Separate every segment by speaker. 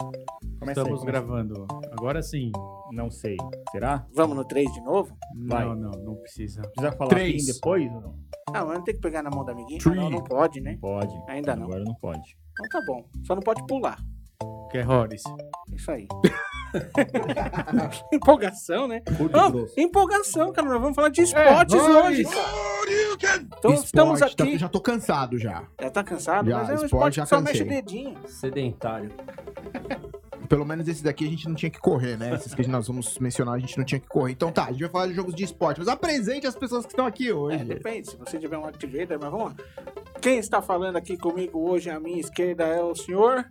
Speaker 1: Começa
Speaker 2: Estamos
Speaker 1: aí, começa.
Speaker 2: gravando. Agora sim.
Speaker 1: Não sei. Será?
Speaker 3: Vamos no 3 de novo?
Speaker 1: Vai.
Speaker 2: Não, não, não precisa.
Speaker 1: Precisa falar
Speaker 4: Três.
Speaker 1: fim depois ou não?
Speaker 3: Ah, mas não tem que pegar na mão da amiguinha?
Speaker 4: Three.
Speaker 3: Não, não pode, né?
Speaker 1: Pode.
Speaker 3: Ainda não.
Speaker 1: Agora não pode.
Speaker 3: Então tá bom. Só não pode pular.
Speaker 2: Que horrores.
Speaker 3: Isso aí. Empolgação, né? Ah, empolgação, cara. Nós vamos falar
Speaker 1: É,
Speaker 3: de esportes hoje. Então estamos
Speaker 4: Esporte,
Speaker 3: aqui.
Speaker 4: tá- já tô cansado já.
Speaker 3: Já tá cansado?
Speaker 4: Já,
Speaker 3: mas é um esporte
Speaker 4: esporte, já
Speaker 3: que só mexe o
Speaker 4: cansei.
Speaker 3: dedinho.
Speaker 5: Sedentário.
Speaker 4: Pelo menos esse daqui a gente não tinha que correr, né? Esses que nós vamos mencionar, a gente não tinha que correr. Então tá, a gente vai falar de jogos de esporte. Mas apresente as pessoas que estão aqui
Speaker 3: É,
Speaker 4: hoje.
Speaker 3: depende. Se você tiver um Activator, mas vamos lá. Quem está falando aqui comigo hoje à minha esquerda é o senhor.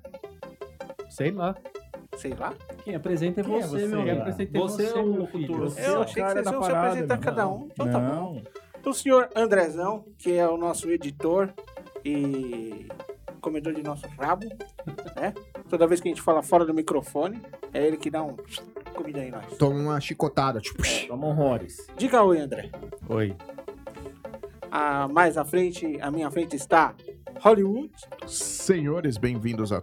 Speaker 2: Sei lá.
Speaker 3: Sei lá.
Speaker 5: Quem apresenta é
Speaker 1: Quem é
Speaker 5: você,
Speaker 1: você?
Speaker 5: meu
Speaker 1: Quem
Speaker 5: amigo.
Speaker 2: apresenta é
Speaker 5: você,
Speaker 2: você,
Speaker 5: é o
Speaker 2: meu
Speaker 5: locutor.
Speaker 2: filho.
Speaker 5: Você é
Speaker 3: Eu
Speaker 5: o
Speaker 3: achei que
Speaker 1: cara
Speaker 3: vocês
Speaker 1: da
Speaker 3: iam se
Speaker 1: parada,
Speaker 3: apresentar
Speaker 1: meu.
Speaker 3: cada um. Então tá bom.
Speaker 1: Não.
Speaker 3: o senhor Andrezão, que é o nosso editor e comedor de nosso rabo, né? Toda vez que a gente fala fora do microfone, é ele que dá um comida em nós.
Speaker 4: Toma uma chicotada, tipo.
Speaker 1: Toma horrores.
Speaker 3: Diga oi, André.
Speaker 2: Oi.
Speaker 3: A mais à frente, à minha frente está Hollywood.
Speaker 4: Senhores, bem-vindos a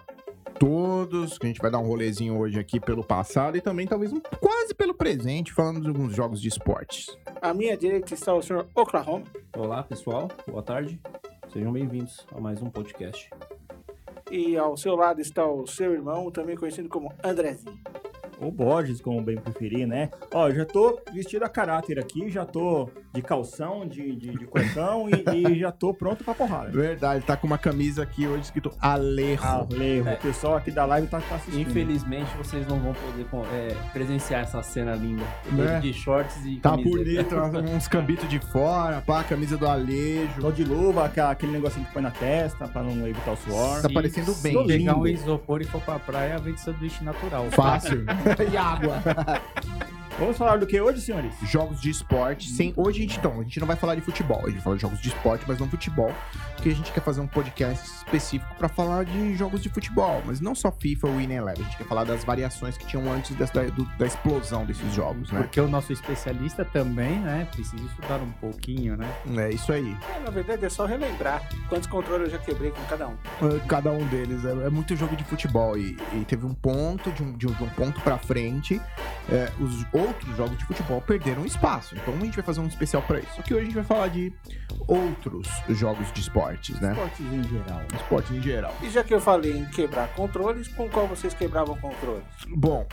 Speaker 4: todos. A gente vai dar um rolezinho hoje aqui pelo passado e também talvez um- quase pelo presente, falando de alguns jogos de esportes.
Speaker 3: À minha direita está o senhor Oklahoma.
Speaker 5: Olá, pessoal. Boa tarde. Sejam bem-vindos a mais um podcast.
Speaker 3: E ao seu lado está o seu irmão, também conhecido como Andrezinho.
Speaker 1: Ou Borges, como bem preferir, né? Ó, eu já tô vestido a caráter aqui, já tô de calção, de, de, de cuecão e, e já tô pronto pra porrada.
Speaker 4: Verdade, tá com uma camisa aqui hoje escrito Alejo.
Speaker 1: Ah, Levo,
Speaker 5: É.
Speaker 1: o pessoal aqui da live tá tá assistindo.
Speaker 5: Infelizmente, vocês não vão poder com- é, presenciar essa cena linda.
Speaker 4: Né?
Speaker 5: De shorts e
Speaker 4: Tá
Speaker 5: camiseta.
Speaker 4: bonito, uns cambitos de fora, pá, a camisa do Alejo.
Speaker 1: Tô de luva, aqua- aquele negocinho que põe na testa pra não evitar o suor.
Speaker 4: Tá parecendo
Speaker 2: Se
Speaker 4: bem.
Speaker 2: pegar
Speaker 4: Lindo.
Speaker 2: um isopor e for pra praia, vem de sanduíche natural.
Speaker 4: Fácil. né? e água.
Speaker 1: Vamos falar do que hoje, senhores?
Speaker 4: jogos de esporte. Sem... Hoje a gente, então, a gente não vai falar de futebol, a gente vai falar de jogos de esporte, mas não futebol, porque a gente quer fazer um podcast específico pra falar de jogos de futebol, mas não só FIFA ou Winning Eleven, a gente quer falar das variações que tinham antes dessa- da, do- da explosão desses jogos, né?
Speaker 2: Porque o nosso especialista também, né? Precisa estudar um pouquinho, né?
Speaker 4: É isso aí.
Speaker 3: É, na verdade, é só relembrar quantos controles eu já quebrei com cada um.
Speaker 4: Cada um deles é, é muito jogo de futebol e, e teve um ponto de um, de um- de um ponto pra frente, é, os outros jogos de futebol perderam espaço. Então a gente vai fazer um especial pra isso. Só que hoje a gente vai falar de outros jogos de esportes, né?
Speaker 1: Esportes em geral.
Speaker 4: Esportes em geral.
Speaker 3: E já que eu falei em quebrar controles, com qual vocês quebravam controles?
Speaker 4: Bom,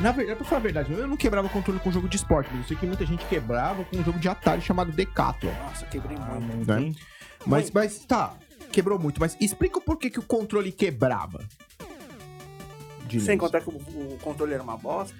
Speaker 4: na verdade, pra falar a verdade, eu não quebrava controle com jogo de esporte, mas eu sei que muita gente quebrava com um jogo de Atari chamado Decathlon.
Speaker 3: Nossa, quebrei
Speaker 1: Ah,
Speaker 3: muito.
Speaker 1: muito,
Speaker 4: Né?
Speaker 1: hein?
Speaker 4: Mas, mas tá, quebrou muito, mas explica o porquê que o controle quebrava. De
Speaker 3: Sem
Speaker 4: novo.
Speaker 3: contar que o, o controle era uma bosta.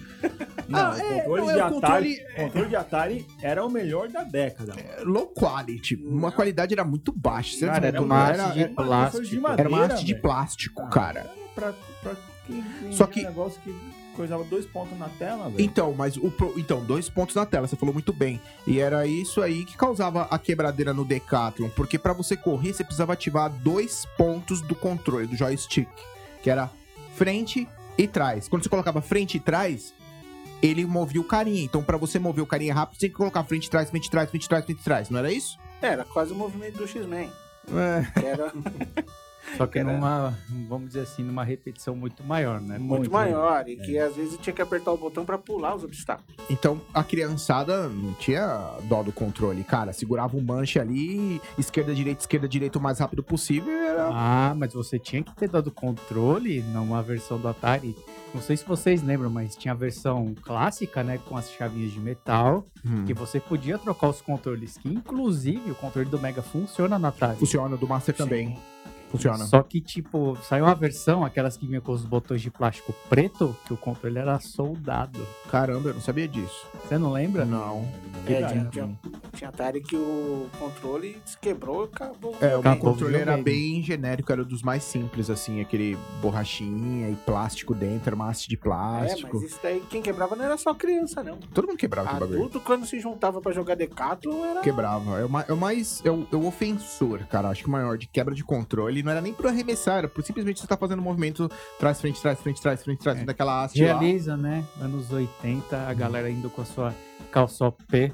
Speaker 1: Não,
Speaker 4: Ah,
Speaker 1: o
Speaker 4: é,
Speaker 1: controle
Speaker 4: não é
Speaker 1: de
Speaker 4: o
Speaker 1: Atari, o controle de Atari era o melhor da década.
Speaker 4: É, Low quality, uma qualidade era muito baixa. Você
Speaker 2: Cara,
Speaker 4: não-
Speaker 2: era uma
Speaker 4: não
Speaker 2: arte de
Speaker 4: era,
Speaker 2: plástico.
Speaker 1: madeira,
Speaker 4: era uma arte de
Speaker 1: velho.
Speaker 4: plástico, cara.
Speaker 1: Pra, pra quem vendia
Speaker 4: Só que-
Speaker 1: um negócio que coisava dois pontos na tela, velho.
Speaker 4: Então, mas o pro- então, dois pontos na tela, você falou muito bem. E era isso aí que causava a quebradeira no Decathlon, porque pra você correr você precisava ativar dois pontos do controle do joystick, que era frente e trás. Quando você colocava frente e trás, ele movia o carinha. Então, pra você mover o carinha rápido, você tinha que colocar frente e trás, frente e trás, frente e trás, frente e trás. Não era isso?
Speaker 3: Era quase o movimento do X-Men.
Speaker 4: É.
Speaker 3: que Era
Speaker 2: Só que
Speaker 3: Era-
Speaker 2: numa, vamos dizer assim, numa repetição muito maior,
Speaker 1: É
Speaker 2: né?
Speaker 3: muito, maior. E
Speaker 4: É.
Speaker 3: que às vezes tinha que apertar o botão pra pular os obstáculos.
Speaker 4: Então, a criançada não tinha dó do controle, cara. Segurava o manche ali, esquerda, direita, esquerda, direita o mais rápido possível. e Era
Speaker 2: Ah, mas você tinha que ter dado controle numa versão do Atari. Não sei se vocês lembram, mas tinha a versão clássica, né? Com as chavinhas de metal, que você podia trocar os controles, que inclusive o controle do Mega funciona na Atari.
Speaker 4: Funciona, do Master também. Funciona.
Speaker 2: Só que, tipo, saiu uma versão, aquelas que vinha com os botões de plástico preto, que o controle era soldado.
Speaker 4: Caramba, eu não sabia disso.
Speaker 2: Você não lembra?
Speaker 4: Não.
Speaker 3: É,
Speaker 1: Verdade,
Speaker 3: tinha, tinha, tinha Atari que o controle se quebrou e acabou.
Speaker 4: É, o meu
Speaker 2: Acabou o
Speaker 4: controle era
Speaker 2: videogame.
Speaker 4: bem genérico, era dos mais simples, assim, aquele borrachinha e plástico dentro, era uma haste de
Speaker 3: É,
Speaker 4: plástico.
Speaker 3: mas isso daí, quem quebrava não era só criança, não.
Speaker 4: Todo mundo quebrava aquele bagulho.
Speaker 3: Adulto, quando se juntava pra jogar Decathlon, era.
Speaker 4: Quebrava. É o, ma- é o mais. É o, é o ofensor, cara. Acho que o maior de quebra de controle não era nem pro arremessar, era por simplesmente você tá fazendo um movimento trás, frente, trás, frente, trás, frente, trás, frente, daquela haste lá.
Speaker 2: Realiza, né? Anos 80, a galera indo com a sua calçopé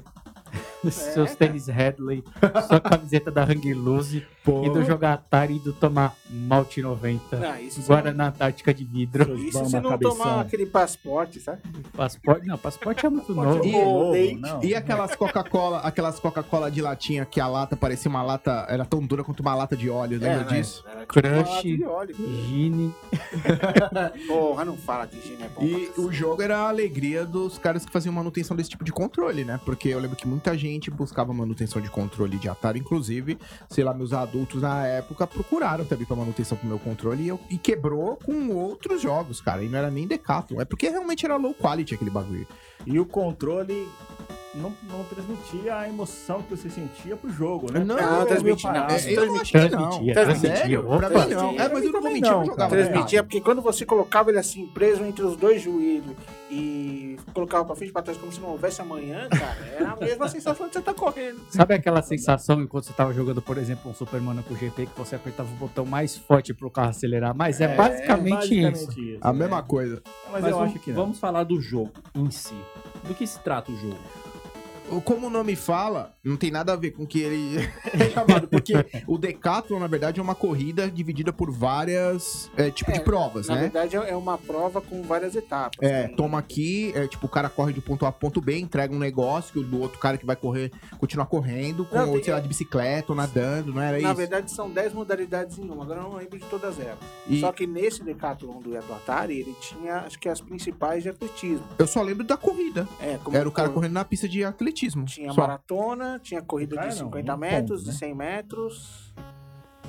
Speaker 4: É,
Speaker 2: seus tênis Headley, sua camiseta da Hang Loose, e do jogar Atari e do tomar Malte
Speaker 4: É.
Speaker 2: 90.
Speaker 3: Não, Ah, isso,
Speaker 2: Guaraná Tática de vidro.
Speaker 3: isso se não tomar aquele passaporte, sabe?
Speaker 2: Passaporte. Não, passaporte é muito novo.
Speaker 4: E-
Speaker 1: Novo,
Speaker 3: Leite.
Speaker 1: não.
Speaker 4: E aquelas Coca-Cola, aquelas Coca-Cola de latinha que a lata parecia uma lata, era tão dura quanto uma lata de óleo, lembra
Speaker 3: né?
Speaker 4: disso?
Speaker 3: Era tipo
Speaker 2: Crush.
Speaker 3: uma lata de óleo.
Speaker 2: Gine.
Speaker 3: Porra, não fala que gin é bom.
Speaker 4: E
Speaker 3: pra
Speaker 4: o jogo era a alegria dos caras que faziam manutenção desse tipo de controle, né? Porque eu lembro que muita gente buscava manutenção de controle de Atari, inclusive, sei lá, meus adultos na época procuraram também pra manutenção pro meu controle e, eu- e quebrou com outros jogos, cara. E não era nem Decathlon. É porque realmente era low quality aquele bagulho.
Speaker 1: E o controle não, não transmitia a emoção que você sentia pro jogo, né?
Speaker 4: Não,
Speaker 1: Era meio
Speaker 3: transmitia, não.
Speaker 1: parado. Então,
Speaker 4: É, eu acho que não.
Speaker 2: Transmitia.
Speaker 3: Ah, Transmitia.
Speaker 4: Sério? Pra mim não. É, mas eu não vou mentir, eu jogava.
Speaker 3: Transmitia, porque quando você colocava ele assim, preso entre os dois joelhos e colocava pra frente e pra trás como se não houvesse amanhã, cara, era a mesma sensação de você tá correndo.
Speaker 2: Sabe aquela sensação enquanto você tava jogando, por exemplo, um Super Monaco GP, que você apertava o botão mais forte pro carro acelerar? Mas é, basicamente, isso.
Speaker 1: isso. né?
Speaker 4: A mesma coisa.
Speaker 1: Mas,
Speaker 5: Mas
Speaker 1: eu
Speaker 5: vamos,
Speaker 1: acho que não.
Speaker 5: vamos falar do jogo em si. Do que se trata o jogo?
Speaker 4: Como o nome fala, não tem nada a ver com o que ele é chamado, porque o Decathlon, na verdade, é uma corrida dividida por várias é, tipos
Speaker 3: É,
Speaker 4: de provas,
Speaker 3: Na
Speaker 4: né?
Speaker 3: verdade, é uma prova com várias etapas.
Speaker 4: É,
Speaker 3: Tem-
Speaker 4: toma aqui, é, tipo, o cara corre de ponto A a ponto B, entrega um negócio que o do outro cara que vai correr, continuar correndo, com,
Speaker 3: Não, tem-
Speaker 4: sei lá, de bicicleta ou nadando, não era
Speaker 3: Na
Speaker 4: é isso?
Speaker 3: verdade, são 10 modalidades em uma, agora eu não lembro de todas elas.
Speaker 4: E
Speaker 3: Só que nesse Decathlon do do Atari, ele tinha, acho que as principais de atletismo.
Speaker 4: eu só lembro da corrida.
Speaker 3: É, como
Speaker 4: Era o cara
Speaker 3: eu-
Speaker 4: correndo na pista de atletismo.
Speaker 3: Tinha
Speaker 4: só.
Speaker 3: maratona, tinha corrida
Speaker 1: Cara,
Speaker 3: de
Speaker 1: não,
Speaker 3: 50
Speaker 1: um
Speaker 3: metros,
Speaker 1: ponto,
Speaker 3: de
Speaker 1: né?
Speaker 3: 100 metros.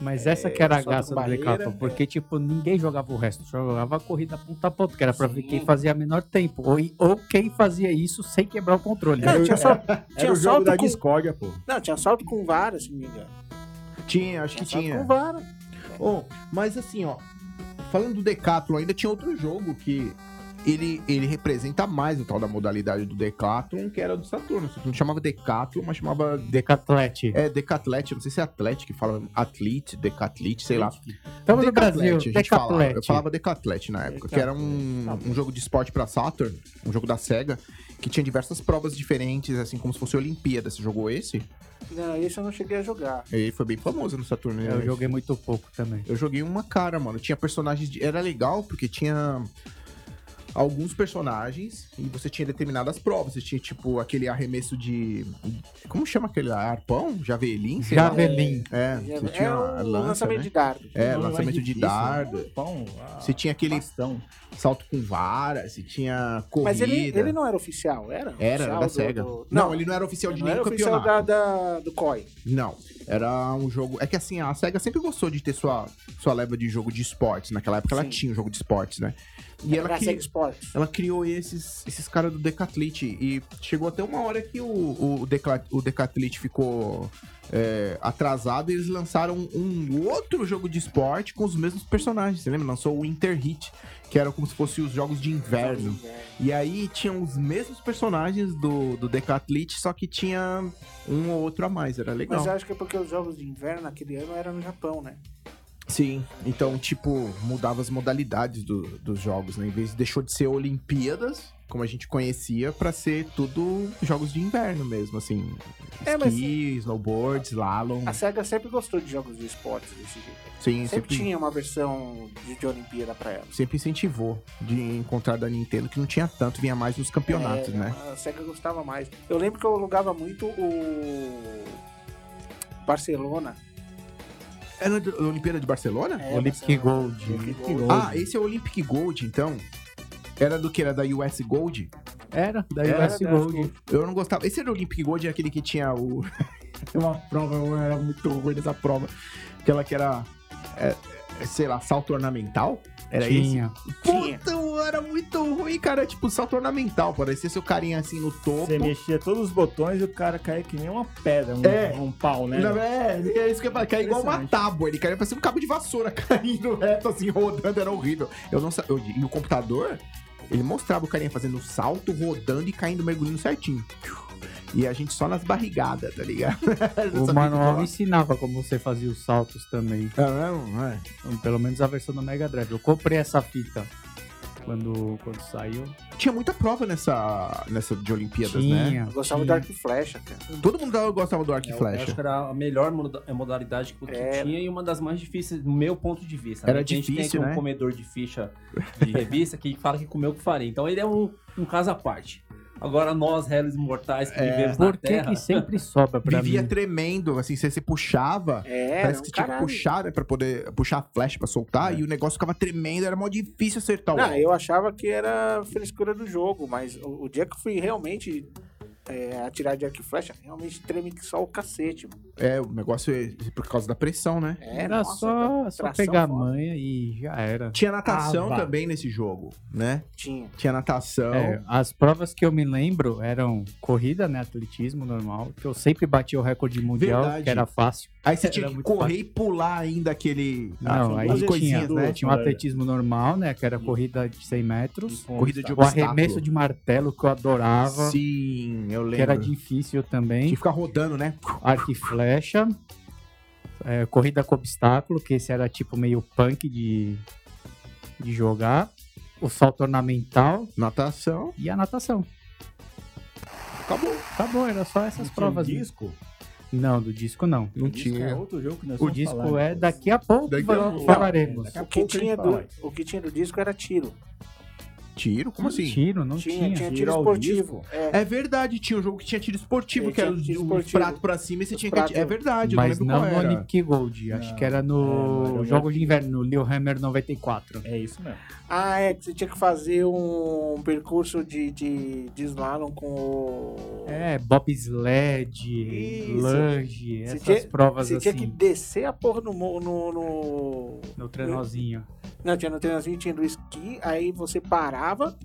Speaker 2: Mas essa que era a
Speaker 3: só com
Speaker 2: graça do
Speaker 3: barreira,
Speaker 2: Decathlon,
Speaker 3: é.
Speaker 2: porque, tipo, ninguém jogava o resto, só jogava a corrida ponta a ponta, que era pra ver
Speaker 3: Sim.
Speaker 2: quem fazia menor tempo, ou, ou quem fazia isso sem quebrar o controle.
Speaker 3: Cara, tinha, sal...
Speaker 1: Era
Speaker 3: tinha
Speaker 1: o jogo
Speaker 3: salto
Speaker 1: da
Speaker 3: com...
Speaker 1: discórdia, pô.
Speaker 3: Não, tinha salto com vara, se não me engano.
Speaker 4: Tinha, acho que
Speaker 3: Salto
Speaker 4: tinha.
Speaker 3: com vara.
Speaker 4: Ô, mas assim, ó, falando do Decathlon, ainda tinha outro jogo que ele, ele representa mais o tal da modalidade do Decathlon, que era do Saturno. Não chamava Decathlon, mas chamava
Speaker 2: Decatlete.
Speaker 4: é, Decatlete, não sei se é Atlético que fala Atlete, Decatlete, sei lá.
Speaker 2: Tamo no
Speaker 4: Decatlete,
Speaker 2: Brasil,
Speaker 4: a gente falava. Eu
Speaker 2: Decatlete.
Speaker 4: falava Decatlete na época, que era um, um jogo de esporte pra Saturn, um jogo da SEGA, que tinha diversas provas diferentes, assim, como se fosse Olimpíada. Você jogou esse?
Speaker 3: Não, esse eu não cheguei a jogar.
Speaker 4: Ele foi bem famoso no Saturno. né?
Speaker 2: É, Eu joguei muito pouco também.
Speaker 4: Eu joguei uma cara, mano. Tinha personagens. de- Era legal porque tinha alguns personagens e você tinha determinadas provas. Você tinha, tipo, aquele arremesso de. Como chama aquele lá? Arpão? Javelin? sei lá.
Speaker 2: Javelin.
Speaker 4: É,
Speaker 3: Já-
Speaker 4: você tinha
Speaker 3: é
Speaker 4: a
Speaker 3: o
Speaker 4: lança.
Speaker 3: lançamento
Speaker 4: Né?
Speaker 3: de dardo.
Speaker 4: É,
Speaker 1: Não, não
Speaker 4: lançamento de
Speaker 1: difícil,
Speaker 4: dardo.
Speaker 1: né? Pão, ah,
Speaker 4: Você tinha aquele
Speaker 1: bastão.
Speaker 4: salto com vara, você tinha corrida.
Speaker 3: Mas ele, ele não era oficial, era?
Speaker 4: Era, era
Speaker 3: Oficial
Speaker 4: da
Speaker 3: do-
Speaker 4: SEGA.
Speaker 3: do-
Speaker 4: Não,
Speaker 3: Não,
Speaker 4: ele não era oficial de
Speaker 3: não
Speaker 4: nenhum
Speaker 3: era oficial
Speaker 4: campeonato.
Speaker 3: da, da- do COI.
Speaker 4: Não, era um jogo. É que assim, a SEGA sempre gostou de ter sua, sua leva de jogo de esportes. Naquela época ela
Speaker 3: Sim.
Speaker 4: tinha um jogo de esportes, né? E ela
Speaker 3: da
Speaker 4: que...
Speaker 3: SEGA Sports.
Speaker 4: Ela criou esses, esses caras do Decathlete e chegou até uma hora que o, o, o Decla- o Decathlete ficou é, atrasado e eles lançaram um outro jogo de esporte com os mesmos personagens. Você lembra? Lançou o Winter Heat, que era como se fossem os jogos de inverno.
Speaker 3: É.
Speaker 4: E aí tinham os mesmos personagens do, do Decathlete, só que tinha um ou outro a mais. Era legal.
Speaker 3: Mas eu acho que é porque os jogos de inverno naquele ano eram no Japão, né?
Speaker 4: Sim, então, tipo, mudava as modalidades do- dos jogos, né? Em vez de deixou de ser Olimpíadas, como a gente conhecia, pra ser tudo jogos de inverno mesmo, assim.
Speaker 3: É, mas-
Speaker 4: ski, snowboard, slalom.
Speaker 3: A SEGA sempre gostou de jogos de esportes desse jeito.
Speaker 4: Sim,
Speaker 3: Sempre
Speaker 4: sempre,
Speaker 3: tinha uma versão de, de Olimpíada pra ela.
Speaker 4: sempre incentivou de encontrar da Nintendo, que não tinha tanto, vinha mais nos campeonatos,
Speaker 3: É,
Speaker 4: né?
Speaker 3: A SEGA gostava mais. Eu lembro que eu alugava muito o Barcelona.
Speaker 4: Era a Olimpíada de Barcelona?
Speaker 3: É,
Speaker 2: Olympic
Speaker 3: Barcelona.
Speaker 2: Gold.
Speaker 3: Olympic
Speaker 1: Olympic
Speaker 3: Gold.
Speaker 4: Ah, esse é o Olympic Gold, então. Era do que? Era da US Gold?
Speaker 2: Era, da
Speaker 3: Era,
Speaker 2: US
Speaker 3: era,
Speaker 2: Gold.
Speaker 4: Eu não gostava. Esse era o Olympic Gold, era aquele que tinha o. Tem uma prova, eu era muito ruim nessa prova. Aquela que era. é, é, sei lá, salto ornamental? Era isso?
Speaker 2: Tinha.
Speaker 3: Tinha.
Speaker 4: Puta, eu era muito ruim, cara. Tipo, salto ornamental. Parecia seu carinha assim no topo.
Speaker 1: Você mexia todos os botões e o cara caía que nem uma pedra, um,
Speaker 4: É.
Speaker 1: um pau, né?
Speaker 4: Não, é, é isso que eu falei, caía igual uma
Speaker 1: Impressionante.
Speaker 4: tábua, ele caía parecia um cabo de vassoura caindo reto, assim, rodando, era horrível. Eu não sa- eu- E o computador, ele mostrava o carinha fazendo um salto, rodando e caindo, mergulhando certinho. E a gente só nas barrigadas, tá ligado?
Speaker 2: O manual ensinava como você fazia os saltos também.
Speaker 4: Não, é.
Speaker 2: Pelo menos a versão do Mega Drive. Eu comprei essa fita quando, quando saiu.
Speaker 4: Tinha muita prova nessa, nessa de Olimpíadas, né?
Speaker 2: Tinha.
Speaker 3: Eu gostava
Speaker 2: tinha.
Speaker 3: do arco e flecha, cara.
Speaker 4: Todo mundo dava- gostava do
Speaker 3: É,
Speaker 4: arco e
Speaker 5: Eu acho
Speaker 4: flecha.
Speaker 5: que era a melhor moda- modalidade que
Speaker 3: Era.
Speaker 2: É.
Speaker 5: tinha e uma das mais difíceis, do meu ponto de vista.
Speaker 4: Era
Speaker 5: A gente tem
Speaker 4: difícil,
Speaker 5: aqui
Speaker 4: né?
Speaker 5: um comedor de ficha de revista que fala que comeu o que faria. Então ele é um, um caso à parte. Agora nós, réis mortais
Speaker 4: É.
Speaker 5: que vivemos na
Speaker 2: Por que
Speaker 5: Terra...
Speaker 2: que sempre sobra pra
Speaker 4: Vivia
Speaker 2: mim?
Speaker 4: tremendo, assim, você se puxava.
Speaker 3: É,
Speaker 4: parece
Speaker 3: um
Speaker 4: que tinha
Speaker 3: caralho. É.
Speaker 4: que puxar, né? Pra poder puxar a flecha pra soltar. E o negócio ficava tremendo, era mó difícil acertar o
Speaker 3: Não,
Speaker 4: alvo.
Speaker 3: eu achava que era frescura do jogo, mas o, o dia que eu fui realmente é, atirar de arco e flecha, realmente treme que só o cacete. Mano.
Speaker 4: É, o negócio é por causa da pressão, né?
Speaker 3: É,
Speaker 2: Era
Speaker 3: nossa,
Speaker 2: só,
Speaker 3: tra-
Speaker 2: só
Speaker 3: tração
Speaker 2: pegar a
Speaker 3: foda.
Speaker 2: manha e já era.
Speaker 4: Tinha natação
Speaker 2: Ah, vá.
Speaker 4: também nesse jogo, né?
Speaker 3: Tinha.
Speaker 4: Tinha natação.
Speaker 2: É, as provas que eu me lembro eram corrida, né? Atletismo normal, que eu sempre bati o recorde mundial,
Speaker 4: Verdade.
Speaker 2: que era fácil.
Speaker 4: Aí você
Speaker 2: Era
Speaker 4: tinha que
Speaker 2: muito
Speaker 4: correr e pular ainda aquele.
Speaker 2: Não, aí
Speaker 4: as
Speaker 1: duas
Speaker 2: tinha,
Speaker 4: Ah, coisinhas,
Speaker 2: né,
Speaker 1: duas,
Speaker 2: tinha o
Speaker 1: olha.
Speaker 2: atletismo normal, né? Que era corrida de 100 metros.
Speaker 4: Corrida de
Speaker 2: O arremesso de martelo que eu adorava,
Speaker 4: Sim, eu lembro.
Speaker 2: que era difícil também.
Speaker 4: Tinha que ficar rodando, né?
Speaker 2: arco e flecha, é, corrida com obstáculo, que esse era tipo meio punk de, de jogar, o salto ornamental
Speaker 4: Natação.
Speaker 2: e a natação.
Speaker 4: Acabou.
Speaker 2: Acabou, era só essas
Speaker 1: Tinha
Speaker 2: provas.
Speaker 1: um
Speaker 2: né?
Speaker 1: disco?
Speaker 2: Não, do disco não.
Speaker 4: Não
Speaker 1: O disco É
Speaker 4: tinha.
Speaker 1: outro jogo que nós
Speaker 2: O
Speaker 1: estamos
Speaker 2: disco
Speaker 1: falando.
Speaker 2: é daqui a pouco
Speaker 4: Daqui a
Speaker 2: fala-
Speaker 4: pouco.
Speaker 2: falaremos.
Speaker 1: Daqui a
Speaker 3: O que,
Speaker 1: pouco a gente
Speaker 3: tinha
Speaker 1: fala.
Speaker 3: do, o que tinha do disco era tiro.
Speaker 4: Tiro? Como assim?
Speaker 2: Tiro, não
Speaker 3: tinha,
Speaker 2: tinha.
Speaker 3: tinha,
Speaker 1: Tiro
Speaker 3: tiro
Speaker 1: ao
Speaker 3: esportivo. É,
Speaker 4: É verdade, tinha um jogo que tinha tiro esportivo,
Speaker 3: É,
Speaker 4: que era
Speaker 3: tinha tiro
Speaker 4: o
Speaker 3: esportivo.
Speaker 4: prato pra cima e você
Speaker 3: Os
Speaker 4: tinha que atirar.
Speaker 3: pratos.
Speaker 4: É verdade, eu
Speaker 2: Mas
Speaker 4: não lembro
Speaker 2: não
Speaker 4: qual
Speaker 2: no
Speaker 4: era.
Speaker 2: Olympic Gold, acho
Speaker 1: Não,
Speaker 2: que era
Speaker 1: é,
Speaker 2: no
Speaker 1: era
Speaker 2: Jogo
Speaker 1: o
Speaker 2: de
Speaker 1: Olympic.
Speaker 2: Inverno, no Lillehammer 94.
Speaker 1: É isso mesmo.
Speaker 3: Ah, é que você tinha que fazer um percurso de, de, de slalom com o.
Speaker 2: É, bobsled,
Speaker 3: Isso.
Speaker 2: lunge,
Speaker 3: Você
Speaker 2: essas
Speaker 3: tinha-
Speaker 2: provas
Speaker 3: Você
Speaker 2: assim,
Speaker 3: tinha que descer a porra no. mo- no, no...
Speaker 2: no trenozinho.
Speaker 3: Não, tinha no treinozinho, tinha do esqui, aí você parava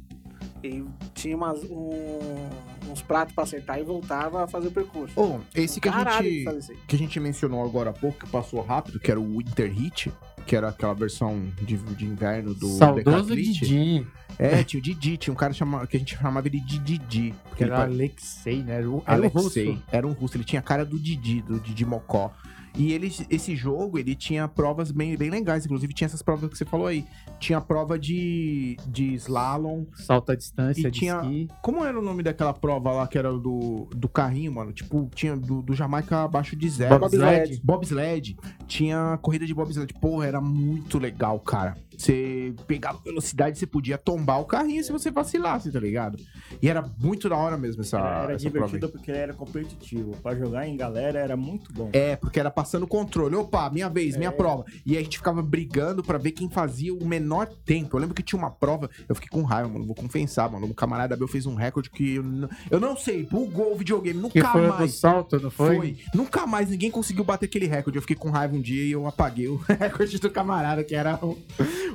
Speaker 3: e tinha umas, um- uns pratos pra acertar e voltava a fazer o percurso.
Speaker 4: Ô, esse que a
Speaker 3: Caralho,
Speaker 4: gente.
Speaker 3: fazer isso aí.
Speaker 4: que a gente mencionou agora há pouco, que passou rápido, que era o Winter Heat, que era aquela versão de, de inverno do
Speaker 2: Saudoso
Speaker 4: Decathlete.
Speaker 2: Didi,
Speaker 4: É, tinha o Didi, tinha um cara chama, que a gente chamava ele de Didi.
Speaker 2: que
Speaker 4: Porque ele
Speaker 2: era
Speaker 4: pare-
Speaker 2: Alexei, né? Era o, era o
Speaker 4: Alexei.
Speaker 2: russo.
Speaker 4: Era um russo, ele tinha a cara do Didi, do Didi Mocó. E ele, esse jogo, ele tinha provas bem, bem legais, inclusive tinha essas provas que você falou aí. Tinha prova de, de slalom.
Speaker 2: Salto à distância
Speaker 4: E
Speaker 2: de
Speaker 4: tinha-
Speaker 2: esqui.
Speaker 4: Como era o nome daquela prova lá que era do, do carrinho, mano? Tipo, tinha do, do Jamaica abaixo de zero.
Speaker 2: Bobsled.
Speaker 4: Bobsled. Tinha corrida de bobsled. Porra, era muito legal, cara. Você pegava velocidade, você podia tombar o carrinho se você vacilasse, tá ligado? E era muito da hora mesmo essa,
Speaker 1: Era, era
Speaker 4: Tá, essa prova.
Speaker 1: divertido
Speaker 4: aí.
Speaker 1: porque era competitivo. Pra jogar em galera era muito bom.
Speaker 4: É, porque era passando o controle. Opa, minha vez,
Speaker 2: É.
Speaker 4: minha prova. E a gente ficava brigando pra ver quem fazia o menor tempo. Eu lembro que tinha uma prova, eu fiquei com raiva, mano. Vou confessar, mano. O camarada meu fez um recorde que eu não, eu não sei, bugou o videogame, nunca
Speaker 2: Que foi o do
Speaker 4: mais.
Speaker 2: salto, não foi?
Speaker 4: Foi. Nunca mais ninguém conseguiu bater aquele recorde. Eu fiquei com raiva um dia e eu apaguei o recorde do camarada, que era um-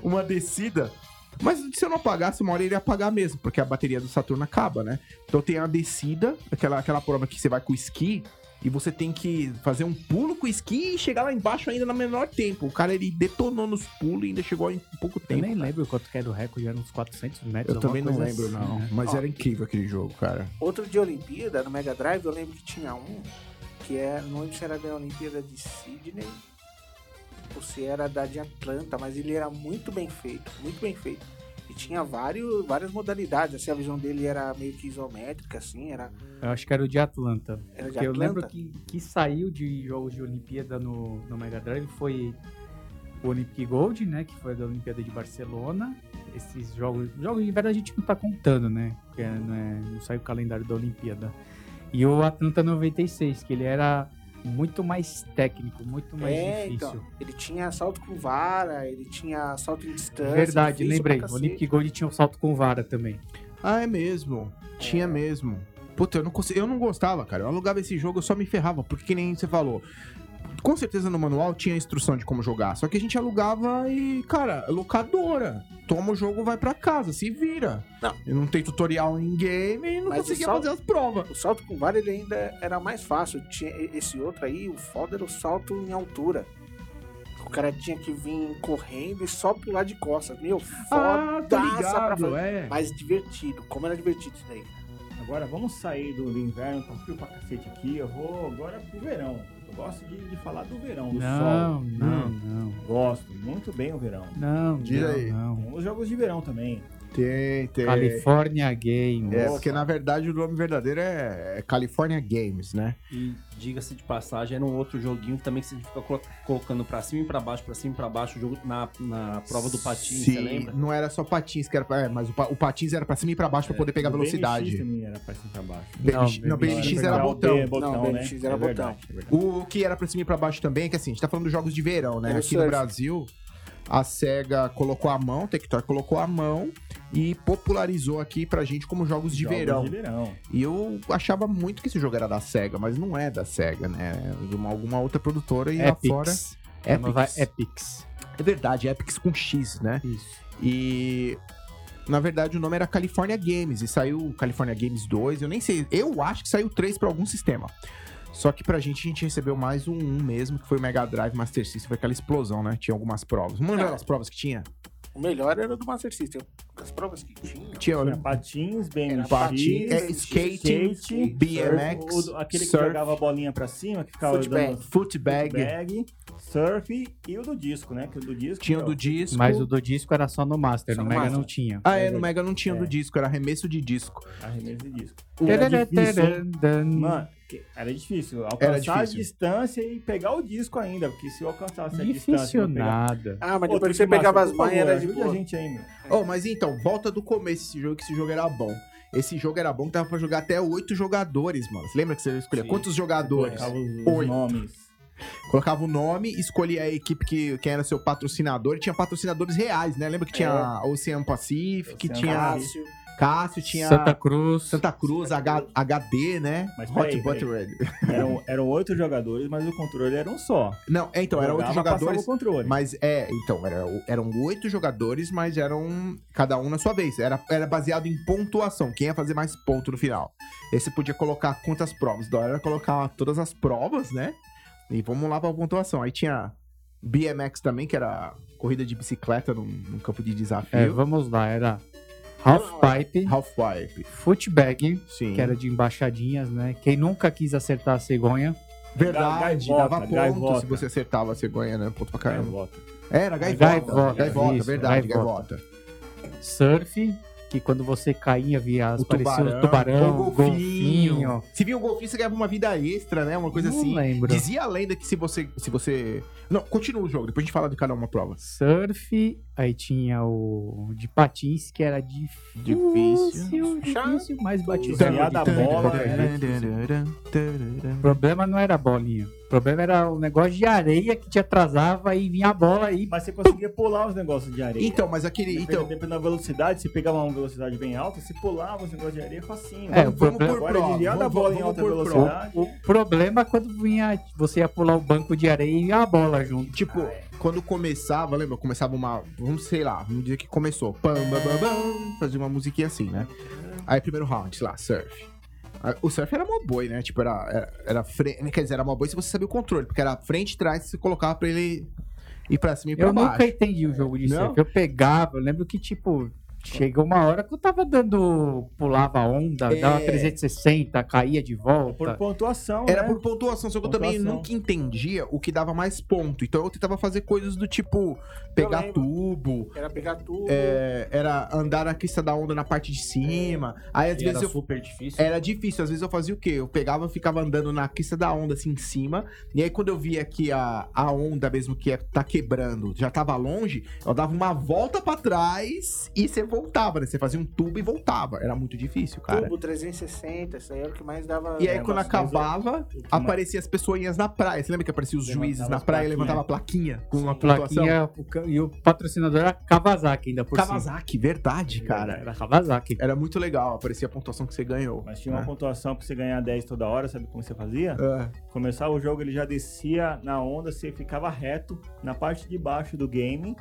Speaker 4: uma descida. Mas se eu não apagasse, uma hora ele ia apagar mesmo, porque a bateria do Saturno acaba, né? Então tem a descida, aquela, aquela prova que você vai com o esqui, e você tem que fazer um pulo com o esqui e chegar lá embaixo ainda no menor tempo. O cara, ele detonou nos pulos e ainda chegou em pouco
Speaker 2: Eu
Speaker 4: tempo.
Speaker 2: nem lembro quanto que era o recorde, era uns 400 metros.
Speaker 4: Eu também não
Speaker 2: alguma
Speaker 4: lembro,
Speaker 2: é coisa assim,
Speaker 4: não.
Speaker 2: né?
Speaker 4: Mas
Speaker 3: Ó.
Speaker 4: era incrível aquele jogo, cara.
Speaker 3: Outro de Olimpíada, no Mega Drive, eu lembro que tinha um, que é, não lembro se era da Olimpíada de Sydney ou se era da de Atlanta, mas ele era muito bem feito, muito bem feito. E tinha vários, várias modalidades, assim, a visão dele era meio que isométrica, assim, era,
Speaker 2: Eu acho que era o de Atlanta.
Speaker 3: era de
Speaker 2: Porque eu lembro
Speaker 3: Atlanta.
Speaker 2: que, que saiu de jogos de Olimpíada no, no Mega Drive foi o Olympic Gold, né? Que foi da Olimpíada de Barcelona. Esses jogos. Jogos de verdade a gente não tá contando, né? Porque é, não, é- não saiu o calendário da Olimpíada. E o Atlanta 96, que ele era muito mais técnico, muito mais
Speaker 3: É,
Speaker 2: difícil.
Speaker 3: então, ele tinha salto com vara, ele tinha salto em distância.
Speaker 2: Verdade,
Speaker 3: é difícil
Speaker 2: lembrei.
Speaker 3: pra
Speaker 2: O
Speaker 3: cacete.
Speaker 2: Olympic Gold tinha um salto com vara também.
Speaker 4: Ah, é mesmo.
Speaker 3: É.
Speaker 4: Tinha mesmo. Puta, eu não, consegui, eu não gostava, cara. Eu alugava esse jogo, eu só me ferrava, porque que nem você falou. Com certeza no manual tinha instrução de como jogar, só que a gente alugava e, cara, locadora. Toma o jogo, vai pra casa, se vira.
Speaker 3: Não.
Speaker 4: E não tem tutorial em game e não
Speaker 3: Mas
Speaker 4: conseguia
Speaker 3: o saldo-
Speaker 4: fazer as provas.
Speaker 3: O salto com vara ele ainda era mais fácil. Tinha esse outro aí, o foda era o salto em altura. O cara tinha que vir correndo e só pular de costas. Meu,
Speaker 4: Ah,
Speaker 3: foda
Speaker 4: tá ligado, é.
Speaker 3: Mas divertido. Como era divertido isso daí.
Speaker 1: Agora vamos sair do, do inverno, tá frio pra cacete aqui. Eu vou agora pro verão. Eu gosto de, de falar do verão, do
Speaker 2: Não,
Speaker 1: sol.
Speaker 2: não, não.
Speaker 1: Gosto muito bem o verão.
Speaker 2: Não,
Speaker 4: Diz
Speaker 2: não,
Speaker 4: aí.
Speaker 2: não.
Speaker 1: Tem os jogos de verão também.
Speaker 4: Tem, tem.
Speaker 2: California Games.
Speaker 4: É, porque na verdade o nome verdadeiro é é California Games, né?
Speaker 5: E diga-se de passagem, era um outro joguinho também que você fica colo- colocando pra cima e pra baixo, pra cima e pra baixo o jogo na, na prova do patins, você
Speaker 4: Sim,
Speaker 5: lembra?
Speaker 4: Não era só patins, que era pra, é, mas o, pa- o patins era pra cima e pra baixo pra poder pegar
Speaker 1: O BMX
Speaker 4: velocidade.
Speaker 1: também era pra cima e pra baixo.
Speaker 4: BMX
Speaker 2: Não,
Speaker 4: não, BMX,
Speaker 2: BMX
Speaker 4: era
Speaker 1: o
Speaker 4: botão.
Speaker 1: B- botão,
Speaker 3: Não,
Speaker 1: né?
Speaker 3: BMX era
Speaker 1: É verdade, é verdade.
Speaker 4: O que era pra cima e pra baixo também, que assim, a gente tá falando dos jogos de verão, né?
Speaker 3: Era o
Speaker 4: Aqui no
Speaker 3: surf.
Speaker 4: Brasil, a SEGA colocou a mão, o Tectoy colocou a mão e popularizou aqui pra gente como jogos de
Speaker 1: Jogos
Speaker 4: verão.
Speaker 1: De verão.
Speaker 4: E eu achava muito que esse jogo era da SEGA, mas não é da SEGA, né? É de uma, alguma outra produtora e lá fora.
Speaker 2: Epics.
Speaker 4: É
Speaker 2: Chama- vai-
Speaker 4: Epics.
Speaker 2: Epics.
Speaker 4: É verdade, Epics com X, né?
Speaker 2: Isso.
Speaker 4: E na verdade o nome era California Games e saiu California Games 2, eu nem sei, eu acho que saiu 3 pra algum sistema. Só que pra gente a gente recebeu mais um, um mesmo, que foi o Mega Drive Master System, foi aquela explosão, né? Tinha algumas provas. Uma das provas que tinha?
Speaker 3: O melhor era o do Master System. As provas que tinha.
Speaker 4: Tinha, eu
Speaker 1: Era
Speaker 4: lembro.
Speaker 1: patins, BMX,
Speaker 4: patins, é, skating,
Speaker 1: skate,
Speaker 4: BMX,
Speaker 1: surf, o- aquele que
Speaker 4: surf.
Speaker 1: jogava a bolinha pra cima, que ficava
Speaker 3: Footbag.
Speaker 1: dando
Speaker 4: Footbag,
Speaker 1: bag, surf e o do disco, né? Que o do disco
Speaker 4: tinha o
Speaker 1: é
Speaker 4: do disco.
Speaker 2: Mas o do disco era só no Master,
Speaker 3: Só
Speaker 2: no
Speaker 3: no
Speaker 2: Mega
Speaker 3: Master.
Speaker 2: não tinha.
Speaker 4: Ah, é, no Mega não tinha o do
Speaker 1: É.
Speaker 4: disco, era arremesso de disco.
Speaker 1: arremesso de disco.
Speaker 4: Era é difícil, hein?
Speaker 2: Mano,
Speaker 1: Mano, que- era difícil alcançar
Speaker 4: difícil.
Speaker 1: a distância e pegar o disco ainda, porque se eu alcançasse a distância...
Speaker 2: difícil
Speaker 1: eu não pegava.
Speaker 2: nada.
Speaker 3: Ah, mas
Speaker 1: Outro
Speaker 3: depois que você
Speaker 1: que
Speaker 3: pegava as
Speaker 1: machucou,
Speaker 3: mães,
Speaker 1: pô,
Speaker 3: era de
Speaker 1: ajuda
Speaker 3: boa.
Speaker 1: a gente aí, meu.
Speaker 4: Oh, mas então, volta do começo esse jogo, que esse jogo era bom. Esse jogo era bom que dava pra jogar até oito jogadores, mano. Você lembra que você escolhia
Speaker 5: Sim.
Speaker 4: quantos jogadores?
Speaker 1: Colocava os
Speaker 4: Oito.
Speaker 1: nomes.
Speaker 4: Colocava o nome, escolhia a equipe que quem era seu patrocinador. E tinha patrocinadores reais, né? Lembra que tinha Ocean Pacific,
Speaker 1: Ocean
Speaker 4: tinha
Speaker 1: Pacific.
Speaker 3: Fácil.
Speaker 4: Cássio, tinha
Speaker 2: Santa
Speaker 4: Santa,
Speaker 2: Cruz.
Speaker 4: Cruz, H- HD, né?
Speaker 1: Mas
Speaker 4: Hot
Speaker 1: peraí,
Speaker 4: Butter Red.
Speaker 1: Eram, eram oito jogadores, mas o controle era um só.
Speaker 4: Não, é, então, eram oito
Speaker 1: Jogava, passava
Speaker 4: jogadores.
Speaker 1: o controle.
Speaker 4: Mas é, então, era- eram oito jogadores, mas eram cada um na sua vez. Era, era baseado em pontuação, quem ia fazer mais ponto no final. Aí você podia colocar quantas provas. Da hora era colocar todas as provas, né? E vamos lá pra pontuação. Aí tinha BMX também, que era corrida de bicicleta num, num campo de
Speaker 2: É,
Speaker 4: desafio.
Speaker 2: vamos lá, era Half Pipe,
Speaker 4: Half-Pipe,
Speaker 2: Footbag,
Speaker 4: sim.
Speaker 2: que era de embaixadinhas, né? Quem nunca quis acertar a cegonha.
Speaker 4: Verdade,
Speaker 1: Gaivota,
Speaker 4: dava ponto
Speaker 1: gaivota.
Speaker 4: se você acertava, você ganha, né? Ponto pra
Speaker 1: Cara,
Speaker 4: caramba.
Speaker 1: volta.
Speaker 4: Era gaivota. Gaivota,
Speaker 2: Gaivota, isso,
Speaker 4: verdade,
Speaker 2: gaivota.
Speaker 4: gaivota.
Speaker 2: Surf, que quando você caía via as
Speaker 4: O
Speaker 2: parecia
Speaker 4: tubarão,
Speaker 2: o tubarão,
Speaker 4: o
Speaker 2: o
Speaker 4: golfinho.
Speaker 2: golfinho.
Speaker 4: Se vinha um golfinho, você ganhava uma vida extra, né? Uma coisa
Speaker 2: não
Speaker 4: assim.
Speaker 2: lembro.
Speaker 4: Dizia a lenda que se você. Se você. Não, continua o jogo, depois a gente fala de cada uma prova.
Speaker 2: Surf, aí tinha o de patins, que era difícil,
Speaker 4: Difícil.
Speaker 2: difícil, mas batia o
Speaker 1: Então,
Speaker 2: recorde
Speaker 1: da
Speaker 2: de tudo,
Speaker 1: bola,
Speaker 2: qualquer
Speaker 1: né?
Speaker 2: jeito. O problema não era a bolinha. O problema era o negócio de areia que te atrasava e vinha a bola aí.
Speaker 1: Mas você conseguia pular os negócios de areia.
Speaker 4: Então, mas aquele.
Speaker 1: Depende-
Speaker 4: Então,
Speaker 1: Dependendo da velocidade, se pegava uma velocidade bem alta, se pulava os negócios de areia assim, facinho.
Speaker 2: É,
Speaker 1: Agora,
Speaker 2: o problema-
Speaker 4: por
Speaker 1: Agora,
Speaker 4: prova,
Speaker 1: desviar da
Speaker 4: vamos-
Speaker 1: bola em
Speaker 4: vamos
Speaker 1: alta
Speaker 4: por
Speaker 1: velocidade...
Speaker 2: O problema é quando vinha, você ia pular o banco de areia e a bola junto.
Speaker 4: tipo, quando começava, lembra? Começava uma. Vamos, sei lá, vamos dizer que começou. Pam, bam, bam, bam, fazia uma musiquinha assim, né? Aí, primeiro round, sei lá, surf. Aí, O surf era uma boi, né? Tipo, era, era, era frente. Quer dizer, era uma boi se você sabia o controle, porque era frente e trás, você colocava pra ele ir pra cima e pra
Speaker 2: Eu
Speaker 4: baixo.
Speaker 2: nunca entendi o jogo de
Speaker 4: Não?
Speaker 2: surf. Eu pegava, eu lembro que, tipo, chegou uma hora que eu tava dando. Pulava onda,
Speaker 4: É.
Speaker 2: dava 360, caía de
Speaker 1: Por
Speaker 2: volta.
Speaker 1: pontuação,
Speaker 4: Tá. Era
Speaker 1: né?
Speaker 4: por pontuação, só que eu também
Speaker 1: Pontuação.
Speaker 4: nunca entendia o que dava mais ponto. Então eu tentava fazer coisas do tipo pegar
Speaker 3: lembro.
Speaker 4: tubo,
Speaker 3: Era pegar tudo.
Speaker 4: é, era andar na crista da onda na parte de cima. Aí às
Speaker 5: E
Speaker 4: vezes
Speaker 5: era
Speaker 4: eu. É,
Speaker 5: super difícil.
Speaker 4: Era difícil, às vezes eu fazia o quê? Eu pegava, ficava andando na crista da onda, assim, em cima. E aí, quando eu via que a, a onda mesmo que ia tá quebrando já tava longe, eu dava uma volta pra trás e você voltava, né? Você fazia um tubo e voltava. Era muito difícil, cara.
Speaker 3: Tubo 360, isso aí era o que mais dava.
Speaker 4: E aí,
Speaker 1: É,
Speaker 4: quando
Speaker 1: mas- mas eu-
Speaker 4: acabava,
Speaker 1: O que mais-
Speaker 4: aparecia as pessoinhas na praia. Você lembra que apareciam os
Speaker 1: Levantava
Speaker 4: juízes na
Speaker 1: as
Speaker 4: praia e
Speaker 1: plaquinhas.
Speaker 4: levantava a plaquinha com uma pontuação?
Speaker 2: Plaquinha, o ca- e o patrocinador era Kawasaki ainda por cima.
Speaker 4: Kawasaki, né? verdade, cara.
Speaker 2: Era Kawasaki.
Speaker 4: Era muito legal, aparecia a pontuação que você ganhou.
Speaker 1: Mas tinha uma
Speaker 4: né?
Speaker 1: pontuação pra você ganhar 10 toda hora, sabe como você fazia?
Speaker 4: É.
Speaker 1: Começava o jogo, ele já descia na onda, você ficava reto na parte de baixo do game.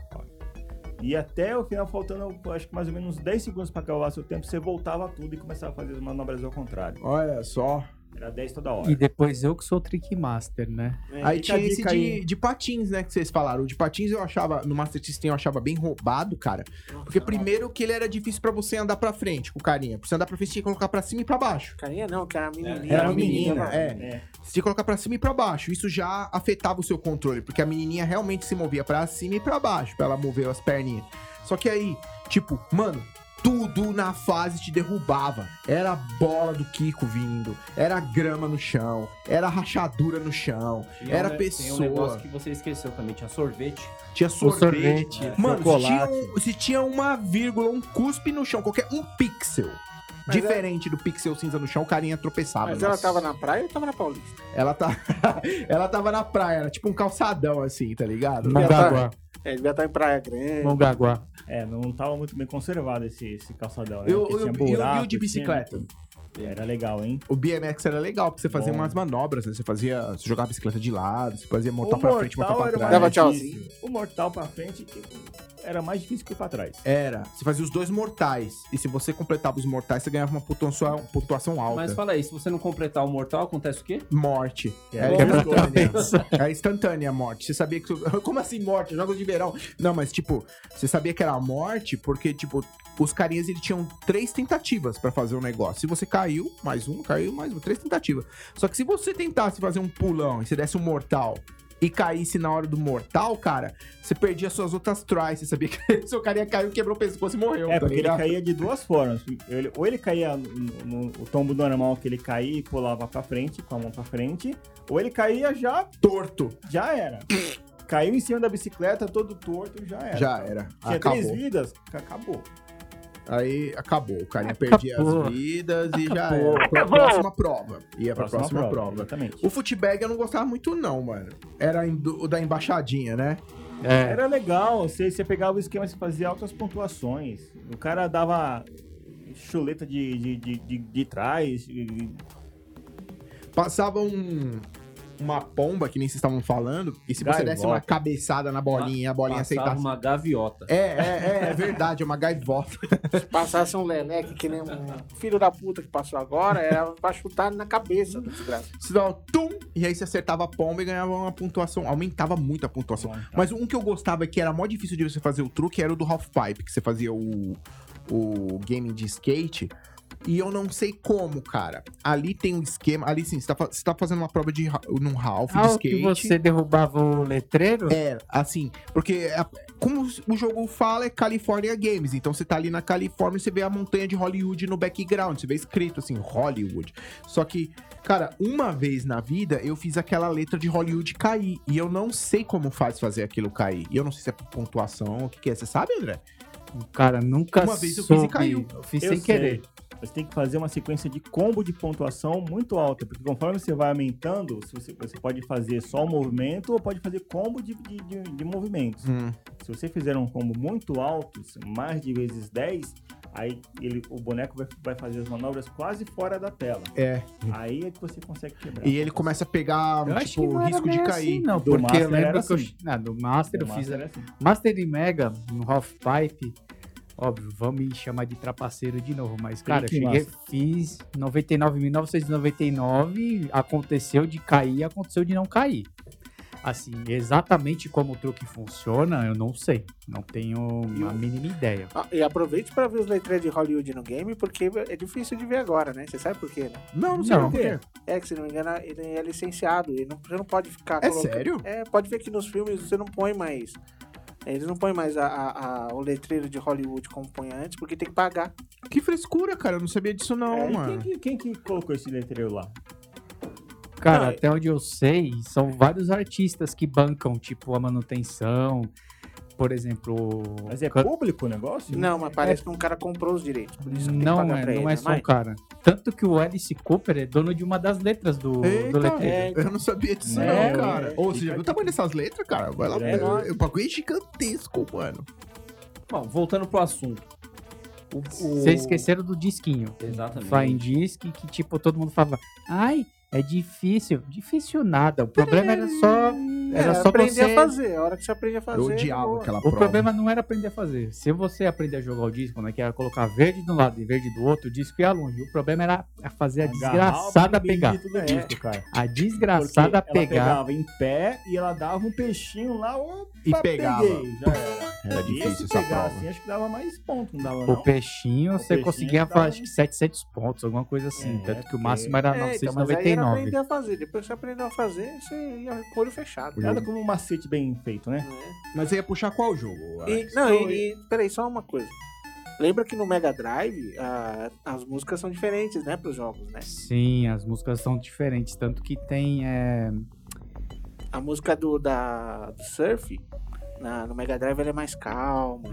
Speaker 1: E até o final, faltando acho que mais ou menos uns 10 segundos pra acabar seu tempo, você voltava tudo e começava a fazer as manobras ao contrário.
Speaker 4: Olha só.
Speaker 1: Era 10 toda hora.
Speaker 2: E depois eu que sou o Trickmaster, né?
Speaker 3: né?
Speaker 4: Aí
Speaker 1: É, fica a
Speaker 4: tinha esse
Speaker 1: dica
Speaker 4: de,
Speaker 1: aí.
Speaker 4: de patins, né? Que vocês falaram. O de patins eu achava, no Master System eu achava bem roubado, cara.
Speaker 3: Nossa,
Speaker 4: Porque
Speaker 1: Ah.
Speaker 3: não.
Speaker 4: primeiro que ele era difícil pra você andar pra frente com o carinha. Pra você andar pra frente, você tinha que colocar pra cima e pra baixo.
Speaker 3: Carinha não, que era uma menininha.
Speaker 1: É, Era
Speaker 4: uma
Speaker 1: uma menina,
Speaker 4: menina,
Speaker 1: é.
Speaker 4: Você tinha que colocar pra cima e pra baixo. Isso já afetava o seu controle, porque a menininha realmente se movia pra cima e pra baixo, pra ela mover as perninhas. Só que aí, tipo, mano, tudo na fase te derrubava. Era a bola do Kiko vindo, era grama no chão, era rachadura no chão,
Speaker 5: Tinha
Speaker 4: era
Speaker 5: um, ne-
Speaker 4: pessoa.
Speaker 5: Tem um negócio que você esqueceu também, tinha sorvete.
Speaker 4: Tinha
Speaker 2: O
Speaker 4: sorvete.
Speaker 2: sorvete,
Speaker 4: Mano, se tinha,
Speaker 2: chocolate.
Speaker 4: um- se tinha uma vírgula, um cuspe no chão, qualquer um pixel.
Speaker 3: Mas
Speaker 4: diferente do pixel cinza no chão, o carinha tropeçava.
Speaker 3: Mas ela
Speaker 4: Nossa.
Speaker 3: tava na praia ou tava na Paulista?
Speaker 4: Ela, tá... ela tava na praia, era tipo um calçadão assim, tá ligado?
Speaker 3: Não.
Speaker 2: Mongaguá.
Speaker 3: É, devia estar em Praia Grande.
Speaker 2: Mongaguá.
Speaker 1: É, não tava muito bem conservado esse, esse calçadão, né?
Speaker 4: Eu,
Speaker 1: Porque
Speaker 4: eu,
Speaker 1: tinha buraco, assim,
Speaker 4: eu, eu de
Speaker 1: tinha-
Speaker 4: bicicleta.
Speaker 1: Era legal, hein?
Speaker 4: O BMX era legal, porque você fazia
Speaker 1: Bom.
Speaker 4: umas manobras, né? Você fazia. Você jogava a bicicleta de lado, você fazia montar
Speaker 1: O
Speaker 4: pra frente, montar pra
Speaker 1: mortal era
Speaker 4: trás.
Speaker 1: mais
Speaker 3: Dava
Speaker 1: difícil. O mortal pra frente era mais difícil que pra trás.
Speaker 4: Era. Você fazia os dois mortais. E se você completava os mortais, você ganhava uma pontuação, pontuação alta.
Speaker 5: Mas fala aí, se você não completar o mortal, acontece o quê?
Speaker 4: Morte.
Speaker 1: É,
Speaker 4: Era
Speaker 1: bom,
Speaker 4: instantânea. Era instantânea a morte. Você sabia que. tu- Como assim morte? Jogos de verão. Não, mas tipo, você sabia que era a morte porque, tipo, os carinhas eles tinham três tentativas pra fazer um negócio. Se você caiu, mais um, caiu, mais um. Três tentativas. Só que se você tentasse fazer um pulão e você desse um mortal. E caísse na hora do mortal, cara, você perdia suas outras tries. Você sabia que seu carinha caiu, quebrou o pescoço e morreu.
Speaker 1: É,
Speaker 4: tá
Speaker 1: porque ele
Speaker 4: ligado?
Speaker 1: caía de duas formas. Ele- ou ele caía no, no- o tombo normal que ele caía e pulava pra frente, com a mão pra frente, ou ele caía já,
Speaker 4: torto.
Speaker 1: já era. Caiu em cima da bicicleta, todo torto, já era.
Speaker 4: Já era.
Speaker 1: Tinha três
Speaker 4: Acabou.
Speaker 1: vidas, ca- acabou.
Speaker 4: Aí acabou. O carinha perdia
Speaker 2: Acabou.
Speaker 4: as vidas e já
Speaker 2: Acabou.
Speaker 4: era. Pra próxima prova. Ia pra É próxima, prova.
Speaker 1: Exatamente.
Speaker 4: O footbag eu não gostava muito, não, mano. Era em- do- o da embaixadinha, né?
Speaker 2: É.
Speaker 1: Era legal, você, você pegava o esquema, você fazia altas pontuações. O cara dava chuleta de, de, de, de, de trás. e- e-
Speaker 4: Passava um. Uma pomba, que nem vocês estavam falando, e se você
Speaker 1: Gaivota.
Speaker 4: desse uma cabeçada na bolinha, a bolinha
Speaker 5: Passava
Speaker 4: aceitasse.
Speaker 5: uma gaviota.
Speaker 4: É, é, é, é verdade, é uma gaivota.
Speaker 3: Se passasse um leleque que nem um filho da puta que passou agora, era pra chutar na cabeça do desgraça.
Speaker 4: Você dava um tum, e aí você acertava a pomba e ganhava uma pontuação. Aumentava muito a pontuação. Mas um que eu gostava que era mó difícil de você fazer o truque era o do Half Pipe, que você fazia o, o game de skate. E eu não sei como, cara. Ali tem um esquema. Ali sim, você tá, fa- você tá fazendo uma prova de ra- num half
Speaker 2: Ah,
Speaker 4: um de
Speaker 2: o que
Speaker 4: skate.
Speaker 2: você derrubava o letreiro?
Speaker 4: É, assim, porque a- como o jogo fala é California Games, então você tá ali na Califórnia e você vê a montanha de Hollywood no background, você vê escrito assim, Hollywood. Só que, cara, uma vez na vida eu fiz aquela letra de Hollywood cair, e eu não sei como faz fazer aquilo cair. E eu não sei se é por pontuação, o que que é, você sabe, André?
Speaker 2: Cara, nunca
Speaker 4: Uma vez eu fiz e
Speaker 2: soube.
Speaker 4: caiu.
Speaker 2: Eu fiz
Speaker 1: Eu
Speaker 2: sem
Speaker 1: sei.
Speaker 2: querer.
Speaker 1: Você tem que fazer uma sequência de combo de pontuação muito alta, porque conforme você vai aumentando, se você, você pode fazer só o movimento ou pode fazer combo de, de, de- de
Speaker 4: Hum.
Speaker 1: movimentos.
Speaker 2: Hum.
Speaker 1: Se você fizer um combo muito alto, mais de vezes 10, aí ele, o boneco vai, vai fazer as manobras quase fora da tela.
Speaker 4: É.
Speaker 1: Aí é que você consegue quebrar.
Speaker 4: E ele começa a pegar,
Speaker 2: Eu acho que
Speaker 4: tipo,
Speaker 2: não
Speaker 4: o
Speaker 2: era
Speaker 4: risco de
Speaker 2: bem
Speaker 4: cair.
Speaker 2: assim, não,
Speaker 1: Do
Speaker 2: porque eu
Speaker 1: Master
Speaker 2: lembro
Speaker 1: era
Speaker 2: que eu...
Speaker 1: assim.
Speaker 2: Não, do Master eu
Speaker 1: O
Speaker 2: fiz... né?
Speaker 1: Master é assim.
Speaker 2: Master e Mega, no Half Pipe, óbvio, vamos me chamar de trapaceiro de novo, mas, cara, eu
Speaker 1: Fique,
Speaker 2: cheguei, fiz 99.999, aconteceu de cair, aconteceu de não cair. Assim, exatamente como o truque funciona, eu não sei. Não tenho
Speaker 3: E o-
Speaker 2: a mínima ideia.
Speaker 3: Ah, e aproveite pra ver os letreiros de Hollywood no game, porque é difícil de ver agora, né? Você sabe por quê, né?
Speaker 4: Não, não sei
Speaker 2: Não.
Speaker 4: por quê.
Speaker 3: É que, se não me engano, ele é licenciado. Ele não, você não pode ficar
Speaker 4: É sério?
Speaker 3: É, pode ver que nos filmes você não põe mais. Eles não põem mais a, a- a- o letreiro de Hollywood como põe antes, porque tem que pagar.
Speaker 4: Que frescura, cara, eu não sabia disso não,
Speaker 1: É, e
Speaker 4: mano.
Speaker 1: quem, que- quem que colocou esse letreiro lá?
Speaker 2: Cara,
Speaker 3: Não, é
Speaker 2: até onde eu sei, são vários artistas que bancam, tipo, a manutenção, por exemplo...
Speaker 1: Mas é
Speaker 2: can-
Speaker 1: público o negócio?
Speaker 3: Não, mas parece que um cara comprou os direitos. Por isso que tem que
Speaker 2: É. Não
Speaker 3: pagar pra
Speaker 2: é,
Speaker 3: ele,
Speaker 2: não é
Speaker 3: né,
Speaker 2: só um
Speaker 3: mãe?
Speaker 2: cara. Tanto que o Alice Cooper é dono de uma das letras do, do
Speaker 4: Eita,
Speaker 2: letreiro.
Speaker 3: É,
Speaker 4: Eu não sabia disso, não,
Speaker 3: Né?
Speaker 1: É,
Speaker 4: cara.
Speaker 1: é.
Speaker 4: Ou você já viu o tamanho dessas letras, cara? Vai lá
Speaker 1: É
Speaker 4: ver.
Speaker 1: enorme.
Speaker 4: O bagulho é gigantesco, mano.
Speaker 5: Bom, voltando pro assunto. O, o-
Speaker 2: Vocês esqueceram do disquinho.
Speaker 5: Exatamente.
Speaker 2: Flying Disc, que tipo, todo mundo falava, ai, é difícil. Difícil nada. O problema era só. Era
Speaker 3: É,
Speaker 2: só
Speaker 3: aprender
Speaker 2: você.
Speaker 3: a fazer. A hora que você aprende a fazer. é
Speaker 4: Eu odiava
Speaker 3: boa.
Speaker 4: aquela
Speaker 2: O
Speaker 4: prova.
Speaker 2: problema não era aprender a fazer. Se você aprender a jogar o disco, né? Que era colocar verde de um lado e verde do outro, o disco ia longe. O problema era a
Speaker 1: É
Speaker 2: fazer é a desgraçada pegar.
Speaker 1: Tudo isso, cara.
Speaker 2: A
Speaker 1: Porque ela
Speaker 2: desgraçada pegar.
Speaker 1: pegava em pé e ela dava um peixinho lá, opa,
Speaker 4: E pegava.
Speaker 1: peguei, já era.
Speaker 4: Era
Speaker 2: É
Speaker 1: e
Speaker 4: difícil
Speaker 1: se
Speaker 4: essa
Speaker 1: pegar
Speaker 4: prova.
Speaker 1: assim, acho que dava mais ponto, não dava
Speaker 2: O
Speaker 1: não?
Speaker 2: peixinho,
Speaker 1: O
Speaker 2: você
Speaker 1: peixinho
Speaker 2: conseguia
Speaker 1: dava-
Speaker 2: fazer, acho que 700 pontos, alguma coisa assim.
Speaker 1: É,
Speaker 2: tanto que o
Speaker 1: porque-
Speaker 2: máximo
Speaker 4: Tá,
Speaker 2: era
Speaker 3: É, então, mas aí era
Speaker 2: 999.
Speaker 3: aprender a fazer. Depois que você aprendeu a fazer, você ia com o olho fechado.
Speaker 1: Nada como um macete bem feito, né?
Speaker 3: né?
Speaker 4: Mas você ia puxar qual jogo?
Speaker 3: E, não, e, e- peraí, só uma coisa. Lembra que no Mega Drive a- as músicas são diferentes, né, pros jogos, né?
Speaker 2: Sim, as músicas são diferentes. Tanto que tem. é,
Speaker 3: A música do, da, do surf, na- no Mega Drive ela é mais calma.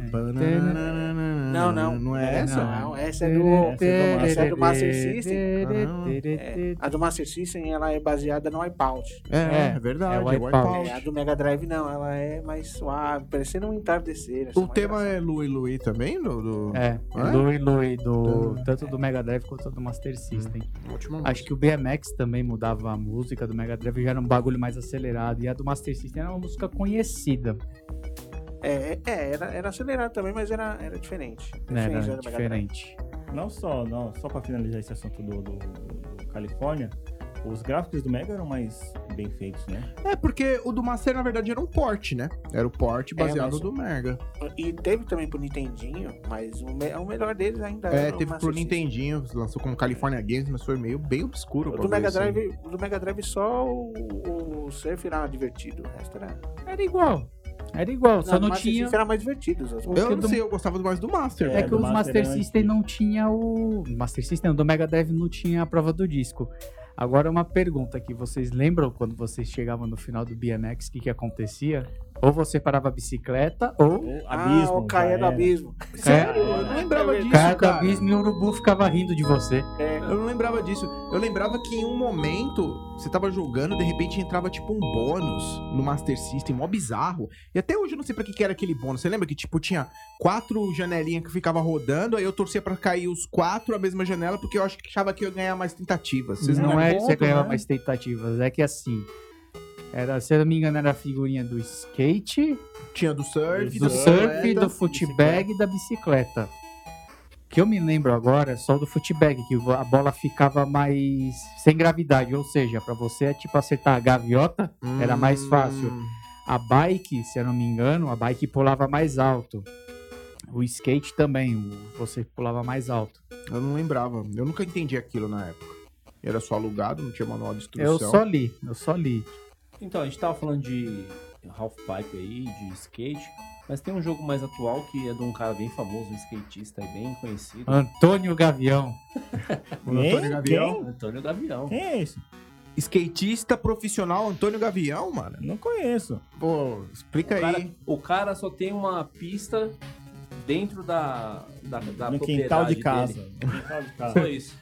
Speaker 3: Não, não.
Speaker 4: Hum, Não é essa?
Speaker 3: Não, essa é do. Essa é do Master System.
Speaker 2: É.
Speaker 3: A do Master System ela é baseada no Wipeout.
Speaker 4: É, é,
Speaker 2: É,
Speaker 4: verdade.
Speaker 2: é
Speaker 4: é
Speaker 2: o
Speaker 4: Wipeout.
Speaker 2: Wipeout.
Speaker 3: É, a do Mega Drive não, ela é mais suave, parecendo um entardecer. assim,
Speaker 4: O
Speaker 3: mais
Speaker 4: tema
Speaker 3: engraçado.
Speaker 4: é Louie Louie também? No, do...
Speaker 2: É,
Speaker 4: É?
Speaker 2: Louie Louie, do, tanto do Mega Drive quanto do Master System.
Speaker 1: Hum.
Speaker 4: Ótimo.
Speaker 2: Acho que o BMX também mudava a música do Mega Drive, já era um bagulho mais acelerado. E a do Master System era uma música conhecida,
Speaker 3: É, é, é, era, era acelerado também, mas era, era diferente.
Speaker 2: né?
Speaker 3: Diferente
Speaker 2: Era
Speaker 3: da do Mega Drive.
Speaker 2: diferente.
Speaker 1: Não só, não, só pra finalizar esse assunto do, do- do Califórnia, os gráficos do Mega eram mais bem feitos, né?
Speaker 4: É, porque o do Master, na verdade, era um porte, né? Era o porte baseado
Speaker 3: É, mas-
Speaker 4: do Mega.
Speaker 3: E teve também pro Nintendinho, mas o, me- o melhor deles ainda
Speaker 4: É,
Speaker 3: era o
Speaker 4: teve
Speaker 3: Master
Speaker 4: pro
Speaker 3: System.
Speaker 4: Nintendinho, lançou como California Games, mas foi meio bem obscuro.
Speaker 3: O
Speaker 4: o
Speaker 3: do
Speaker 4: bagulho,
Speaker 3: Mega
Speaker 4: assim.
Speaker 3: Drive, o do Mega Drive só o, o surf era divertido, o resto era.
Speaker 2: Era igual. Era igual, só
Speaker 3: o
Speaker 2: não,
Speaker 3: Master
Speaker 2: tinha.
Speaker 3: System era mais divertido. os outros.
Speaker 2: Porque
Speaker 4: Eu não
Speaker 2: do-
Speaker 4: sei, eu gostava mais do Master.
Speaker 1: É,
Speaker 2: É
Speaker 4: velho.
Speaker 2: que o
Speaker 1: do Master
Speaker 2: Master
Speaker 1: era
Speaker 2: System
Speaker 1: antigo.
Speaker 2: não tinha o. Master System, não, do Mega Drive não tinha a prova do disco. Agora uma pergunta que vocês lembram quando vocês chegavam no final do BMX, o que, que acontecia? Ou você parava a bicicleta, ou
Speaker 1: Ou
Speaker 3: ah, o
Speaker 1: Abismo. já
Speaker 3: Caia do
Speaker 2: é.
Speaker 1: era.
Speaker 3: Abismo.
Speaker 4: Sério?
Speaker 1: É.
Speaker 4: Eu não lembrava
Speaker 3: É
Speaker 4: disso,
Speaker 2: caia do
Speaker 4: cara.
Speaker 2: abismo e o urubu ficava rindo de você.
Speaker 3: É,
Speaker 4: Eu não lembrava disso. Eu lembrava que em um momento você tava jogando, de repente entrava tipo um bônus no Master System, mó bizarro. E até hoje eu não sei pra que, que era aquele bônus. Você lembra que tipo tinha quatro janelinhas que ficava rodando, aí eu torcia pra cair os quatro a mesma janela porque eu acho que achava que eu ia ganhar mais tentativas. Vocês
Speaker 2: não é que
Speaker 4: ponto,
Speaker 2: você ganhava
Speaker 4: né?
Speaker 2: mais tentativas, é que assim. Era, se eu não me engano, era a figurinha do skate,
Speaker 4: Tinha do surf,
Speaker 2: do
Speaker 4: da
Speaker 2: surf,
Speaker 4: bicicleta.
Speaker 2: do footbag e da bicicleta. Que eu me lembro agora é só do footbag, que a bola ficava mais sem gravidade, ou seja, pra você tipo acertar a gaviota, era mais fácil.
Speaker 4: Hum.
Speaker 2: a bike, se eu não me engano, a bike pulava mais alto. O skate também, o- você pulava mais alto.
Speaker 4: Eu não lembrava. Eu nunca entendi aquilo na época. Era só alugado, não tinha manual de instrução.
Speaker 2: Eu só li, eu só li.
Speaker 5: Então, a gente tava falando de half pipe aí, de skate, mas tem um jogo mais atual que é de um cara bem famoso, um skatista aí bem
Speaker 2: Ah,
Speaker 5: conhecido,
Speaker 2: Antônio Gavião.
Speaker 4: O Antônio
Speaker 1: Hein?
Speaker 4: Gavião.
Speaker 5: Antônio Gavião.
Speaker 1: Quem? Quem é esse?
Speaker 4: Skatista profissional Antônio Gavião, mano.
Speaker 1: Não conheço.
Speaker 4: Pô, explica
Speaker 5: O cara,
Speaker 4: aí.
Speaker 5: o cara só tem uma pista dentro da, da, da
Speaker 1: no
Speaker 5: propriedade
Speaker 1: quintal de casa.
Speaker 5: dele.
Speaker 1: No quintal de casa.
Speaker 5: Só isso.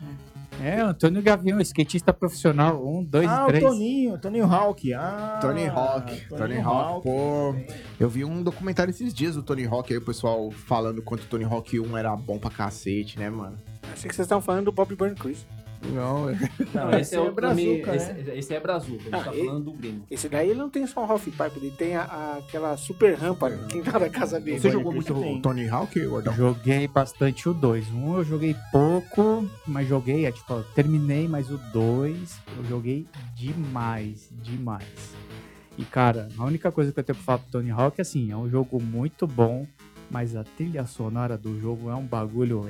Speaker 2: É, Antônio Gavião, skatista profissional, um, dois,
Speaker 1: ah,
Speaker 2: e três.
Speaker 1: o Toninho, Toninho Hawk. Ah,
Speaker 4: Tony Hawk.
Speaker 1: Toninho
Speaker 4: Tony Hawk, pô. Eu vi um documentário esses dias do Tony Hawk aí, o pessoal falando quanto o Tony Hawk 1 era bom pra cacete, né, mano?
Speaker 3: achei que vocês estavam falando do Bob Burnquist.
Speaker 4: Não,
Speaker 5: Não,
Speaker 1: esse
Speaker 5: esse,
Speaker 1: é
Speaker 5: é o também,
Speaker 1: Brazuca,
Speaker 5: esse, esse é Brazuca, a gente
Speaker 3: Ah,
Speaker 5: tá
Speaker 3: e-
Speaker 5: falando do gringo.
Speaker 3: Esse daí ele não tem só um half pipe, ele tem a- a- aquela super rampa no quintal da casa dele.
Speaker 4: Você
Speaker 1: Tony
Speaker 4: jogou muito
Speaker 1: Hawk tem.
Speaker 4: o Tony Hawk, gordão?
Speaker 2: Joguei bastante o 2. Um eu joguei pouco, mas joguei, é tipo, eu terminei, mas o 2 eu joguei demais, demais. E cara, a única coisa que eu tenho pra falar pro Tony Hawk é assim, é um jogo muito bom, mas a trilha sonora do jogo é um bagulho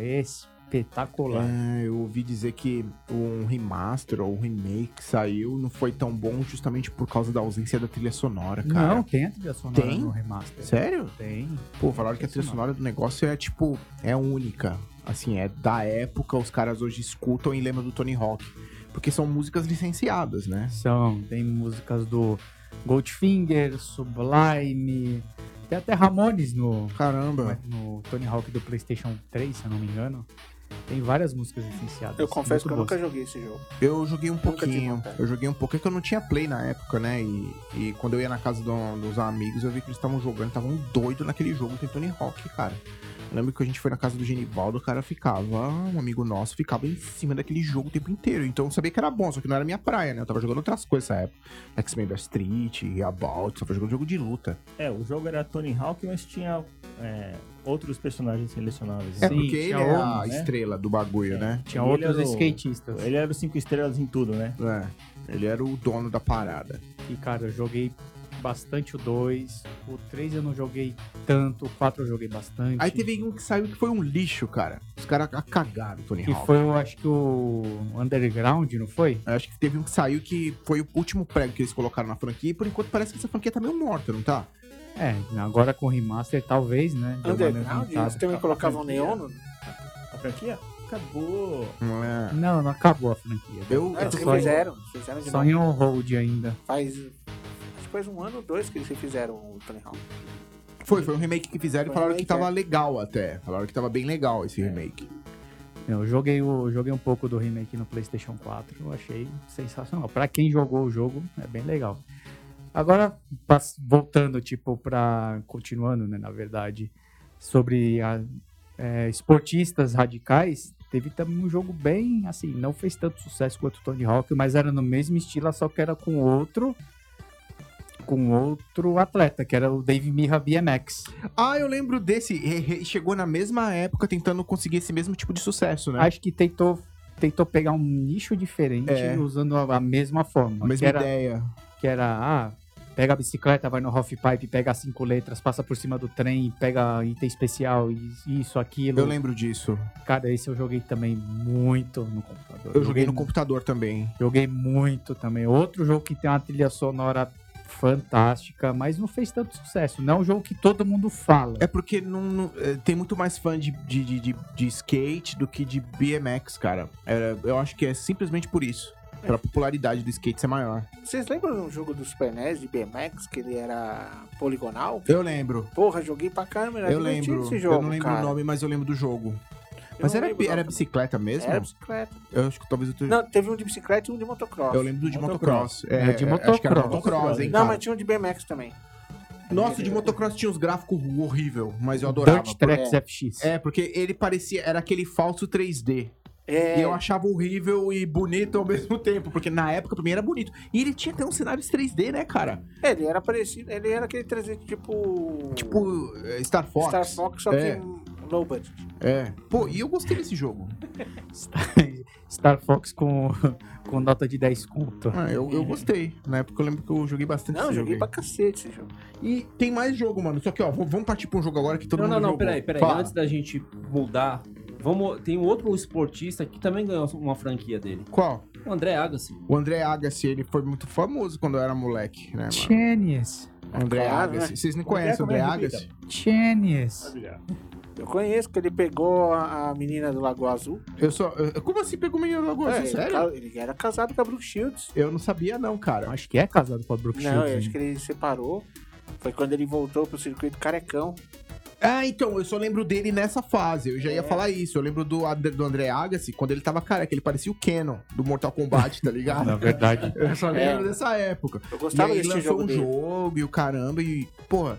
Speaker 2: espetacular.
Speaker 4: É, eu ouvi dizer que um remaster ou um remake que saiu não foi tão bom justamente por causa da ausência da trilha sonora, É, cara.
Speaker 2: Não, tem a trilha sonora
Speaker 4: Tem?
Speaker 2: no remaster.
Speaker 4: Sério?
Speaker 2: Tem.
Speaker 4: Pô, falaram que a trilha sonora do negócio é tipo, é única. Assim, é da época, os caras hoje escutam e lembram do Tony Hawk. Porque são músicas licenciadas, né?
Speaker 2: São, tem músicas do Goldfinger, Sublime, tem até Ramones no,
Speaker 4: Caramba.
Speaker 2: no Tony Hawk do PlayStation 3, se eu não me engano. Tem várias músicas licenciadas.
Speaker 3: Eu confesso que eu
Speaker 2: muito
Speaker 3: nunca
Speaker 2: boas.
Speaker 3: joguei esse jogo.
Speaker 4: Eu joguei um
Speaker 3: Nunca tive
Speaker 4: pouquinho.
Speaker 3: vontade.
Speaker 4: Eu joguei um pouco. É que eu não tinha play na época, né? E, e quando eu ia na casa do- dos amigos, eu vi que eles estavam jogando, estavam doido naquele jogo do Tony Hawk, cara. Eu lembro que a gente foi na casa do Genibaldo, o cara ficava, um amigo nosso, ficava em cima daquele jogo o tempo inteiro. Então eu sabia que era bom, só que não era minha praia, né? Eu tava jogando outras coisas nessa época. X-Men Best Street, About, tava jogando jogo de luta.
Speaker 1: É, o jogo era Tony Hawk, mas tinha é, outros personagens selecionáveis.
Speaker 4: É
Speaker 1: né?
Speaker 2: Sim,
Speaker 4: porque ele
Speaker 2: tinha É.
Speaker 4: é a
Speaker 1: homens, né?
Speaker 4: estrela do bagulho, né?
Speaker 2: Tinha
Speaker 1: Ele
Speaker 2: outros
Speaker 1: era o-
Speaker 2: skatistas.
Speaker 1: Ele era os cinco estrelas em tudo, né?
Speaker 4: É. Ele era o dono da parada.
Speaker 2: E, cara, eu joguei bastante o 2. O 3 eu não joguei tanto. O 4 eu joguei bastante.
Speaker 4: Aí teve um que saiu que foi um lixo, cara. Os caras cagaram o Tony
Speaker 2: Que
Speaker 4: Hawk.
Speaker 2: foi, eu acho que o Underground, não foi?
Speaker 4: Eu Acho que teve um que saiu que foi o último prego que eles colocaram na franquia. E por enquanto parece que essa franquia tá meio morta, não tá?
Speaker 2: É, agora com o remaster talvez, né? deu uma
Speaker 3: Underground,
Speaker 2: levantada. tá
Speaker 3: eles também colocavam neon. no-
Speaker 1: A franquia acabou.
Speaker 4: É.
Speaker 2: Não, não acabou a franquia.
Speaker 4: Eu,
Speaker 3: Não, eles
Speaker 2: só em-
Speaker 3: refizeram. Fizeram de
Speaker 2: Só
Speaker 3: novo.
Speaker 2: em on-hold ainda.
Speaker 3: Faz. Acho que faz um ano ou dois que eles refizeram o Tony Hawk.
Speaker 4: foi, foi um remake que fizeram e
Speaker 3: Foi
Speaker 4: falaram que
Speaker 3: remake,
Speaker 4: tava
Speaker 3: é.
Speaker 4: legal até. Falaram que tava bem legal esse remake.
Speaker 2: Eu joguei, o, joguei um pouco do remake no PlayStation 4. Eu achei sensacional. Pra quem jogou o jogo, é bem legal. Agora, pass- voltando, tipo, pra. Continuando, né, na verdade, sobre a- é, esportistas radicais, teve também um jogo bem. Assim, não fez tanto sucesso quanto o Tony Hawk, mas era no mesmo estilo, só que era com outro. Com outro atleta, que era o Dave Mirra BMX.
Speaker 4: Ah, eu lembro desse. E- e Chegou na mesma época tentando conseguir esse mesmo tipo de sucesso, né?
Speaker 2: Acho que tentou, tentou pegar um nicho diferente
Speaker 4: É.
Speaker 2: usando a, a mesma
Speaker 4: A
Speaker 2: forma.
Speaker 4: mesma
Speaker 2: que, era,
Speaker 4: ideia.
Speaker 2: que era, ah, pega a bicicleta, vai no half pipe, pega as cinco letras, passa por cima do trem, pega item especial, is- isso, aquilo.
Speaker 4: Eu lembro disso.
Speaker 2: Cara, esse eu joguei também muito no computador.
Speaker 4: Eu joguei no computador também.
Speaker 2: Joguei muito também. Outro jogo que tem uma trilha sonora fantástica, mas não fez tanto sucesso. Não é um jogo que todo mundo fala.
Speaker 4: É porque não, não- é, tem muito mais fã de, de, de, de- de skate do que de BMX, cara. É, eu acho que é simplesmente por isso.
Speaker 3: É.
Speaker 4: Pra popularidade do skate ser maior.
Speaker 3: Vocês lembram de um jogo do Super NES de BMX que ele era poligonal?
Speaker 4: Eu lembro.
Speaker 3: Porra, joguei pra caramba, era
Speaker 4: Eu
Speaker 3: divertido
Speaker 4: lembro.
Speaker 3: esse jogo.
Speaker 4: eu não lembro
Speaker 3: cara.
Speaker 4: o nome, mas eu lembro do jogo.
Speaker 3: Eu
Speaker 4: Mas
Speaker 3: não
Speaker 4: era,
Speaker 3: lembro o
Speaker 4: era
Speaker 3: nome.
Speaker 4: bicicleta mesmo?
Speaker 3: Era bicicleta.
Speaker 4: Eu acho que talvez eu tenha.
Speaker 3: Não, teve um de bicicleta e um de motocross.
Speaker 4: Eu lembro do de motocross.
Speaker 1: Motocross.
Speaker 2: É, de
Speaker 4: Acho que era
Speaker 2: motocross.
Speaker 4: motocross, hein,
Speaker 3: Não,
Speaker 4: cara?
Speaker 3: mas tinha um de BMX também.
Speaker 4: Nossa, o de motocross tinha uns gráficos horrível, mas eu adorava.
Speaker 2: Dirt Tracks FX.
Speaker 4: É, porque ele parecia. Era aquele falso 3D.
Speaker 3: É,
Speaker 4: E eu achava horrível e bonito ao mesmo tempo. Porque na época pra mim era bonito. E ele tinha até uns cenários 3D, né, cara?
Speaker 3: ele era parecido, ele era aquele 300 tipo...
Speaker 4: Tipo, eh, Star Fox.
Speaker 3: Star Fox, só
Speaker 4: É.
Speaker 3: que low budget.
Speaker 4: É. Pô, e eu gostei desse jogo.
Speaker 2: Star, Star Fox com, com nota de 10 conto.
Speaker 4: Ah, eu, eu gostei. Na época eu lembro que eu joguei bastante
Speaker 3: Não,
Speaker 4: esse
Speaker 3: joguei
Speaker 4: jogo
Speaker 3: pra
Speaker 4: aí.
Speaker 3: cacete esse jogo.
Speaker 4: E tem mais jogo, mano. Só que, ó, v- vamos partir pra um jogo agora que todo
Speaker 5: Não,
Speaker 4: mundo
Speaker 5: não, não,
Speaker 4: jogou.
Speaker 5: peraí, peraí.
Speaker 4: Fala.
Speaker 5: Antes da gente mudar, vamos, tem um outro esportista que também ganhou uma franquia dele.
Speaker 4: Qual?
Speaker 5: O André Agassi.
Speaker 4: O André Agassi, ele foi muito famoso quando eu era moleque, né, mano?
Speaker 2: Genius.
Speaker 4: André
Speaker 3: Claro,
Speaker 5: né?
Speaker 4: Agassi. Vocês não
Speaker 1: Como é,
Speaker 4: conhecem o
Speaker 1: como é,
Speaker 4: André
Speaker 1: repita?
Speaker 4: Agassi? É
Speaker 2: Genius.
Speaker 1: Maravilha.
Speaker 3: Eu conheço que ele pegou a a menina do Lago Azul.
Speaker 4: Eu só. eu- como assim pegou menino logo
Speaker 3: É,
Speaker 4: assim?
Speaker 3: ele
Speaker 4: Sério?
Speaker 3: ca- Ele era casado com a Brooke Shields.
Speaker 4: Eu não sabia, não, cara.
Speaker 2: Acho que é casado com a Brooke
Speaker 3: Não, eu
Speaker 2: Shields.
Speaker 3: acho
Speaker 2: hein?
Speaker 3: que ele separou. Foi quando ele voltou pro circuito carecão.
Speaker 4: Ah, então, eu só lembro dele nessa fase. Eu já ia
Speaker 3: É.
Speaker 4: falar isso. Eu lembro do, Ad- do André Agassi quando ele tava careca. Ele parecia o Canon do Mortal Kombat, tá
Speaker 2: Na
Speaker 4: ligado?
Speaker 2: verdade.
Speaker 4: eu só lembro
Speaker 3: É.
Speaker 4: dessa época.
Speaker 3: Eu
Speaker 4: E
Speaker 3: gostava
Speaker 4: aí
Speaker 3: desse
Speaker 4: lançou
Speaker 3: jogo
Speaker 4: um
Speaker 3: dele.
Speaker 4: jogo e o caramba. E, porra,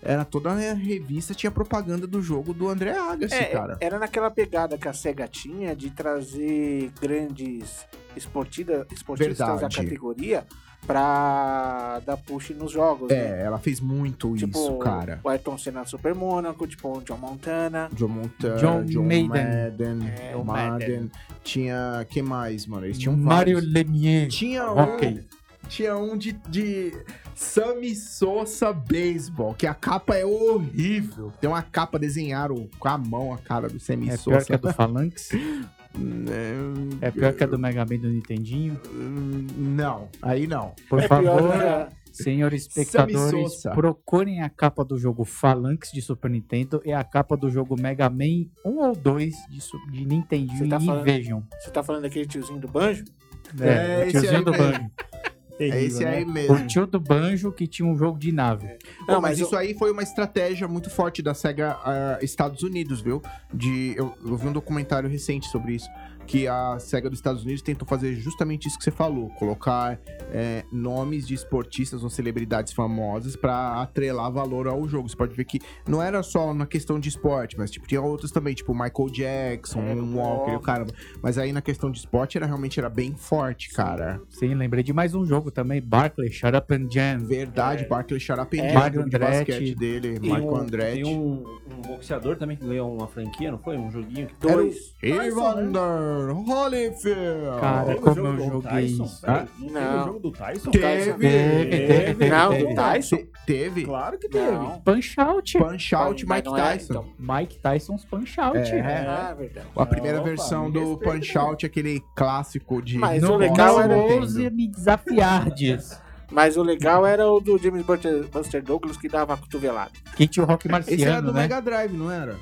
Speaker 4: era toda a revista tinha propaganda do jogo do André Agassi,
Speaker 3: É,
Speaker 4: cara.
Speaker 3: Era naquela pegada que a SEGA tinha de trazer grandes esportida, esportistas da
Speaker 4: Verdade.
Speaker 3: categoria pra dar push nos jogos, né? Tipo
Speaker 4: É, ela fez muito isso, cara.
Speaker 3: o Ayrton Senna do Super Mônaco, tipo o John Montana.
Speaker 4: John Montana,
Speaker 2: John
Speaker 4: John,
Speaker 2: Madden.
Speaker 4: Madden,
Speaker 3: É,
Speaker 2: o Madden.
Speaker 4: Madden. Tinha. que mais, mano? Eles tinham
Speaker 2: Mario
Speaker 4: vários.
Speaker 2: Lemieux.
Speaker 4: Tinha um,
Speaker 2: Ok.
Speaker 4: tinha um de, de Sammy Sosa Baseball, que a capa é horrível. Tem uma capa, desenharam com a mão a cara do Sammy
Speaker 2: É pior que a
Speaker 4: Sosa.
Speaker 2: do Phalanx.
Speaker 4: Hum,
Speaker 2: É pior que a do Mega Man do Nintendinho.
Speaker 4: hum, Não, aí não.
Speaker 2: Por
Speaker 3: É pior
Speaker 2: favor,
Speaker 3: que a-
Speaker 2: senhores
Speaker 4: Sammy
Speaker 2: espectadores,
Speaker 4: Sosa.
Speaker 2: procurem a capa do jogo Phalanx de Super Nintendo e a capa do jogo Mega Man 1 ou 2 de, su- de Nintendinho
Speaker 3: Você tá
Speaker 2: e
Speaker 3: falando-
Speaker 2: vejam.
Speaker 3: Você tá falando daquele tiozinho do banjo?
Speaker 4: É,
Speaker 2: o
Speaker 4: esse
Speaker 2: tiozinho
Speaker 4: aí
Speaker 2: do
Speaker 4: mesmo.
Speaker 2: banjo.
Speaker 1: Terrível,
Speaker 4: É esse
Speaker 1: né?
Speaker 4: aí mesmo.
Speaker 2: O tio do banjo que tinha um jogo de nave.
Speaker 4: Não,
Speaker 3: Não,
Speaker 4: mas,
Speaker 3: mas
Speaker 4: isso aí foi uma estratégia muito forte da SEGA ah, Estados Unidos, viu? De, eu, eu vi um documentário recente sobre isso. Que a SEGA dos Estados Unidos tentou fazer justamente isso que você falou: colocar eh, nomes de esportistas ou celebridades famosas pra atrelar valor ao jogo. Você pode ver que não era só na questão de esporte, mas tipo, tinha outros também, tipo Michael Jackson,
Speaker 3: É,
Speaker 4: Walker, Walker, e o caramba. Mas aí na questão de esporte era realmente era bem forte, cara.
Speaker 2: Sim, lembrei de mais um jogo também, Barclay, Shut Up and Jam.
Speaker 4: Verdade, Barkley Sharapendin,
Speaker 2: É,
Speaker 4: é,
Speaker 2: Mario
Speaker 4: de
Speaker 2: Andretti.
Speaker 4: basquete dele,
Speaker 5: Tem
Speaker 4: Michael
Speaker 5: um,
Speaker 4: Andretti.
Speaker 5: Tem um, um boxeador também que ganhou uma franquia, não foi? Um joguinho que
Speaker 4: Era o
Speaker 3: dois.
Speaker 4: Evander Holyfield.
Speaker 2: Cara,
Speaker 1: Teve o
Speaker 2: como
Speaker 1: jogo
Speaker 2: eu
Speaker 1: do
Speaker 2: joguei
Speaker 1: Tyson?
Speaker 2: isso.
Speaker 1: Peraí, Não teve
Speaker 3: Não.
Speaker 1: o jogo do Tyson?
Speaker 4: teve,
Speaker 2: Teve, teve,
Speaker 4: teve,
Speaker 3: Não,
Speaker 2: teve.
Speaker 3: do Tyson.
Speaker 4: Te- Tá, teve.
Speaker 1: Claro que teve.
Speaker 3: Não.
Speaker 2: Punch Out.
Speaker 4: Punch Out
Speaker 3: Mas
Speaker 4: Mike
Speaker 3: não é,
Speaker 4: Tyson.
Speaker 3: então.
Speaker 2: Mike Tyson's Punch Out. Né?
Speaker 4: É.
Speaker 3: Ah, verdade.
Speaker 4: A primeira
Speaker 1: Opa,
Speaker 4: versão
Speaker 1: me
Speaker 4: do
Speaker 1: respeita,
Speaker 4: Punch Out, aquele clássico de.
Speaker 3: Mas
Speaker 4: Não
Speaker 3: o
Speaker 2: é
Speaker 3: legal
Speaker 4: gosto,
Speaker 2: não
Speaker 3: era-
Speaker 4: Nintendo.
Speaker 2: ouse me desafiar disso.
Speaker 3: Mas o legal era o do James Buster, Buster Douglas que dava a cotovelada.
Speaker 2: Que tinha o Rock
Speaker 4: Esse era
Speaker 2: Marciano,
Speaker 4: do
Speaker 2: né?
Speaker 4: Mega Drive, não era?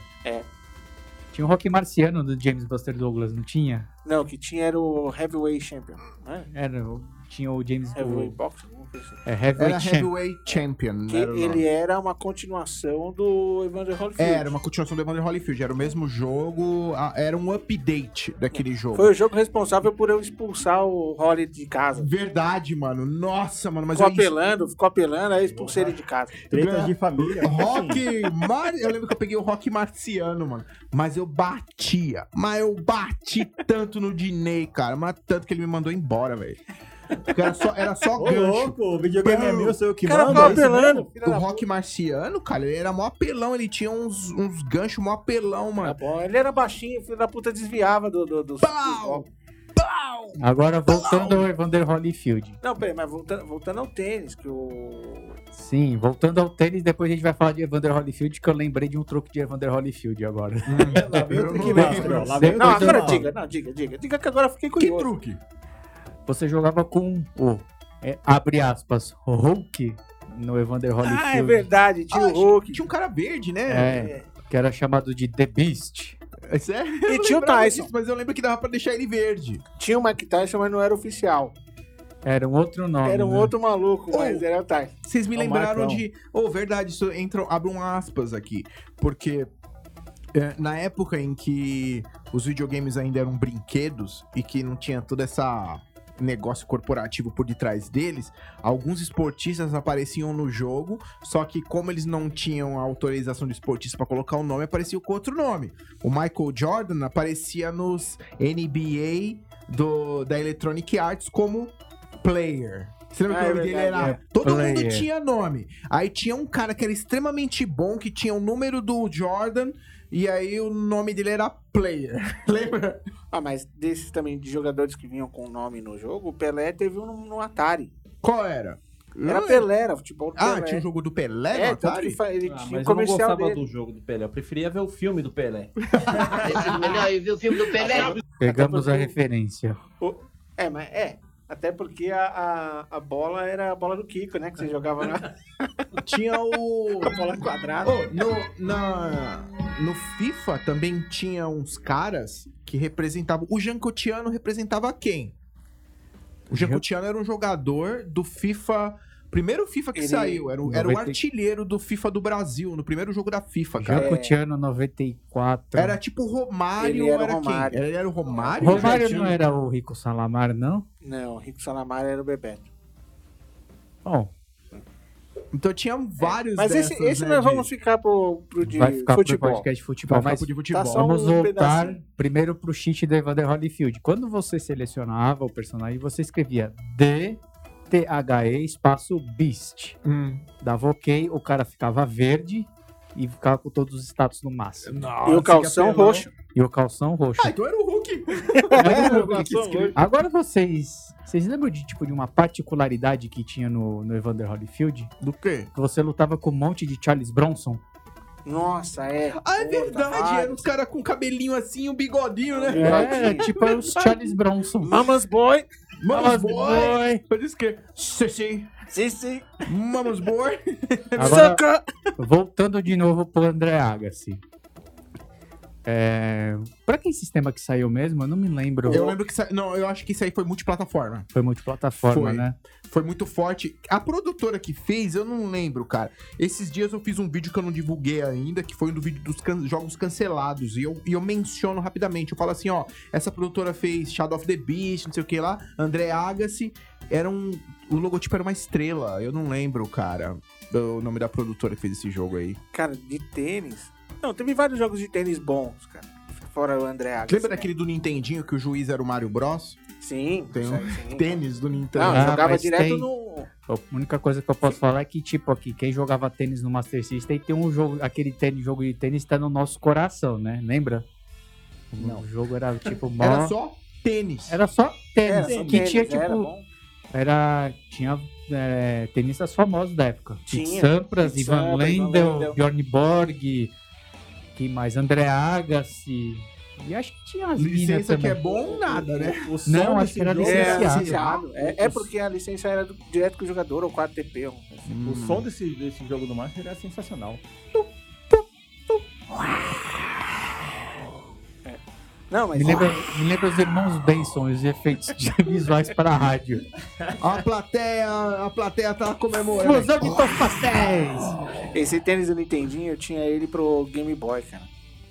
Speaker 2: Tinha o Rock Marciano do James Buster Douglas, não tinha?
Speaker 3: Não, que tinha era o Heavyweight Champion, né?
Speaker 2: Era, o- tinha o James...
Speaker 3: Heavyweight
Speaker 2: O,
Speaker 3: Boxing, alguma coisa assim.
Speaker 2: é, Heavyweight
Speaker 4: Era
Speaker 2: Champion.
Speaker 4: Heavyweight Champion.
Speaker 3: Que
Speaker 4: Hum. era, o nome. É,
Speaker 3: ele era uma continuação do Evander Holyfield.
Speaker 4: era uma continuação do Evander Holyfield, era o mesmo jogo, a- era um update daquele jogo.
Speaker 3: Foi o jogo responsável por eu expulsar o Holly de casa.
Speaker 4: Verdade, mano. Nossa, mano, mas é
Speaker 3: ficou
Speaker 4: eu enchi-
Speaker 3: apelando, ficou apelando, aí eu expulsei ele de casa.
Speaker 1: Tretas de família. assim.
Speaker 4: Rock Mar... Eu lembro que eu peguei o Rock Marciano, mano. Mas eu batia. Mas eu bati tanto no Diney, cara. Mas tanto que ele me mandou embora, velho. Porque era só, era só
Speaker 1: Ô,
Speaker 4: gancho.
Speaker 1: louco, o videogame é meu, sou eu que
Speaker 3: O cara
Speaker 1: mando.
Speaker 3: ficou
Speaker 1: é isso
Speaker 3: apelando.
Speaker 1: mesmo?
Speaker 3: filha
Speaker 4: O
Speaker 3: da
Speaker 4: Rock Marciano, cara, ele era mó apelão. Ele tinha uns, uns ganchos mó apelão,
Speaker 3: Tá
Speaker 4: mano.
Speaker 3: bom, ele era baixinho, filho da puta desviava do. do, dos-
Speaker 4: né? Pau!
Speaker 3: dos-
Speaker 2: Agora, voltando ao Evander Holyfield.
Speaker 3: Não, peraí, mas voltando, voltando ao tênis, que o.
Speaker 2: Sim, voltando ao tênis, depois a gente vai falar de Evander Holyfield, que eu lembrei de um truque de Evander Holyfield agora.
Speaker 1: Lá vem
Speaker 4: Eu
Speaker 1: o Trick
Speaker 4: não
Speaker 1: Master.
Speaker 4: lembro.
Speaker 1: Lá vem o
Speaker 3: Não,
Speaker 1: Trick
Speaker 3: agora
Speaker 1: Master.
Speaker 3: diga, não, diga, diga. Diga que agora eu fiquei
Speaker 4: Que
Speaker 3: curioso.
Speaker 4: truque?
Speaker 2: Você jogava com o, é, abre aspas, Hulk no Evander Holyfield,
Speaker 3: Ah, é verdade, tinha
Speaker 4: Ah,
Speaker 3: o Hulk.
Speaker 4: Tinha um cara verde, né?
Speaker 2: É. que era chamado de The Beast.
Speaker 4: É. Sério?
Speaker 3: E
Speaker 4: Eu
Speaker 3: tinha o
Speaker 4: lembrava
Speaker 3: Tyson.
Speaker 4: disso, mas eu lembro que dava pra deixar ele verde.
Speaker 3: Tinha o Mike Tyson, mas não era oficial.
Speaker 2: Era um outro nome.
Speaker 3: Era um
Speaker 2: né?
Speaker 3: outro maluco,
Speaker 4: Oh.
Speaker 3: mas era o Tyson.
Speaker 4: Vocês me
Speaker 1: É o
Speaker 4: lembraram
Speaker 1: Marcão.
Speaker 4: de. Ô, verdade, isso entra, abre um aspas aqui. Porque é, na época em que os videogames ainda eram brinquedos e que não tinha toda essa negócio corporativo por detrás deles, alguns esportistas apareciam no jogo, só que como eles não tinham a autorização de esportista pra colocar o nome, aparecia com outro nome. O Michael Jordan aparecia nos NBA do, da Electronic Arts como player. Você lembra
Speaker 3: Ah,
Speaker 4: que o
Speaker 3: é
Speaker 4: nome dele
Speaker 3: verdade,
Speaker 4: era?
Speaker 2: é.
Speaker 4: Todo mundo
Speaker 2: Player.
Speaker 4: tinha nome. Aí tinha um cara que era extremamente bom, que tinha o número do Jordan, e aí o nome dele era Player. Lembra?
Speaker 3: Ah, mas desses também de jogadores que vinham com nome no jogo, o Pelé teve um no, no Atari.
Speaker 4: Qual era?
Speaker 3: Era
Speaker 4: Não
Speaker 3: Pelé, era futebol do
Speaker 4: Ah,
Speaker 3: Pelé.
Speaker 4: tinha o jogo do Pelé
Speaker 3: É,
Speaker 4: no
Speaker 3: tanto
Speaker 4: Atari?
Speaker 3: que fa- ele tinha
Speaker 5: Ah,
Speaker 3: o
Speaker 5: mas eu não
Speaker 3: comercial
Speaker 5: gostava
Speaker 3: dele.
Speaker 5: do jogo do Pelé. Eu preferia ver o filme do Pelé.
Speaker 6: É melhor eu ver o filme do Pelé.
Speaker 2: Pegamos a
Speaker 3: Até porque-
Speaker 2: referência.
Speaker 3: É, mas é. Até porque a, a, a bola era a bola do Kiko, né? Que você jogava na
Speaker 4: Tinha o.
Speaker 3: bola quadrada.
Speaker 4: Ô, no, na, no FIFA também tinha uns caras que representavam. O Jancotiano representava quem? O Jancotiano era um jogador do FIFA. Primeiro FIFA que
Speaker 3: Ele-
Speaker 4: saiu, era, o- era o
Speaker 2: 90
Speaker 4: artilheiro do FIFA do Brasil, no primeiro jogo da FIFA, cara.
Speaker 2: Jacutiano 94.
Speaker 4: É. Era tipo o Romário,
Speaker 3: Então, Ele era o
Speaker 4: era
Speaker 3: Romário.
Speaker 4: quem? Ele era o Romário?
Speaker 2: Romário
Speaker 4: Jancotiano?
Speaker 2: não era o Rico Salamar, não?
Speaker 3: Não, o Rico Salamara era o Bebeto.
Speaker 2: Bom,
Speaker 4: Então tinha vários
Speaker 3: Mas esse,
Speaker 4: dessas,
Speaker 3: esse é
Speaker 4: né,
Speaker 3: nós
Speaker 4: de-
Speaker 3: vamos ficar pro, pro Tipo de
Speaker 2: vai ficar pro
Speaker 3: futebol.
Speaker 2: podcast de futebol,
Speaker 4: Vai ficar
Speaker 2: mas
Speaker 4: pro de futebol.
Speaker 3: Tá só
Speaker 2: Vamos
Speaker 3: um
Speaker 2: voltar
Speaker 3: pedacinho.
Speaker 2: primeiro pro cheat do Evander Holyfield. Quando você selecionava o personagem, você escrevia D T H E espaço Beast.
Speaker 3: um-
Speaker 4: Hum.
Speaker 2: Dava OK, o cara ficava verde e ficava com todos os status no máximo.
Speaker 4: Nossa,
Speaker 3: e o
Speaker 4: que
Speaker 3: calção
Speaker 4: apelão.
Speaker 3: roxo.
Speaker 2: E o calção roxo.
Speaker 4: Ah, então era o Hulk.
Speaker 2: Agora vocês, vocês lembram de tipo de uma particularidade que tinha no, no Evander Holyfield?
Speaker 4: Do quê?
Speaker 2: Que você lutava com um monte de Charles Bronson.
Speaker 3: Nossa, é.
Speaker 4: Ah, é
Speaker 3: Pô,
Speaker 4: verdade.
Speaker 3: tá
Speaker 4: Era uns caras com cabelinho assim e um bigodinho, né?
Speaker 2: É, tipo era os Charles Bronson.
Speaker 3: Mamas Boy.
Speaker 4: Mamas boy.
Speaker 2: boy.
Speaker 4: Por isso que... Sim, sim.
Speaker 3: Sim, sim.
Speaker 4: Mamas boy.
Speaker 2: Agora,
Speaker 3: Soca.
Speaker 2: Voltando de novo pro André Agassi. É... Pra que sistema que saiu mesmo? Eu não me lembro.
Speaker 4: Eu lembro que... Isso... aí- Não, eu acho que isso aí foi multiplataforma.
Speaker 2: Foi multiplataforma,
Speaker 4: Foi.
Speaker 2: né?
Speaker 4: Foi muito forte. A produtora que fez, eu não lembro, cara. Esses dias eu fiz um vídeo que eu não divulguei ainda, que foi um do vídeo dos can- jogos cancelados. E eu, e eu menciono rapidamente. Eu falo assim, ó... Essa produtora fez Shadow of the Beast, não sei o que lá. André Agassi. Era um... O logotipo era uma estrela. Eu não lembro, cara. O nome da produtora que fez esse jogo aí.
Speaker 3: Cara, de tênis. Não, teve vários jogos de tênis bons, cara. Fora o André Agassi.
Speaker 4: Lembra
Speaker 3: né?
Speaker 4: daquele do Nintendinho que o juiz era o Mario Bros?
Speaker 3: Sim.
Speaker 4: Tem
Speaker 3: isso
Speaker 4: um
Speaker 3: aí, sim.
Speaker 4: Tênis do
Speaker 3: Não,
Speaker 4: Nintendo.
Speaker 2: Ah,
Speaker 3: jogava
Speaker 2: mas
Speaker 3: direto
Speaker 2: tem.
Speaker 3: no.
Speaker 2: A única coisa que eu posso falar é que, tipo, aqui, quem jogava tênis no Master System tem um jogo, aquele tênis, jogo de tênis tá no nosso coração, né? Lembra?
Speaker 1: Não.
Speaker 2: O jogo era tipo mó...
Speaker 4: Era só tênis.
Speaker 2: Era só tênis.
Speaker 3: Era,
Speaker 2: que
Speaker 3: só
Speaker 2: tinha,
Speaker 3: tênis, era
Speaker 2: tipo.
Speaker 3: bom.
Speaker 2: Era. Tinha é, tenistas famosos da época.
Speaker 3: Tinha.
Speaker 2: Pete Sampras,
Speaker 3: Pete
Speaker 2: Ivan
Speaker 3: Sampras, Ivan
Speaker 2: Lendl,
Speaker 3: Lendl.
Speaker 2: Bjorn Borg, quem mais? André Agassi. E acho que tinha as minas
Speaker 4: Licença que
Speaker 2: também.
Speaker 4: é bom ou nada, né?
Speaker 1: O som
Speaker 2: acho
Speaker 1: desse
Speaker 2: que era
Speaker 1: jogo-
Speaker 3: É,
Speaker 2: Licenciado.
Speaker 3: licenciado. É, é porque a licença era do- direto com o jogador, ou 4TP. ou- um assim.
Speaker 2: Hum.
Speaker 1: O som desse, desse jogo do Master era sensacional.
Speaker 3: Não, mas.
Speaker 2: Me lembra, me lembra os irmãos Benson e os efeitos de- visuais para a rádio.
Speaker 4: A plateia, a plateia tá comemorando.
Speaker 2: Explosão de tofastéis!
Speaker 3: Esse tênis do Nintendinho, eu tinha ele pro Game Boy, cara.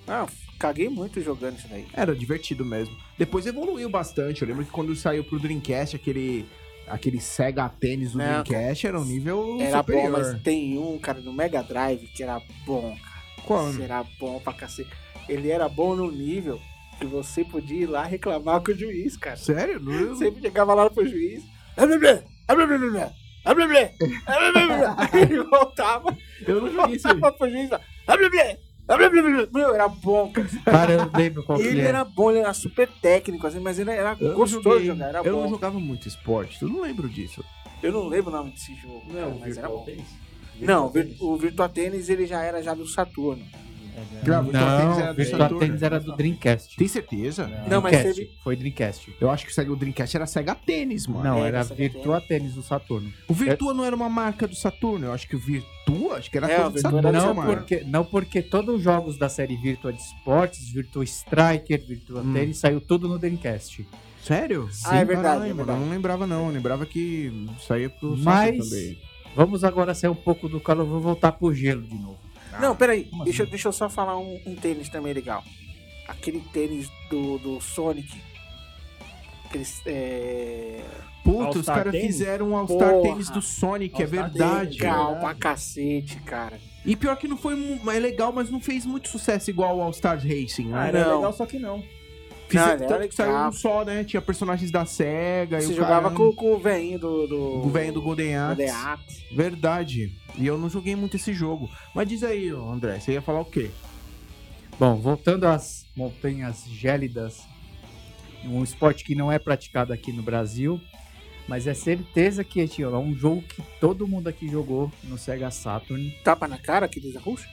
Speaker 3: Ah, f- caguei muito jogando isso daí.
Speaker 4: Era divertido mesmo. Depois evoluiu bastante. Eu lembro que quando saiu pro Dreamcast, aquele, aquele Sega tênis do
Speaker 3: Não,
Speaker 4: Dreamcast era um nível
Speaker 3: É. Era
Speaker 4: superior.
Speaker 3: bom, mas tem um, cara, no Mega Drive que era bom, cara.
Speaker 4: Qual?
Speaker 3: Esse Era bom pra cacete. Ele era bom no nível que você podia ir lá reclamar com o juiz, cara.
Speaker 4: Sério? Não-
Speaker 3: Sempre chegava lá pro juiz. "Ah, blá, blá, ah, blá, blá, blá, blá, ah, blá, blá, ah, blá, blá, blá." Ele voltava.
Speaker 5: Eu não joguei isso aí.
Speaker 3: Voltava pro juiz lá. "Ah, blá, blá, ah, blá, blá, blá, blá." Meu, era bom, cara.
Speaker 2: Cara, eu lembro qual que
Speaker 5: é?
Speaker 2: é.
Speaker 3: Ele
Speaker 2: era.
Speaker 3: era bom, ele era super técnico, assim, mas ele era
Speaker 4: Eu não
Speaker 3: gostoso de
Speaker 4: joguei-
Speaker 3: jogar, era
Speaker 4: eu
Speaker 3: bom.
Speaker 4: não jogava muito esporte, eu não lembro disso.
Speaker 3: Eu não lembro o nome desse jogo,
Speaker 5: Não, é
Speaker 3: cara,
Speaker 5: o
Speaker 3: mas era
Speaker 5: Virtual
Speaker 3: bom.
Speaker 5: Tennis?
Speaker 3: Não, o Vir- o Virtua Tênis ele já era já do Saturno. É.
Speaker 4: Grava, Virtua Tennis
Speaker 2: Não, o
Speaker 4: era
Speaker 2: é-
Speaker 4: do
Speaker 2: Virtua
Speaker 4: Saturn.
Speaker 2: Tennis era do Dreamcast.
Speaker 4: Tem certeza?
Speaker 3: Não, mas
Speaker 2: Dreamcast.
Speaker 3: teve-
Speaker 2: Foi Dreamcast.
Speaker 4: Eu acho que o Sega- o Dreamcast era Sega Tênis, mano.
Speaker 2: Não,
Speaker 3: é,
Speaker 2: era
Speaker 3: essa que eu
Speaker 2: Virtua Tênis do Saturno.
Speaker 4: O Virtua não era uma marca do Saturno. Eu acho que o Virtua, acho que era
Speaker 3: É,
Speaker 4: coisa
Speaker 3: o
Speaker 4: do
Speaker 3: Virtua
Speaker 4: Saturno,
Speaker 3: era do
Speaker 4: não,
Speaker 2: Não
Speaker 4: mano.
Speaker 2: porque, não porque todos os jogos da série Virtua de Esportes, Virtua Striker, Virtua
Speaker 4: Hum.
Speaker 2: Tênis, saiu tudo no Dreamcast.
Speaker 4: Sério?
Speaker 3: Ah, é verdade,
Speaker 4: Caralho,
Speaker 3: é
Speaker 4: mano,
Speaker 3: verdade.
Speaker 4: Eu não lembrava, não. Eu lembrava que saía pro Saturn
Speaker 2: Mas
Speaker 4: também.
Speaker 2: vamos agora sair um pouco do calor, vou voltar pro gelo de novo.
Speaker 3: Não, peraí, deixa,
Speaker 4: assim?
Speaker 3: eu- deixa eu só falar um, um tênis também legal. Aquele tênis do, do Sonic. Aqueles, é...
Speaker 4: Puta,
Speaker 1: All-Star
Speaker 4: os caras
Speaker 1: Tênis?
Speaker 4: fizeram um All-Star
Speaker 3: Porra.
Speaker 4: Tênis do Sonic, é
Speaker 1: All-Star
Speaker 4: verdade.
Speaker 1: Tênis.
Speaker 3: Legal
Speaker 1: verdade.
Speaker 3: pra cacete, cara.
Speaker 4: E pior que não foi mu- mas é legal, mas não fez muito sucesso igual o All-Star Racing,
Speaker 1: Ah,
Speaker 4: né?
Speaker 1: era
Speaker 3: Não.
Speaker 1: legal, só que não.
Speaker 3: Não,
Speaker 4: Fizeram
Speaker 3: ele era
Speaker 4: tanto que saiu
Speaker 3: legal.
Speaker 4: um só, né? Tinha personagens da SEGA. e
Speaker 3: Você
Speaker 4: o
Speaker 3: jogava
Speaker 4: caramba.
Speaker 3: com, com o veinho do... do...
Speaker 4: O velho do Golden Axe.
Speaker 3: Golden Axe.
Speaker 4: Verdade. E eu não joguei muito esse jogo. Mas diz aí, ô, André, você ia falar o quê?
Speaker 2: Bom, voltando às montanhas gélidas, um esporte que não é praticado aqui no Brasil, mas é certeza que tinha lá um jogo que todo mundo aqui jogou no Sega Saturn.
Speaker 3: Tapa na cara, aqueles da Ruxa?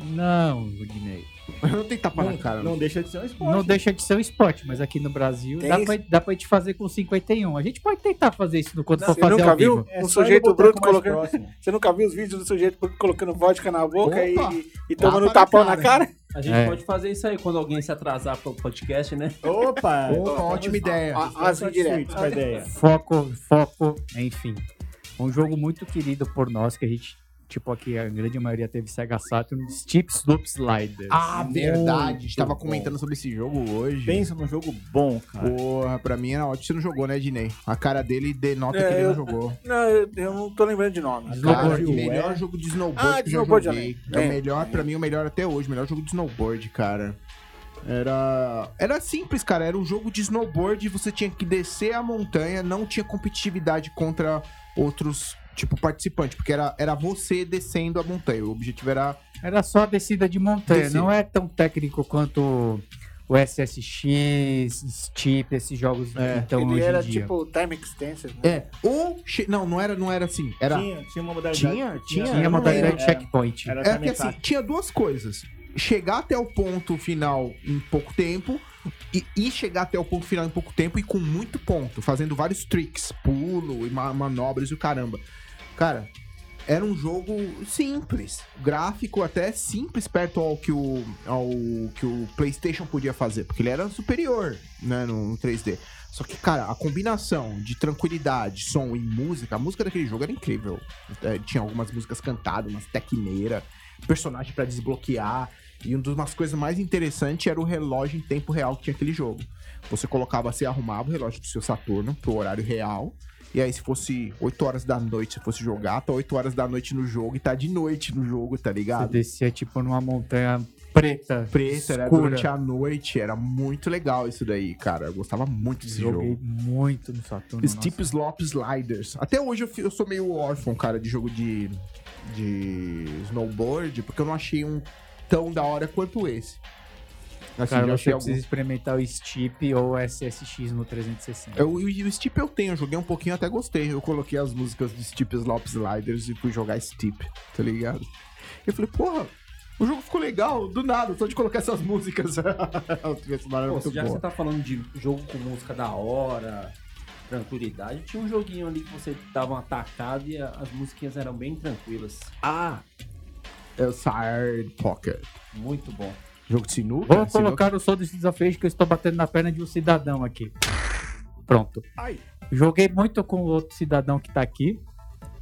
Speaker 2: Não, Rudinei.
Speaker 4: não tem tapa na cara.
Speaker 1: Não, não deixa de ser um esporte.
Speaker 2: Não deixa de ser um esporte, mas aqui no Brasil
Speaker 3: Tem
Speaker 2: dá
Speaker 3: isso?
Speaker 2: pra, dá pra gente fazer com 51. A gente pode tentar fazer isso no quanto
Speaker 3: Não,
Speaker 2: for
Speaker 3: você
Speaker 2: fazer
Speaker 3: nunca
Speaker 2: ao
Speaker 3: viu?
Speaker 2: vivo.
Speaker 3: Um
Speaker 1: É só ir no
Speaker 3: sujeito
Speaker 1: boteco
Speaker 3: bruto
Speaker 1: mais
Speaker 3: colocando-
Speaker 1: próximo.
Speaker 3: Você nunca viu os vídeos do sujeito colocando vodka na boca e,
Speaker 4: Opa!
Speaker 3: e- e tomando
Speaker 4: Tapa na
Speaker 3: tapão na
Speaker 4: cara.
Speaker 3: cara?
Speaker 5: A gente
Speaker 2: É.
Speaker 5: pode fazer isso aí quando alguém se atrasar pro podcast, né?
Speaker 1: Opa!
Speaker 4: Opa, ótima ideia.
Speaker 3: Ah, ah, assim, direto.
Speaker 1: com a ideia.
Speaker 2: Foco, foco, enfim. Um jogo muito querido por nós, que a gente, tipo, aqui a grande maioria teve Sega Saturn, Steep Slope Sliders.
Speaker 4: Ah, verdade. A gente tava
Speaker 2: bom.
Speaker 4: comentando sobre esse jogo hoje.
Speaker 1: Pensa num jogo bom, cara.
Speaker 4: Porra, pra mim era ótimo. Você não jogou, né, Dinei? A cara dele denota
Speaker 3: É,
Speaker 4: que ele não
Speaker 3: eu-
Speaker 4: jogou.
Speaker 3: Não, eu, eu não tô lembrando de nome.
Speaker 4: Cara,
Speaker 2: Snowboard.
Speaker 4: o melhor
Speaker 1: é?
Speaker 4: jogo de snowboard
Speaker 3: Ah, de
Speaker 4: que eu já
Speaker 3: snowboard
Speaker 4: joguei. É
Speaker 3: também.
Speaker 4: o melhor, pra mim, o melhor até hoje. O melhor jogo de snowboard, cara. Era... Era simples, cara. Era um jogo de snowboard e você tinha que descer a montanha. Não tinha competitividade contra outros, tipo, participantes. Porque era, era você descendo a montanha. O objetivo era...
Speaker 2: Era só a descida de montanha,
Speaker 4: Descida.
Speaker 2: não é tão técnico quanto o SSX, Steep, esses jogos
Speaker 4: É.
Speaker 2: que estão
Speaker 3: Ele
Speaker 2: Então, hoje
Speaker 3: era
Speaker 2: em dia.
Speaker 3: tipo Time Extension, né?
Speaker 4: É, ou... che- Não, não era, não era assim. Era...
Speaker 1: Tinha, tinha uma modalidade.
Speaker 4: Tinha,
Speaker 2: Tinha
Speaker 4: tinha,
Speaker 1: eu
Speaker 2: a
Speaker 1: não lembro.
Speaker 2: modalidade checkpoint.
Speaker 1: Era,
Speaker 4: É
Speaker 1: era
Speaker 4: que assim,
Speaker 1: time
Speaker 4: tinha duas coisas. Chegar até o ponto final em pouco tempo e, e chegar até o ponto final em pouco tempo e com muito ponto, fazendo vários tricks, pulo e ma- manobras e o caramba. Cara, era um jogo simples, gráfico até simples perto ao que o, ao que o PlayStation podia fazer, porque ele era superior, né, no, no 3D. Só que, cara, a combinação de tranquilidade, som e música, a música daquele jogo era incrível. É, tinha algumas músicas cantadas, umas tecneira, personagem pra desbloquear. E uma das coisas mais interessantes era o relógio em tempo real que tinha aquele jogo. Você colocava, você arrumava o relógio do seu Saturno pro horário real. E aí, se fosse 8 horas da noite, se fosse jogar, tá 8 horas da noite no jogo e tá de noite no jogo, tá
Speaker 2: Você
Speaker 4: ligado?
Speaker 2: descia tipo numa montanha preta,
Speaker 4: Preto, era
Speaker 2: escura.
Speaker 4: durante a noite, era muito legal isso daí, cara. Eu gostava muito desse jogo.
Speaker 2: Joguei muito no Saturno.
Speaker 4: Tipo, Steep Slop Sliders. Até hoje eu, fi- eu sou meio órfão, cara, de jogo de, de snowboard, porque eu não achei um tão da hora quanto esse. Assim,
Speaker 2: Cara,
Speaker 4: já
Speaker 2: você
Speaker 4: achei
Speaker 2: precisa
Speaker 4: alguns.
Speaker 2: experimentar o Steep ou SSX no 360.
Speaker 4: Eu, e o Steep eu tenho, eu joguei um pouquinho e até gostei. Eu coloquei as músicas de Steep Slop Sliders e fui jogar Steep, tá ligado? Eu falei, porra, O jogo ficou legal, do nada, só de colocar essas músicas. a trilha sonora era
Speaker 5: Pô,
Speaker 4: muito
Speaker 5: já que você
Speaker 4: boa.
Speaker 5: tá falando de jogo com música da hora, tranquilidade, tinha um joguinho ali que você dava uma tacada e a- as musiquinhas eram bem tranquilas.
Speaker 4: Ah! É o Side Pocket.
Speaker 5: Muito bom.
Speaker 4: Jogo de sinuca?
Speaker 2: Vou
Speaker 4: sinuca.
Speaker 2: colocar o som desse desafio que eu estou batendo na perna de um cidadão aqui. Pronto.
Speaker 4: Ai.
Speaker 2: Joguei muito com o outro cidadão que tá aqui,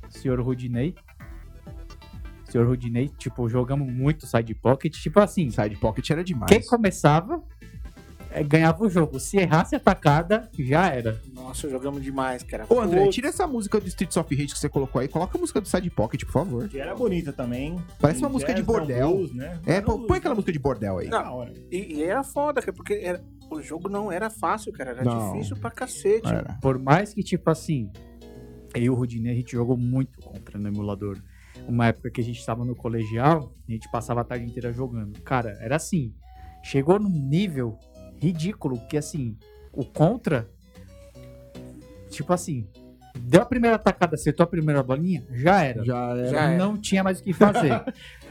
Speaker 2: senhor Rudinei. Senhor Rudinei, tipo, jogamos muito side pocket. Tipo assim,
Speaker 4: Side Pocket era demais.
Speaker 2: quem começava eh, ganhava o jogo. Se errasse a tacada, já era.
Speaker 3: Nossa, jogamos demais, cara.
Speaker 4: Ô, André,
Speaker 3: Pô,
Speaker 4: tira essa música do Streets of Rage que você colocou aí. Coloca a música do Side Pocket, por favor.
Speaker 1: Que era bonita também.
Speaker 4: Parece
Speaker 1: Um
Speaker 4: uma é música de
Speaker 1: jazz, não,
Speaker 4: bordel.
Speaker 1: blues, né?
Speaker 4: É,
Speaker 1: Era
Speaker 4: pô,
Speaker 1: um-
Speaker 4: põe aquela música de bordel aí.
Speaker 1: Da hora.
Speaker 3: E, e era foda, cara, porque era- o jogo não era fácil, cara. Era
Speaker 4: Não.
Speaker 3: difícil pra cacete.
Speaker 4: Era.
Speaker 2: Por mais que, tipo assim, eu e o Rudinei, a gente jogou muito contra no emulador. Uma época que a gente estava no colegial, a gente passava a tarde inteira jogando. Cara, era assim. Chegou num nível ridículo que, assim, o contra. Tipo assim, deu a primeira atacada, acertou a primeira bolinha, já era.
Speaker 4: Já era.
Speaker 3: Já era.
Speaker 2: Não tinha mais o que fazer.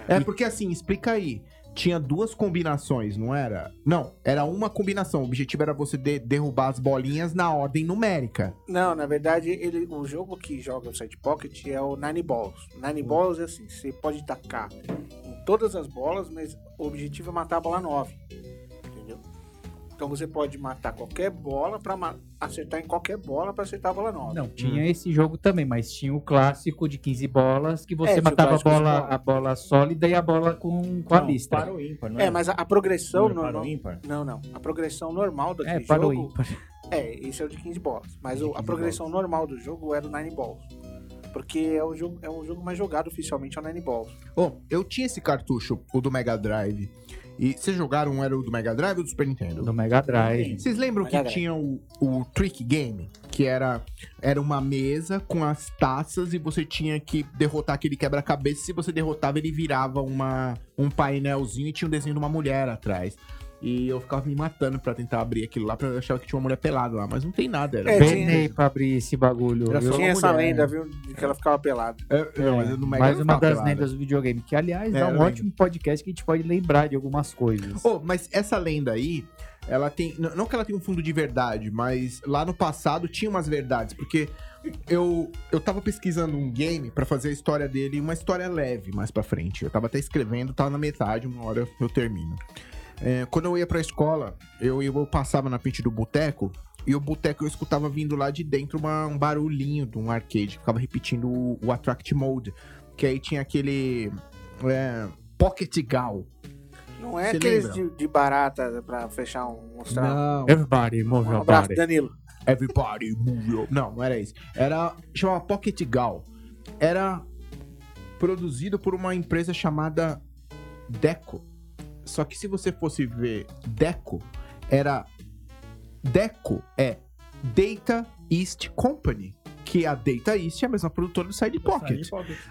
Speaker 4: É porque assim, explica aí. Tinha duas combinações, não era? Não, era uma combinação. O objetivo era você de- derrubar as bolinhas na ordem numérica.
Speaker 3: Não, na verdade, ele, o jogo que joga o Side Pocket é o Nine Balls. Nine Balls é assim, você pode tacar em todas as bolas, mas o objetivo é matar a bola 9. Entendeu? Então você pode matar qualquer bola para acertar em qualquer bola para acertar a bola 9.
Speaker 2: Não, tinha esse jogo também, mas tinha o clássico de 15 bolas que você
Speaker 3: É, tinha o
Speaker 2: matava a
Speaker 3: clássico de
Speaker 2: bola,
Speaker 3: bola.
Speaker 2: a bola sólida e a bola com, com a
Speaker 1: Não,
Speaker 2: lista.
Speaker 1: Para o ímpar, não é
Speaker 3: é, mas a, a progressão
Speaker 1: Número para
Speaker 3: normal.
Speaker 1: o ímpar.
Speaker 3: Não, não. A progressão normal
Speaker 2: É,
Speaker 3: daquele
Speaker 2: para o
Speaker 3: jogo.
Speaker 2: ímpar.
Speaker 3: É, esse é o de 15 bolas. Mas o- a
Speaker 2: 15
Speaker 3: progressão normal do jogo era o Nine Balls. Porque é o jogo, é o jogo mais jogado oficialmente é o Nine Balls.
Speaker 4: Ô, eu tinha esse cartucho, o do Mega Drive. E vocês jogaram, era o do Mega Drive ou do Super Nintendo?
Speaker 2: Do Mega Drive.
Speaker 4: Vocês lembram que
Speaker 3: Mega Drive.
Speaker 4: tinha o, o Trick Game? Que era, era uma mesa com as taças e você tinha que derrotar aquele quebra-cabeça. Se você derrotava, ele virava uma, um painelzinho e tinha um desenho de uma mulher atrás. E eu ficava me matando pra tentar abrir aquilo lá, pra eu achava que tinha uma mulher pelada lá, mas não tem nada. Era,
Speaker 3: É,
Speaker 4: bem-
Speaker 2: Penei pra abrir esse bagulho.
Speaker 4: Era
Speaker 2: viu?
Speaker 4: só-
Speaker 3: Tinha essa
Speaker 4: mulher, né?
Speaker 3: lenda, viu? De que ela ficava pelada.
Speaker 4: é, não, mas no Mega
Speaker 2: Mais
Speaker 4: não
Speaker 2: uma
Speaker 4: ficava
Speaker 2: das
Speaker 4: pelada.
Speaker 2: lendas do videogame. Que, aliás, dá
Speaker 4: É, eu
Speaker 2: um
Speaker 4: lembro.
Speaker 2: ótimo podcast que a gente pode lembrar de algumas coisas.
Speaker 4: Ô, Oh, mas essa lenda aí, ela tem. n- Não que ela tenha um fundo de verdade, mas lá no passado tinha umas verdades, porque eu, eu tava pesquisando um game pra fazer a história dele, uma história leve mais pra frente. Eu tava até escrevendo, tava na metade, uma hora eu termino. É, quando eu ia pra escola, eu, eu passava na frente do boteco. E o boteco eu escutava vindo lá de dentro uma- um barulhinho de um arcade, ficava repetindo o, o Attract Mode. Que aí tinha aquele. é, Pocket Gal.
Speaker 3: Não é
Speaker 4: Você
Speaker 3: aqueles
Speaker 4: lembra?
Speaker 3: de, de barata pra fechar um mostrar.
Speaker 2: Everybody, move
Speaker 3: Um
Speaker 2: your
Speaker 3: abraço,
Speaker 2: body.
Speaker 3: Danilo.
Speaker 4: Everybody move your... Não, não era isso. Era... Chamava Pocket Gal. Era produzido por uma empresa chamada Deco. Só que se você fosse ver Deco, era... Deco é Data East Company. Que a Data East é a mesma produtora do Side Pocket.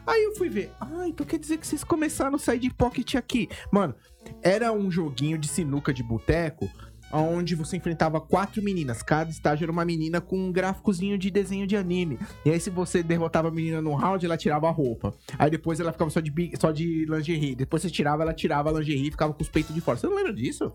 Speaker 4: Aí eu fui ver. Ah, então quer dizer que vocês começaram a sair de pocket aqui. Mano, era um joguinho de sinuca de boteco. Onde você enfrentava quatro meninas. Cada estágio era uma menina com um gráficozinho de desenho de anime. E aí, se você derrotava a menina no round, ela tirava a roupa. Aí depois ela ficava só de, bi- só de lingerie. Depois você tirava, ela tirava a lingerie e ficava com os peitos de fora. Você não lembra disso?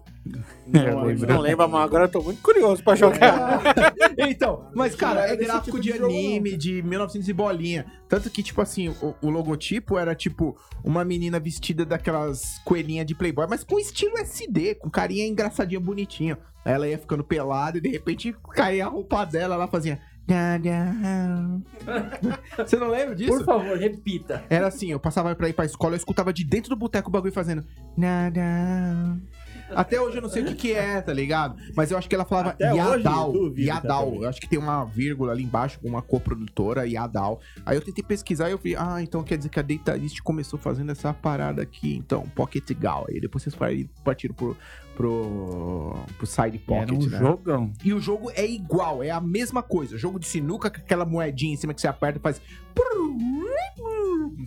Speaker 2: eu lembro.
Speaker 3: Não lembra, mas agora eu tô muito curioso pra
Speaker 4: é um
Speaker 3: jogar.
Speaker 4: então, mas
Speaker 1: Não
Speaker 4: cara,
Speaker 1: era
Speaker 4: é
Speaker 1: desse
Speaker 4: gráfico
Speaker 1: tipo
Speaker 4: de,
Speaker 1: de jogo,
Speaker 4: anime de 1900 e bolinha. Tanto que, tipo assim, o, o logotipo era tipo uma menina vestida daquelas coelhinhas de Playboy, mas com estilo SD, com carinha engraçadinha, bonitinha. Aí ela ia ficando pelada e de repente caía a roupa dela, ela fazia. Você não lembra disso?
Speaker 5: Por favor, repita.
Speaker 4: Era assim, eu passava pra ir pra escola, eu escutava de dentro do boteco o bagulho fazendo. Nada. Até hoje eu não sei o que, que é, tá ligado? Mas eu acho que ela falava
Speaker 1: Até hoje,
Speaker 4: Yadal.
Speaker 1: duvido,
Speaker 4: Yadal.
Speaker 1: cara.
Speaker 4: Eu acho que tem uma vírgula ali embaixo com uma coprodutora, Yadal. Aí eu tentei pesquisar e eu falei, ah, então quer dizer que a Data East começou fazendo essa parada aqui, então, Pocket Gal. Aí depois vocês par- partiram pro, pro, pro Side Pocket,
Speaker 2: Era um
Speaker 4: né?
Speaker 2: jogão.
Speaker 4: E o jogo é igual, é a mesma coisa. Jogo de sinuca com aquela moedinha em cima que você aperta e faz.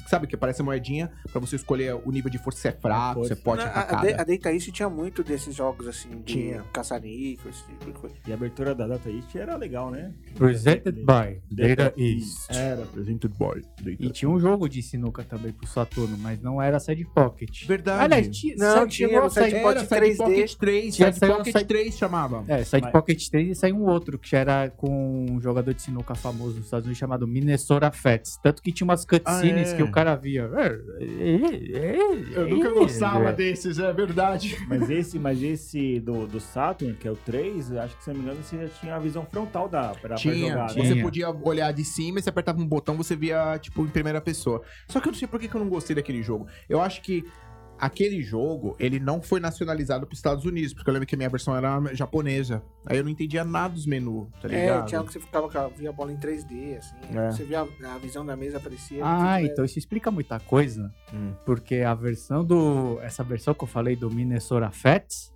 Speaker 4: sabe que aparece a moedinha pra você escolher o nível de força se é fraco,
Speaker 1: Força.
Speaker 4: se é forte,
Speaker 3: Na- a,
Speaker 4: atacada.
Speaker 3: de, a Data East tinha muito desses jogos assim, de
Speaker 4: Tinha.
Speaker 3: caçarico, esse tipo de coisa.
Speaker 1: E a abertura da Data East era legal, né?
Speaker 2: Presented by Data East.
Speaker 4: É.
Speaker 1: Era.
Speaker 4: Presented Boy.
Speaker 2: E tinha um jogo de sinuca também pro Saturno, mas não era Side Pocket.
Speaker 4: Verdade.
Speaker 2: Aliás, ti-
Speaker 3: Não,
Speaker 2: só
Speaker 3: tinha,
Speaker 2: chegou a
Speaker 3: no Side
Speaker 2: sair-
Speaker 3: Pocket
Speaker 4: Era Side
Speaker 3: 3D.
Speaker 4: Pocket 3,
Speaker 2: Tinha
Speaker 4: Side
Speaker 2: saído
Speaker 4: Pocket
Speaker 2: Side-
Speaker 4: 3 chamava.
Speaker 2: É, Side
Speaker 1: Mas-
Speaker 2: Pocket 3 e saiu um outro, que já era com um jogador de sinuca famoso nos Estados Unidos chamado Minnesota Fats. Tanto que tinha umas cutscenes
Speaker 4: Ah, é.
Speaker 2: que o cara via. Eu
Speaker 4: desses, é verdade.
Speaker 1: Mas esse, mas esse do, do Saturn, que é o 3, acho que se não me engano, você já tinha a visão frontal da, pra,
Speaker 4: Tinha,
Speaker 1: pra jogar.
Speaker 2: tinha.
Speaker 1: Né?
Speaker 4: você podia olhar de cima e você apertava um botão, você via, tipo, em primeira pessoa. Só que eu não sei por que que eu não gostei daquele jogo. Eu acho que aquele jogo, ele não foi nacionalizado pros Estados Unidos, porque eu lembro que a minha versão era japonesa. Aí eu não entendia nada dos menus, tá
Speaker 3: é,
Speaker 4: ligado?
Speaker 3: tinha algo que você ficava com a, via a bola em 3D, assim.
Speaker 4: É.
Speaker 3: Você via a, a visão da mesa aparecia.
Speaker 2: Ah,
Speaker 3: tudo, né?
Speaker 2: então isso explica muita coisa.
Speaker 4: Hum.
Speaker 2: Porque a versão do. Essa versão que eu falei do Minnesota Fats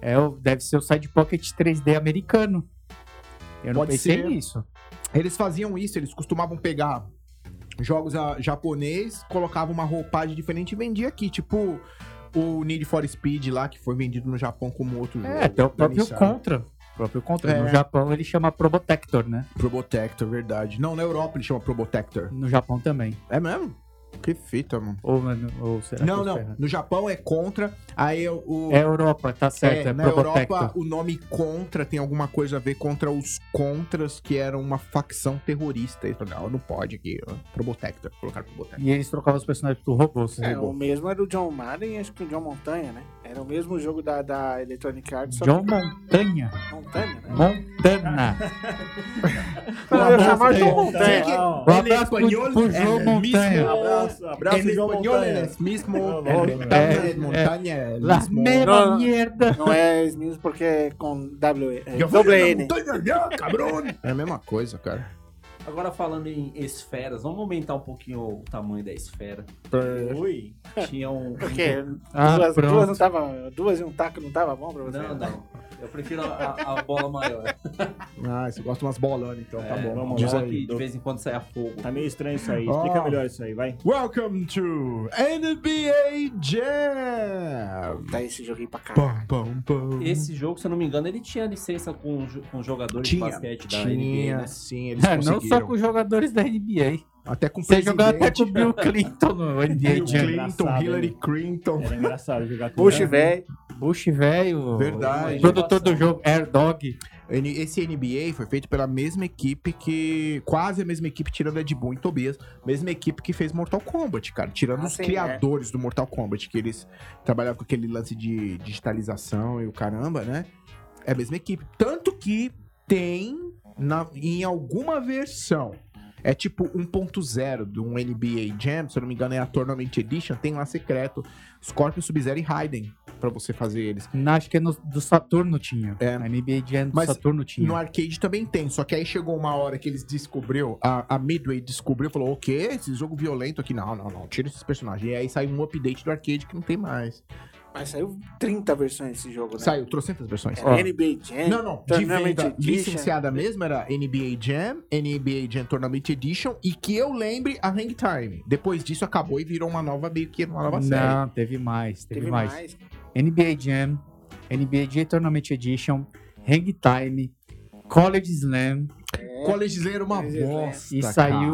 Speaker 2: é o, deve ser o Side Pocket 3D americano. Eu não
Speaker 4: Pode
Speaker 2: pensei
Speaker 4: ser.
Speaker 2: nisso.
Speaker 4: Eles faziam isso, eles costumavam pegar jogos ah, japonês, colocavam uma roupagem diferente e vendia aqui, tipo o Need for Speed lá, que foi vendido no Japão como outro
Speaker 3: Hum.
Speaker 4: jogo.
Speaker 2: É, até o
Speaker 4: da
Speaker 2: próprio
Speaker 4: Nissan.
Speaker 2: Contra. O próprio Contra.
Speaker 4: É.
Speaker 2: No Japão ele chama Probotector, né?
Speaker 4: Probotector, verdade. Não, na Europa ele chama Probotector.
Speaker 2: No Japão também.
Speaker 4: É mesmo? Que fita, mano.
Speaker 2: Ou, ou será que
Speaker 4: Não,
Speaker 2: eu tô
Speaker 4: não.
Speaker 2: errado?
Speaker 4: No Japão é contra. Aí o.
Speaker 2: É Europa, tá certo. É,
Speaker 4: na
Speaker 2: Probotector.
Speaker 4: Europa, o nome contra tem alguma coisa a ver contra os contras, que eram uma facção terrorista. Eles falaram, não, não pode aqui. ó. Probotector. Colocaram Probotector.
Speaker 2: E eles trocavam os personagens por robôs.
Speaker 3: É,
Speaker 2: né?
Speaker 3: o mesmo era o John Madden e acho que o John Montanha, né? Era o mesmo jogo da, da Electronic Arts, só
Speaker 2: John
Speaker 3: que
Speaker 2: Montanha.
Speaker 3: Montanha,
Speaker 4: É.
Speaker 3: né?
Speaker 2: Montana.
Speaker 3: Não, eu ia chamar John Montanha.
Speaker 1: Não,
Speaker 2: Um abraço pro, pro
Speaker 4: é,
Speaker 2: João Montanha.
Speaker 1: Abraço, abraço, João Montanha.
Speaker 4: mismo.
Speaker 1: É,
Speaker 2: é,
Speaker 4: Montanha, montanha,
Speaker 2: La
Speaker 4: mismo.
Speaker 2: mera
Speaker 3: Não, não.
Speaker 2: mierda.
Speaker 3: Não é esse mesmo porque é com W, é,
Speaker 4: Eu vou
Speaker 3: double N.
Speaker 4: montanha, minha, cabrão. É a mesma coisa, cara.
Speaker 5: Agora falando em esferas, vamos aumentar um pouquinho o tamanho da esfera.
Speaker 1: né? Ui,
Speaker 5: Tinha um.
Speaker 3: Porque
Speaker 2: Ah,
Speaker 3: duas,
Speaker 2: pronto.
Speaker 3: duas não tava. Duas e um taco não tava bom pra você?
Speaker 5: Não, não. Eu prefiro a, a bola maior.
Speaker 4: Ah, você gosta de umas bolonas, então tá
Speaker 5: É,
Speaker 4: bom.
Speaker 1: vamos
Speaker 4: Diz
Speaker 1: lá.
Speaker 4: aí.
Speaker 5: que de vez em quando sai a fogo.
Speaker 1: tá meio estranho isso aí. Explica
Speaker 4: Ó.
Speaker 1: melhor isso aí, vai.
Speaker 4: Welcome to NBA Jam!
Speaker 3: Tá esse joguinho pra caralho.
Speaker 4: Pam, pam, pam.
Speaker 5: Esse jogo, se eu não me engano, ele tinha licença com, jo- com jogadores
Speaker 4: tinha,
Speaker 5: de basquete da
Speaker 4: tinha,
Speaker 5: NBA, né?
Speaker 4: sim, eles
Speaker 2: Ah, não
Speaker 4: conseguiram.
Speaker 2: só com os jogadores da NBA.
Speaker 4: Até com o
Speaker 2: Você jogava até
Speaker 4: presidente,
Speaker 2: com o Bill Clinton no NBA
Speaker 1: Bill
Speaker 2: Jam. É.
Speaker 1: Clinton.
Speaker 4: Clinton, Hillary Clinton.
Speaker 1: Era engraçado jogar com
Speaker 3: Puxa, velho.
Speaker 2: Bush, velho.
Speaker 4: Verdade.
Speaker 2: Produtor do jogo, Air Dog.
Speaker 4: N- Esse NBA foi feito pela mesma equipe que... Quase a mesma equipe, tirando Ed Boon e Tobias. Mesma equipe que fez Mortal Kombat, cara. Tirando
Speaker 3: Ah,
Speaker 4: os
Speaker 3: sim,
Speaker 4: criadores do Mortal Kombat, que eles trabalhavam com aquele lance de digitalização e o caramba, né? É a mesma equipe. Tanto que tem na- em alguma versão. É tipo 1.0 de um NBA Jam, se eu não me engano é a Tournament Edition, tem lá secreto Scorpion, Sub-Zero e Raiden pra você fazer eles.
Speaker 2: Na- Acho que é no, do Saturno tinha.
Speaker 4: É.
Speaker 2: Na NBA Jam do
Speaker 4: Mas é
Speaker 2: Saturno tinha.
Speaker 4: No arcade também tem, só que aí chegou uma hora que eles descobriu, a, a Midway descobriu, falou, o quê? Esse jogo violento aqui? Não, não, não, tira esses personagens. E aí saiu um update do arcade que não tem mais.
Speaker 3: Mas saiu 30 versões desse jogo, né?
Speaker 4: Saiu trocentas versões.
Speaker 3: Era NBA Jam.
Speaker 4: Não, não, de
Speaker 3: Tournament
Speaker 4: venda
Speaker 3: É. Edition.
Speaker 4: licenciada mesmo era NBA Jam, NBA Jam Tournament Edition e que eu lembre a Hang Time. Depois disso acabou e virou uma nova meio que uma nova série.
Speaker 2: Não, teve mais, teve,
Speaker 3: Teve
Speaker 2: mais.
Speaker 3: mais.
Speaker 2: NBA Jam, NBA Jam Tournament Edition, Hang Time, College Slam
Speaker 4: College Slayer era uma
Speaker 3: College é. Slayer.
Speaker 4: bosta,
Speaker 2: e
Speaker 4: cara.
Speaker 2: saiu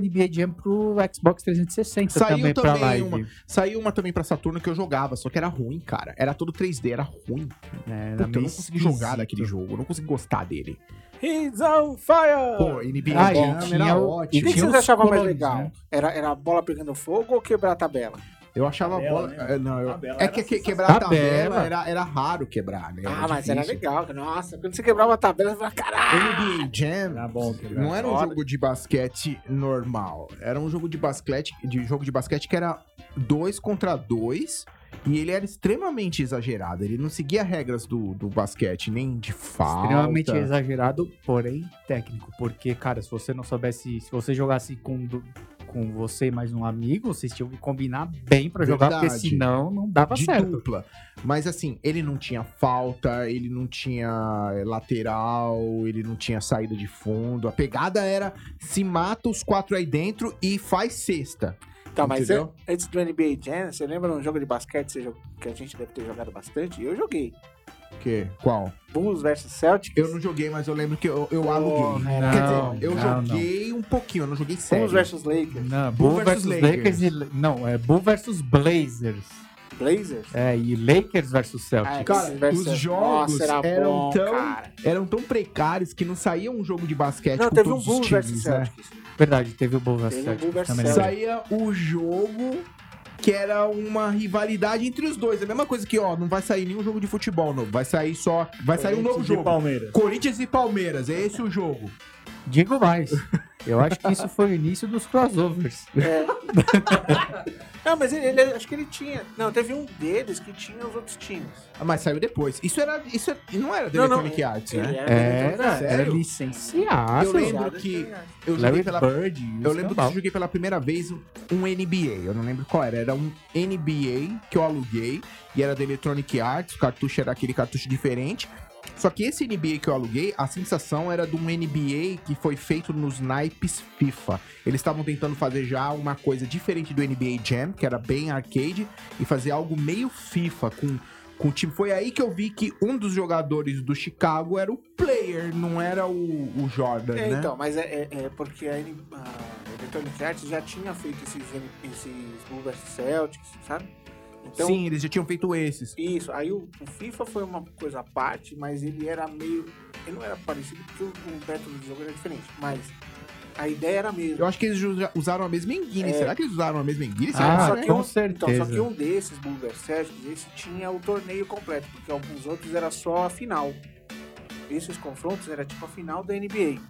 Speaker 2: NBA Jam pro Xbox 360
Speaker 4: Saiu
Speaker 2: também, pra
Speaker 4: também
Speaker 2: live.
Speaker 4: uma- Saiu uma também pra Saturno que eu jogava, só que era ruim, cara. Era todo 3D, era ruim.
Speaker 2: É,
Speaker 4: Puta, eu não consegui jogar daquele
Speaker 2: daquele
Speaker 4: jogo, eu não consegui gostar dele.
Speaker 3: He's on fire!
Speaker 4: Pô, NBA
Speaker 2: Ah,
Speaker 4: Jam
Speaker 2: e
Speaker 4: era
Speaker 2: tinha o-
Speaker 3: E o
Speaker 4: ótimo.
Speaker 3: que, que
Speaker 2: tinha
Speaker 3: vocês
Speaker 2: os
Speaker 3: achavam mais
Speaker 2: colores,
Speaker 3: legal?
Speaker 2: né?
Speaker 3: Era, era a bola pegando fogo ou quebrar a tabela?
Speaker 4: Eu achava a bola.
Speaker 1: Tabela, né?
Speaker 4: é, Não, eu-
Speaker 1: Tabela
Speaker 4: É
Speaker 1: era
Speaker 4: que que-
Speaker 1: sensacional.
Speaker 4: quebrar a tabela
Speaker 2: Tabela.
Speaker 4: era, era raro quebrar, né?
Speaker 3: ah, mas era
Speaker 4: difícil.
Speaker 3: legal. Nossa, quando você quebrava a tabela, você falava, caralho!
Speaker 4: NBA Jam
Speaker 1: Era bom quebrar.
Speaker 4: não era um
Speaker 3: Foda.
Speaker 4: jogo de basquete normal. Era um jogo de basquete, de jogo de basquete que era dois contra dois. E ele era extremamente exagerado. Ele não seguia regras do, do basquete, nem de falta.
Speaker 2: Extremamente exagerado, porém técnico. Porque, cara, se você não soubesse, se você jogasse com, do- com você mais um amigo, vocês tinham que combinar bem pra jogar, porque
Speaker 4: Verdade.
Speaker 2: senão não dava
Speaker 4: de
Speaker 2: Tá certo.
Speaker 4: dupla. Mas assim, ele não tinha falta, ele não tinha eh, lateral, ele não tinha saída de fundo. A pegada era se mata os quatro aí dentro e faz cesta.
Speaker 3: Tá, mas
Speaker 4: Entendeu?
Speaker 3: an- antes do NBA Jam, você lembra um jogo de basquete que você jo- que a gente deve ter jogado bastante? Eu joguei. é-
Speaker 4: Que? Qual?
Speaker 3: Bulls versus Celtics.
Speaker 4: Eu não joguei, mas eu lembro que eu, eu aluguei.
Speaker 2: não,
Speaker 4: Quer dizer, eu
Speaker 2: não,
Speaker 4: joguei um pouquinho, eu não joguei sério.
Speaker 3: Bulls versus Lakers.
Speaker 2: Não,
Speaker 4: Bull
Speaker 2: Bull versus
Speaker 4: versus
Speaker 2: Lakers e. Não, é Bull versus Blazers.
Speaker 3: Blazers.
Speaker 2: É, e Lakers versus Celtics.
Speaker 4: cara,
Speaker 3: esses versus-
Speaker 4: os jogos
Speaker 3: Nossa, era
Speaker 4: eram
Speaker 3: bom,
Speaker 4: tão-
Speaker 3: cara.
Speaker 4: Eram tão precários que não saía um jogo de basquete
Speaker 3: Não,
Speaker 4: com
Speaker 3: teve um
Speaker 4: todos os
Speaker 3: Bulls versus
Speaker 4: times, né?
Speaker 3: Celtics.
Speaker 2: Verdade, teve o Bull versus
Speaker 3: É. Teve o Bull
Speaker 2: Celtics.
Speaker 3: versus
Speaker 2: também
Speaker 3: Celtics.
Speaker 2: lembrei.
Speaker 4: saía o jogo que era uma rivalidade entre os dois. É a mesma coisa que, ó, não vai sair nenhum jogo de futebol novo, vai sair só, vai sair um novo
Speaker 1: Corinthians e
Speaker 4: jogo.
Speaker 1: Palmeiras.
Speaker 4: Corinthians e Palmeiras, é esse o jogo.
Speaker 2: Digo mais. Eu acho que isso foi o início dos crossovers.
Speaker 3: Não, mas ele, ele- acho que ele tinha. Não, teve um deles que tinha os outros times.
Speaker 4: Ah, Mas saiu depois. Isso era, isso é- não era The
Speaker 3: Não, não,
Speaker 4: Electronic Arts,
Speaker 3: Ele é
Speaker 4: né?
Speaker 3: era-
Speaker 2: Era, era
Speaker 4: Sério?
Speaker 2: licenciado.
Speaker 4: Eu lembro que eu joguei
Speaker 2: Larry
Speaker 4: pela
Speaker 2: Bird. é
Speaker 4: Eu lembro que eu joguei pela primeira vez um NBA. Eu não lembro qual era. Era um NBA que eu aluguei e era da Electronic Arts. O cartucho era aquele cartucho diferente. Só que esse NBA que eu aluguei, a sensação era de um NBA que foi feito nos naipes FIFA. Eles estavam tentando fazer já uma coisa diferente do NBA Jam, que era bem arcade, e fazer algo meio FIFA com com o time. Foi aí que eu vi que um dos jogadores do Chicago era o player, não era o, o Jordan,
Speaker 3: É,
Speaker 4: né?
Speaker 3: então, mas é, é- é porque a, N- a Electronic Arts já tinha feito esses, N- esses Bulls versus Celtics, sabe? Então,
Speaker 4: Sim, eles já tinham feito esses.
Speaker 3: Isso, aí o, o FIFA foi uma coisa à parte, mas ele era meio. Ele não era parecido porque o, o método de jogo era diferente, mas a ideia era a mesma.
Speaker 4: Eu acho que eles usa- usaram a mesma em Guinness.
Speaker 3: É.
Speaker 4: Será que eles usaram a mesma em Guinness?
Speaker 2: Ah,
Speaker 4: Será
Speaker 3: só que
Speaker 2: com
Speaker 3: um- Então, só
Speaker 2: certeza.
Speaker 3: que um desses, Bulgar Celtics, esse tinha o torneio completo, porque alguns outros era só a final. Esses confrontos era tipo a final da NBA.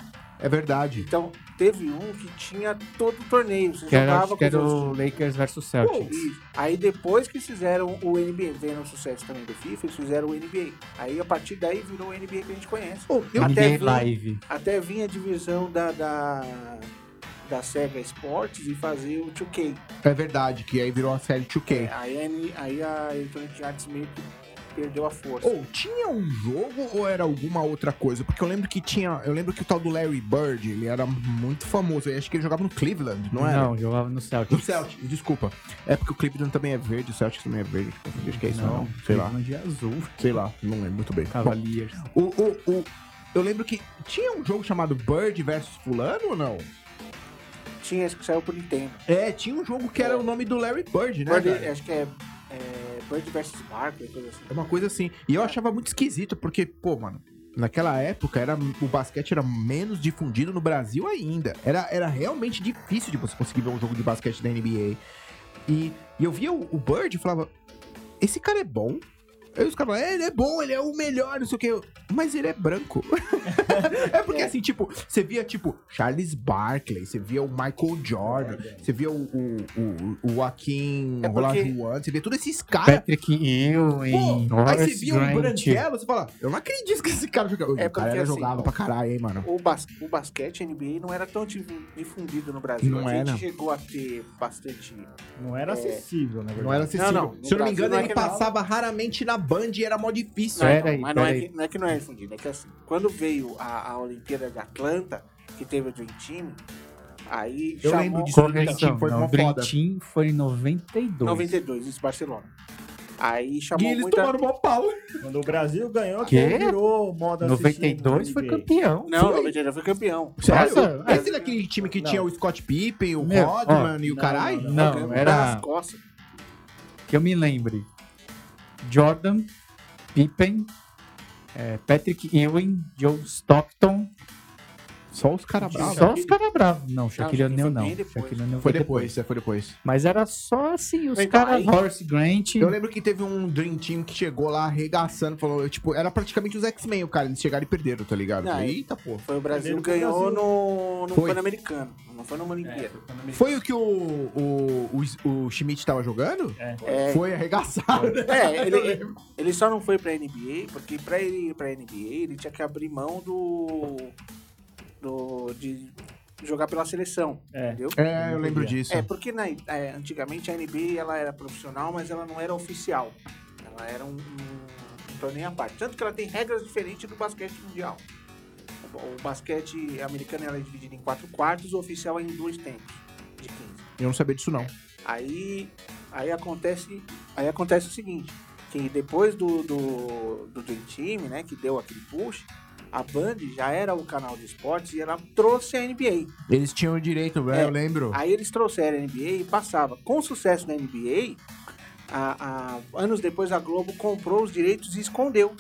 Speaker 4: É verdade.
Speaker 3: Então, teve um que tinha todo o torneio, você
Speaker 2: Que era,
Speaker 3: jogava
Speaker 2: acho que
Speaker 3: com os
Speaker 2: era
Speaker 3: outros
Speaker 2: o Lakers versus Celtics.
Speaker 3: Isso. Aí depois que fizeram o NBA, vendo o sucesso também do FIFA, eles fizeram o NBA. Aí a partir daí virou o NBA que a gente conhece.
Speaker 4: Oh, eu-
Speaker 3: Até
Speaker 2: NBA
Speaker 3: vi-
Speaker 2: Live.
Speaker 3: Até vinha a divisão da, da, da Sega Sports e fazer o 2K.
Speaker 4: É verdade, que aí virou a série 2K.
Speaker 3: Aí, a N- aí a Electronic Arts meio que perdeu a força.
Speaker 4: Ou tinha um jogo ou era alguma outra coisa? Porque eu lembro que tinha. Eu lembro que o tal do Larry Bird, ele era muito famoso. Eu acho que ele jogava no Cleveland, não era?
Speaker 2: Não, jogava no Celtics.
Speaker 4: No Celtics, desculpa. É porque o Cleveland também é verde, o Celtics também é verde. Acho que é isso, não. Sei lá.
Speaker 2: Cleveland é azul.
Speaker 4: Sei lá, não lembro muito bem. Bom,
Speaker 2: Cavaliers. Ah,
Speaker 4: o, o, o- eu lembro que tinha um jogo chamado Bird versus Fulano ou não?
Speaker 3: Tinha esse que saiu por Nintendo.
Speaker 4: É, tinha um jogo que era o nome do Larry Bird, né?
Speaker 3: Bird,
Speaker 4: cara?
Speaker 3: acho que é, é Bird vs Barkley, coisa assim.
Speaker 4: É uma coisa assim. E eu achava muito esquisito, porque, pô, mano, naquela época era, o basquete era menos difundido no Brasil ainda. Era, era realmente difícil de você conseguir ver um jogo de basquete da NBA. E, e eu via o, o Bird e falava: esse cara é bom. Aí os caras falavam, é, ele é bom, ele é o melhor, não sei o que. Mas ele é branco. é porque assim, tipo, você via, tipo, Charles Barkley, você via o Michael Jordan, você via o, o, o, o Joaquim
Speaker 3: É porque-
Speaker 4: Olajuwon, você via todos esses caras.
Speaker 2: Patrick Ewing,
Speaker 4: Pô, aí você
Speaker 2: Horace
Speaker 4: via um
Speaker 2: Grant.
Speaker 4: branquelo, você fala, eu não acredito que esse cara jogava.
Speaker 3: É
Speaker 4: o cara
Speaker 3: porque,
Speaker 4: era
Speaker 3: assim,
Speaker 4: jogava pra caralho, hein, mano.
Speaker 3: O, bas o basquete NBA não era tão di- difundido no Brasil.
Speaker 4: Não
Speaker 3: a gente
Speaker 4: era.
Speaker 3: chegou a ter bastante.
Speaker 1: Não
Speaker 3: É.
Speaker 1: era acessível, na verdade.
Speaker 4: Não era acessível.
Speaker 3: Não, não,
Speaker 4: Se eu não me
Speaker 3: no Brasil
Speaker 4: engano,
Speaker 3: não é
Speaker 4: ele
Speaker 3: que não.
Speaker 4: passava raramente na Band e era mó difícil.
Speaker 3: Não,
Speaker 2: Pera
Speaker 3: então,
Speaker 2: aí,
Speaker 3: mas não
Speaker 2: pera
Speaker 3: é,
Speaker 2: aí.
Speaker 3: que, não é que não é difundido, é que assim, quando veio a, a Olimpíada de Atlanta, que teve o Dream Team, aí
Speaker 4: Eu
Speaker 3: chamou
Speaker 4: lembro disso.
Speaker 2: Correção,
Speaker 4: Foi
Speaker 2: não,
Speaker 4: uma
Speaker 2: o Dream
Speaker 4: foda.
Speaker 2: Team foi em 92.
Speaker 3: 92, isso, Barcelona. Aí
Speaker 4: E
Speaker 3: chamou
Speaker 4: eles
Speaker 3: muita...
Speaker 4: tomaram mó pau.
Speaker 1: Quando o Brasil ganhou,
Speaker 2: Quê?
Speaker 1: que virou moda assistir
Speaker 2: 92
Speaker 1: no
Speaker 2: um foi
Speaker 1: NBA.
Speaker 2: campeão.
Speaker 3: Não, 92 foi campeão.
Speaker 2: Sério?
Speaker 4: Sério? Esse era aquele time que
Speaker 1: Não.
Speaker 4: tinha o Scott Pippen, o
Speaker 2: é. Meu,
Speaker 4: Rodman e o caralho?
Speaker 2: Não,
Speaker 3: Ganhou da
Speaker 2: era.
Speaker 3: Escócia.
Speaker 2: Que eu me lembre. Jordan, Pippen, eh, Patrick Ewing, Joe Stockton.
Speaker 4: Só os caras
Speaker 3: Tinha
Speaker 4: bravos.
Speaker 2: só os caras bravos. Não, Shaquille
Speaker 3: Shaquille
Speaker 2: O'Neal
Speaker 3: foi
Speaker 2: não.
Speaker 3: bem depois.
Speaker 2: Shaquille O'Neal
Speaker 4: Foi depois, é, foi depois.
Speaker 2: Mas era só assim, os
Speaker 3: Então,
Speaker 2: caras.
Speaker 3: aí-
Speaker 2: Horace Grant.
Speaker 4: Eu lembro que teve um Dream Team que chegou lá arregaçando, falou, tipo, era praticamente os X-Men, o cara. Eles chegaram e perderam, tá ligado?
Speaker 3: Não, é.
Speaker 4: Eita, pô.
Speaker 3: Foi o Brasil que
Speaker 1: Primeiro foi o
Speaker 3: ganhou
Speaker 1: Brasil.
Speaker 3: no, no
Speaker 4: Foi.
Speaker 3: Pan-Americano, não foi numa
Speaker 5: É,
Speaker 3: Olimpíada.
Speaker 5: foi quando me-
Speaker 4: Foi o que o, o, o, o Schmidt tava jogando?
Speaker 3: É,
Speaker 4: Foi arregaçado. né?
Speaker 3: É, ele, ele só não foi pra NBA, porque pra ele ir pra NBA, ele tinha que abrir mão do. do de jogar pela seleção,
Speaker 1: É.
Speaker 3: entendeu?
Speaker 4: É, eu lembro disso.
Speaker 3: É, porque na- é, antigamente a NBA ela era profissional, mas ela não era oficial. Ela era um, um torneio à parte. Tanto que ela tem regras diferentes do basquete mundial. O, o basquete americano ela é dividido em quatro quartos, o oficial é em dois tempos de 15.
Speaker 4: Eu não sabia disso, não.
Speaker 3: Aí, aí acontece, aí acontece o seguinte, que depois do do, do Dream Team, né, que deu aquele push, a Band já era o canal de esportes e ela trouxe a NBA.
Speaker 4: Eles tinham o direito, velho,
Speaker 3: É.
Speaker 4: eu lembro.
Speaker 3: Aí eles trouxeram a NBA e passava. Com o sucesso da NBA, a- a- anos depois a Globo comprou os direitos e escondeu.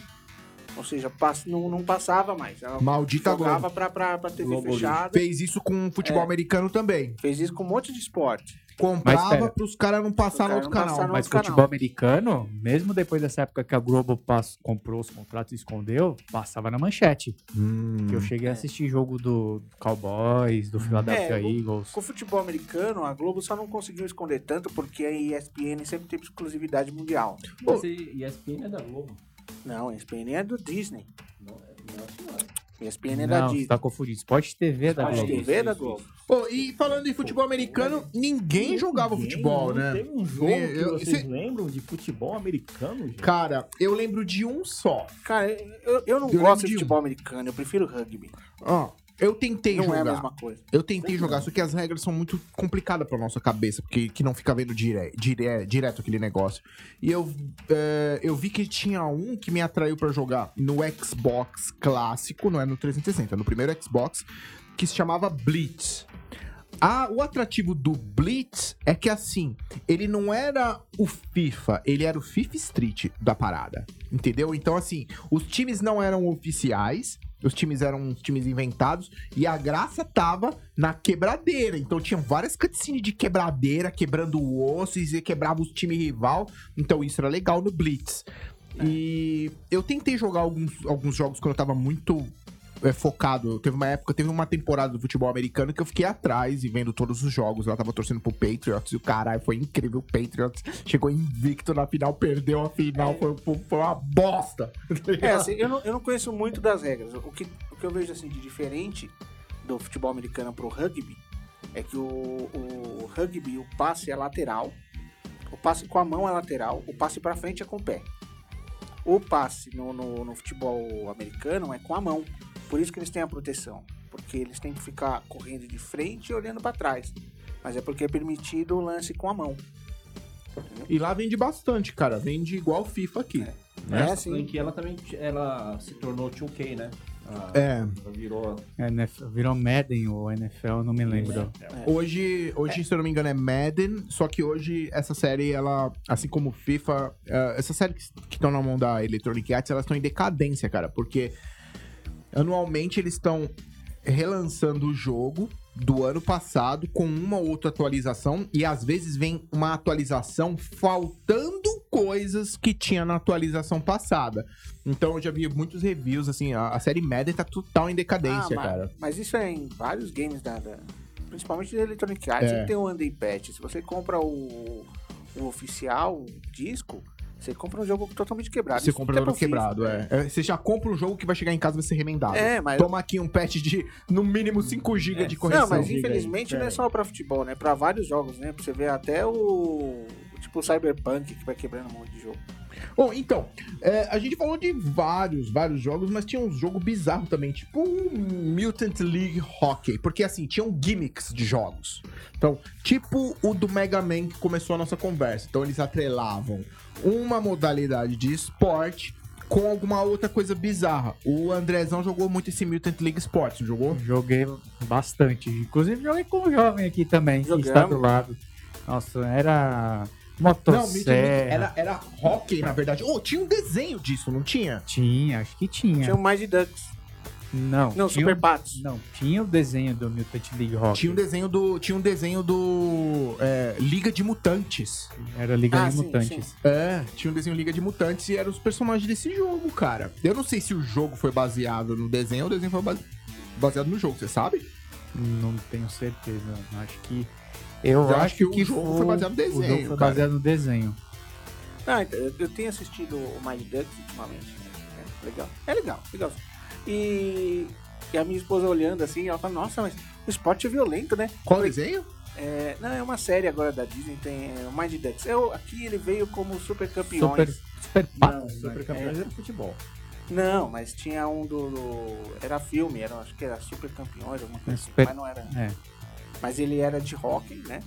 Speaker 3: Ou seja, pass- não, não passava mais. Ela
Speaker 4: Maldita Globo.
Speaker 3: jogava pra, pra, pra É. TV
Speaker 5: Globo
Speaker 3: fechada.
Speaker 4: Fez isso com o futebol americano também.
Speaker 3: Fez isso com um monte de esporte.
Speaker 2: Mas pera.
Speaker 4: Comprava pros caras não passar no
Speaker 3: Pro cara não passar
Speaker 4: outro canal.
Speaker 3: no
Speaker 2: Mas
Speaker 3: outro
Speaker 2: futebol americano, mesmo depois dessa época que a Globo pass- comprou os contratos e escondeu, passava na manchete.
Speaker 4: Hum.
Speaker 2: Que eu cheguei a assistir jogo do Cowboys, do Philadelphia
Speaker 3: É, o-
Speaker 2: Eagles.
Speaker 3: Com o futebol americano, a Globo só não conseguiu esconder tanto porque a ESPN sempre teve exclusividade mundial.
Speaker 5: Mas e ESPN é da Globo.
Speaker 3: Não, a ESPN é do Disney.
Speaker 5: Não, é- não acho que não é.
Speaker 3: ESPN é da
Speaker 2: Não, você
Speaker 3: Disney.
Speaker 2: tá confundindo. Sport TV é da
Speaker 5: Sport
Speaker 3: Acho
Speaker 2: Globo.
Speaker 3: que
Speaker 5: Globo.
Speaker 3: TV é da
Speaker 5: Isso,
Speaker 3: Globo.
Speaker 4: Pô, e falando em futebol americano, ninguém jogava
Speaker 1: Ninguém,
Speaker 4: futebol,
Speaker 1: não
Speaker 4: né?
Speaker 1: Teve um jogo
Speaker 4: Eu-
Speaker 1: que
Speaker 4: eu-
Speaker 1: vocês
Speaker 4: cê-
Speaker 1: lembram de futebol americano, gente?
Speaker 4: Cara, eu lembro de um só.
Speaker 3: Cara, eu, eu não
Speaker 4: Eu lembro
Speaker 3: gosto
Speaker 4: de
Speaker 3: de
Speaker 4: um.
Speaker 3: futebol americano, eu prefiro rugby.
Speaker 4: Ó, eu tentei
Speaker 3: não é a
Speaker 4: jogar.
Speaker 3: mesma coisa.
Speaker 4: eu tentei jogar, só que as regras são muito complicadas pra nossa cabeça, porque que não fica vendo dire, dire- direto aquele negócio. E eu, é, eu vi que tinha um que me atraiu pra jogar no Xbox clássico, não é no 360, no primeiro Xbox, que se chamava Blitz. Ah, o atrativo do Blitz é que assim, ele não era o FIFA, ele era o FIFA Street da parada, entendeu? Então assim, os times não eram oficiais, os times eram uns times inventados e a graça tava na quebradeira. Então tinha várias cutscenes de quebradeira, quebrando o osso e quebrava os times rival. Então isso era legal no Blitz. E eu tentei jogar alguns, alguns jogos quando eu tava muito é, focado. Teve uma época, teve uma temporada do futebol americano que eu fiquei atrás e vendo todos os jogos. Lá tava torcendo pro Patriots e o caralho foi incrível. O Patriots chegou invicto na final, perdeu a final, foi, foi- foi uma bosta.
Speaker 3: É, assim, eu, não, eu não conheço muito das regras. O que, o que eu vejo assim de diferente do futebol americano pro rugby é que o, o rugby, o passe é lateral, o passe com a mão é lateral, o passe pra frente é com o pé. O passe no, no, no futebol americano é com a mão. Por isso que eles têm a proteção. Porque eles têm que ficar correndo de frente e olhando pra trás. Mas é porque é permitido o lance com a mão.
Speaker 4: E lá vende bastante, cara. Vende igual FIFA aqui.
Speaker 3: É,
Speaker 5: Essa
Speaker 3: assim.
Speaker 5: franquia, ela também ela se tornou 2K, né? Ah,
Speaker 4: É.
Speaker 5: Ela virou
Speaker 2: NFL, É, né, virou Madden ou NFL, não me
Speaker 1: É,
Speaker 4: É,
Speaker 2: lembro.
Speaker 4: Hoje, hoje se eu não me engano, é Madden. Só que hoje essa série, ela, assim como FIFA, eh, essa série que estão na mão da Electronic Arts, elas estão em decadência, cara. Porque anualmente eles estão relançando o jogo do ano passado com uma ou outra atualização. E às vezes vem uma atualização faltando coisas que tinha na atualização passada. Então eu já vi muitos reviews, assim, a, a série Madden tá total em decadência,
Speaker 3: mas,
Speaker 4: cara.
Speaker 3: Ah, mas isso é em vários games da. da- principalmente da Electronic Arts,
Speaker 4: É.
Speaker 3: ele tem o Under Patch. Se você compra o, o oficial, o disco, você compra um jogo totalmente quebrado.
Speaker 4: Você
Speaker 3: Isso
Speaker 4: compra o
Speaker 3: até
Speaker 4: jogo
Speaker 3: pro FIFA.
Speaker 4: quebrado, é. É, Você já compra um jogo que vai chegar em casa e vai ser remendado.
Speaker 3: né? É, mas.
Speaker 4: Toma aqui um patch de, no mínimo, 5 GB
Speaker 1: É,
Speaker 4: de
Speaker 3: não,
Speaker 4: correção.
Speaker 3: mas
Speaker 1: diga aí,
Speaker 3: infelizmente não é
Speaker 1: peraí.
Speaker 3: só pra futebol, né? Pra vários jogos, né? Pra você ver até o. Tipo o Cyberpunk que vai quebrando um monte de jogo.
Speaker 4: Bom, então, é, a gente falou de vários, vários jogos, mas tinha um jogo bizarro também, tipo o Mutant League Hockey, porque assim, tinham gimmicks de jogos. Então, tipo o do Mega Man que começou a nossa conversa. Então, eles atrelavam uma modalidade de esporte com alguma outra coisa bizarra. O Andrezão jogou muito esse Mutant League Sports, não jogou?
Speaker 2: Joguei bastante. Inclusive, joguei com um jovem aqui também, que
Speaker 3: Jogamos.
Speaker 2: está do lado. Nossa, era
Speaker 4: Não, Meet the Meet
Speaker 2: motosserra.
Speaker 4: era, era hockey, na verdade. Ô, tinha um desenho disso, não tinha?
Speaker 2: Tinha, acho que
Speaker 4: É.
Speaker 2: tinha.
Speaker 3: Tinha o Mind Ducks.
Speaker 2: Não,
Speaker 3: Não,
Speaker 2: tinha
Speaker 3: Super Patos.
Speaker 2: um... Não, tinha o desenho do Mutant League Rock.
Speaker 4: Tinha um desenho do. Tinha um desenho do. é, Liga de Mutantes.
Speaker 2: Era Liga
Speaker 3: Ah,
Speaker 2: de
Speaker 3: sim,
Speaker 2: Mutantes.
Speaker 4: É, tinha um desenho Liga de Mutantes e eram os personagens desse jogo, cara. Eu não sei se o jogo foi baseado no desenho ou o desenho foi base- baseado no jogo, você sabe?
Speaker 2: Não tenho certeza. Acho que. Eu,
Speaker 4: Eu
Speaker 2: acho,
Speaker 4: acho que o
Speaker 2: que
Speaker 4: jogo
Speaker 2: foi,
Speaker 4: foi baseado no
Speaker 2: O
Speaker 4: desenho,
Speaker 2: jogo foi
Speaker 4: cara.
Speaker 2: baseado no desenho.
Speaker 3: Ah, então, eu, eu tenho assistido o Mind Ducks ultimamente. né? É legal. É legal, legal. E E a minha esposa olhando assim, ela fala, nossa, mas o esporte é violento, né?
Speaker 4: Qual desenho?
Speaker 3: É, não, é uma série agora da Disney, tem é, o Mind Ducks. Eu, aqui ele veio como super campeões.
Speaker 2: Super, super pato.
Speaker 1: Não, super campeões
Speaker 4: é-
Speaker 1: era futebol.
Speaker 3: Não, mas tinha um do, do- Era filme, era, acho que era Super Campeões, alguma coisa assim,
Speaker 2: Super-
Speaker 3: mas não era.
Speaker 2: é.
Speaker 3: Mas ele era de hockey, né?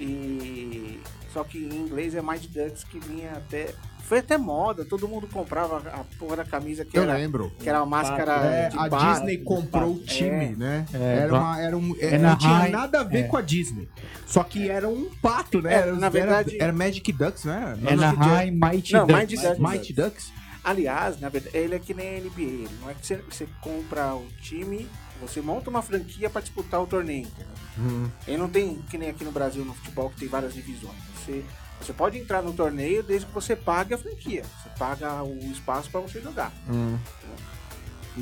Speaker 3: E. Só que em inglês é Mind Ducks que vinha até. Foi até moda, todo mundo comprava a porra da camisa que
Speaker 4: Eu
Speaker 3: era,
Speaker 4: lembro.
Speaker 3: que era a máscara
Speaker 4: É,
Speaker 3: de
Speaker 4: a
Speaker 3: barra.
Speaker 4: Disney comprou o time, né?
Speaker 2: É,
Speaker 4: era
Speaker 2: ba-
Speaker 4: uma, era um,
Speaker 2: É
Speaker 4: é,
Speaker 2: na
Speaker 4: não tinha
Speaker 2: High-
Speaker 4: nada a ver
Speaker 2: é.
Speaker 4: com a Disney. Só que era um pato, né?
Speaker 3: É,
Speaker 4: Era,
Speaker 3: na
Speaker 4: era-
Speaker 3: verdade-
Speaker 4: era, Magic Ducks, né?
Speaker 2: É na High Mighty
Speaker 3: Não,
Speaker 2: Ducks.
Speaker 3: Mind Ducks.
Speaker 4: Mighty Ducks?
Speaker 3: Aliás, na verdade, ele é que nem a NBA. ele Não é que você, você compra um time, você monta uma franquia pra disputar o torneio. entendeu?
Speaker 2: Hum,
Speaker 3: Ele não tem que nem aqui no Brasil no futebol que tem várias divisões. Você, você pode entrar no torneio desde que você pague a franquia. Você paga o espaço pra você jogar.
Speaker 2: hum.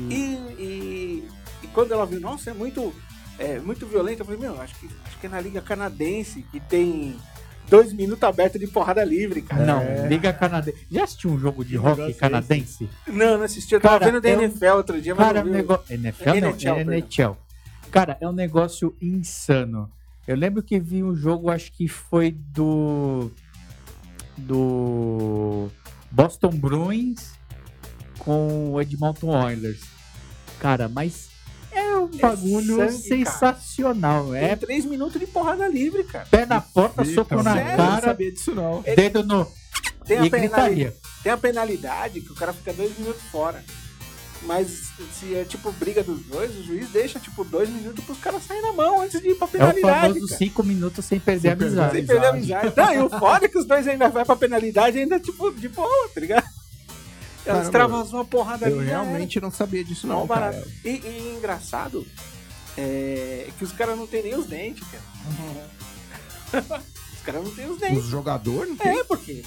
Speaker 3: E, e- e quando ela viu, nossa, é muito, é, muito violento, eu falei, meu, acho que, acho que é na Liga Canadense que tem dois minutos abertos de porrada livre, cara.
Speaker 2: Ah, Não, liga canadense. Já assistiu um jogo de
Speaker 1: Que negócio é
Speaker 2: rock
Speaker 1: esse?
Speaker 2: canadense?
Speaker 3: Não, não assisti. Eu tava
Speaker 2: Cara,
Speaker 3: vendo da
Speaker 2: é um-
Speaker 3: NFL outro dia, mas
Speaker 2: Cara, é
Speaker 3: não
Speaker 2: um
Speaker 3: vi.
Speaker 2: negócio. NFL não,
Speaker 3: NHL,
Speaker 2: é
Speaker 3: perdão.
Speaker 2: NHL. Cara, é um negócio insano. Eu lembro que vi um jogo, acho que foi do. Do. Boston Bruins com o Edmonton Oilers. Cara, mas é um bagulho
Speaker 3: sangue, cara.
Speaker 2: sensacional.
Speaker 3: Tem
Speaker 2: É
Speaker 3: três minutos de porrada livre, cara.
Speaker 2: pé na porta,
Speaker 4: Ih,
Speaker 2: soco
Speaker 4: cara,
Speaker 2: na
Speaker 4: sério?
Speaker 2: cara,
Speaker 4: não sabia disso não.
Speaker 2: dedo no.
Speaker 3: Tem a,
Speaker 2: e
Speaker 3: penalidade,
Speaker 2: gritaria.
Speaker 3: tem a penalidade que o cara fica dois minutos fora. Mas se é tipo briga dos dois, o juiz deixa tipo dois minutos pros caras saírem na mão antes de ir pra
Speaker 2: É o
Speaker 3: penalidade.
Speaker 2: famoso
Speaker 3: cara.
Speaker 2: 5 minutos sem perder a
Speaker 4: Sem perder
Speaker 2: amizade.
Speaker 3: Sem perder a amizade. Não, e o foda é que os dois ainda vai pra penalidade ainda, tipo, de boa, tá ligado?
Speaker 4: Caramba,
Speaker 3: Elas travasam uma porrada é,
Speaker 4: Eu
Speaker 3: ali. já era.
Speaker 4: realmente não sabia disso
Speaker 3: Mó
Speaker 4: não,
Speaker 3: é um barato.
Speaker 4: cara.
Speaker 3: E, e engraçado é que os caras não tem nem os dentes, cara. os caras não tem os dentes.
Speaker 4: Os jogadores
Speaker 3: É, porque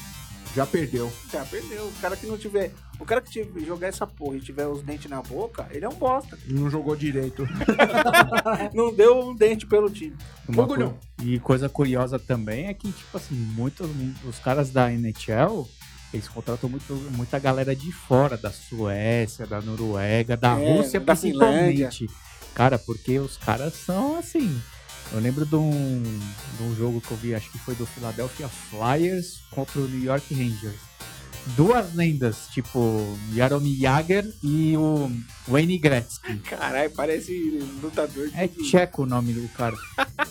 Speaker 4: já perdeu.
Speaker 3: já perdeu. O cara que não tiver. O cara que tiver, jogar essa porra e tiver os dentes na boca, ele é um bosta.
Speaker 4: Não jogou direito.
Speaker 2: É.
Speaker 3: Não deu um dente pelo time.
Speaker 2: Uma
Speaker 4: Orgulhão.
Speaker 2: coi- E coisa curiosa também é que, tipo assim, muitos os caras da NHL, eles contratam muito, muita galera de fora, da Suécia, da Noruega, da
Speaker 3: É,
Speaker 2: Rússia
Speaker 3: da
Speaker 2: principalmente. Cara, porque os caras são assim. Eu lembro de um, de um jogo que eu vi, acho que foi do Philadelphia Flyers contra o New York Rangers. Duas lendas, tipo Jaromir Jagr e o Wayne Gretzky.
Speaker 3: Caralho, parece lutador de.
Speaker 2: É tcheco o nome do cara.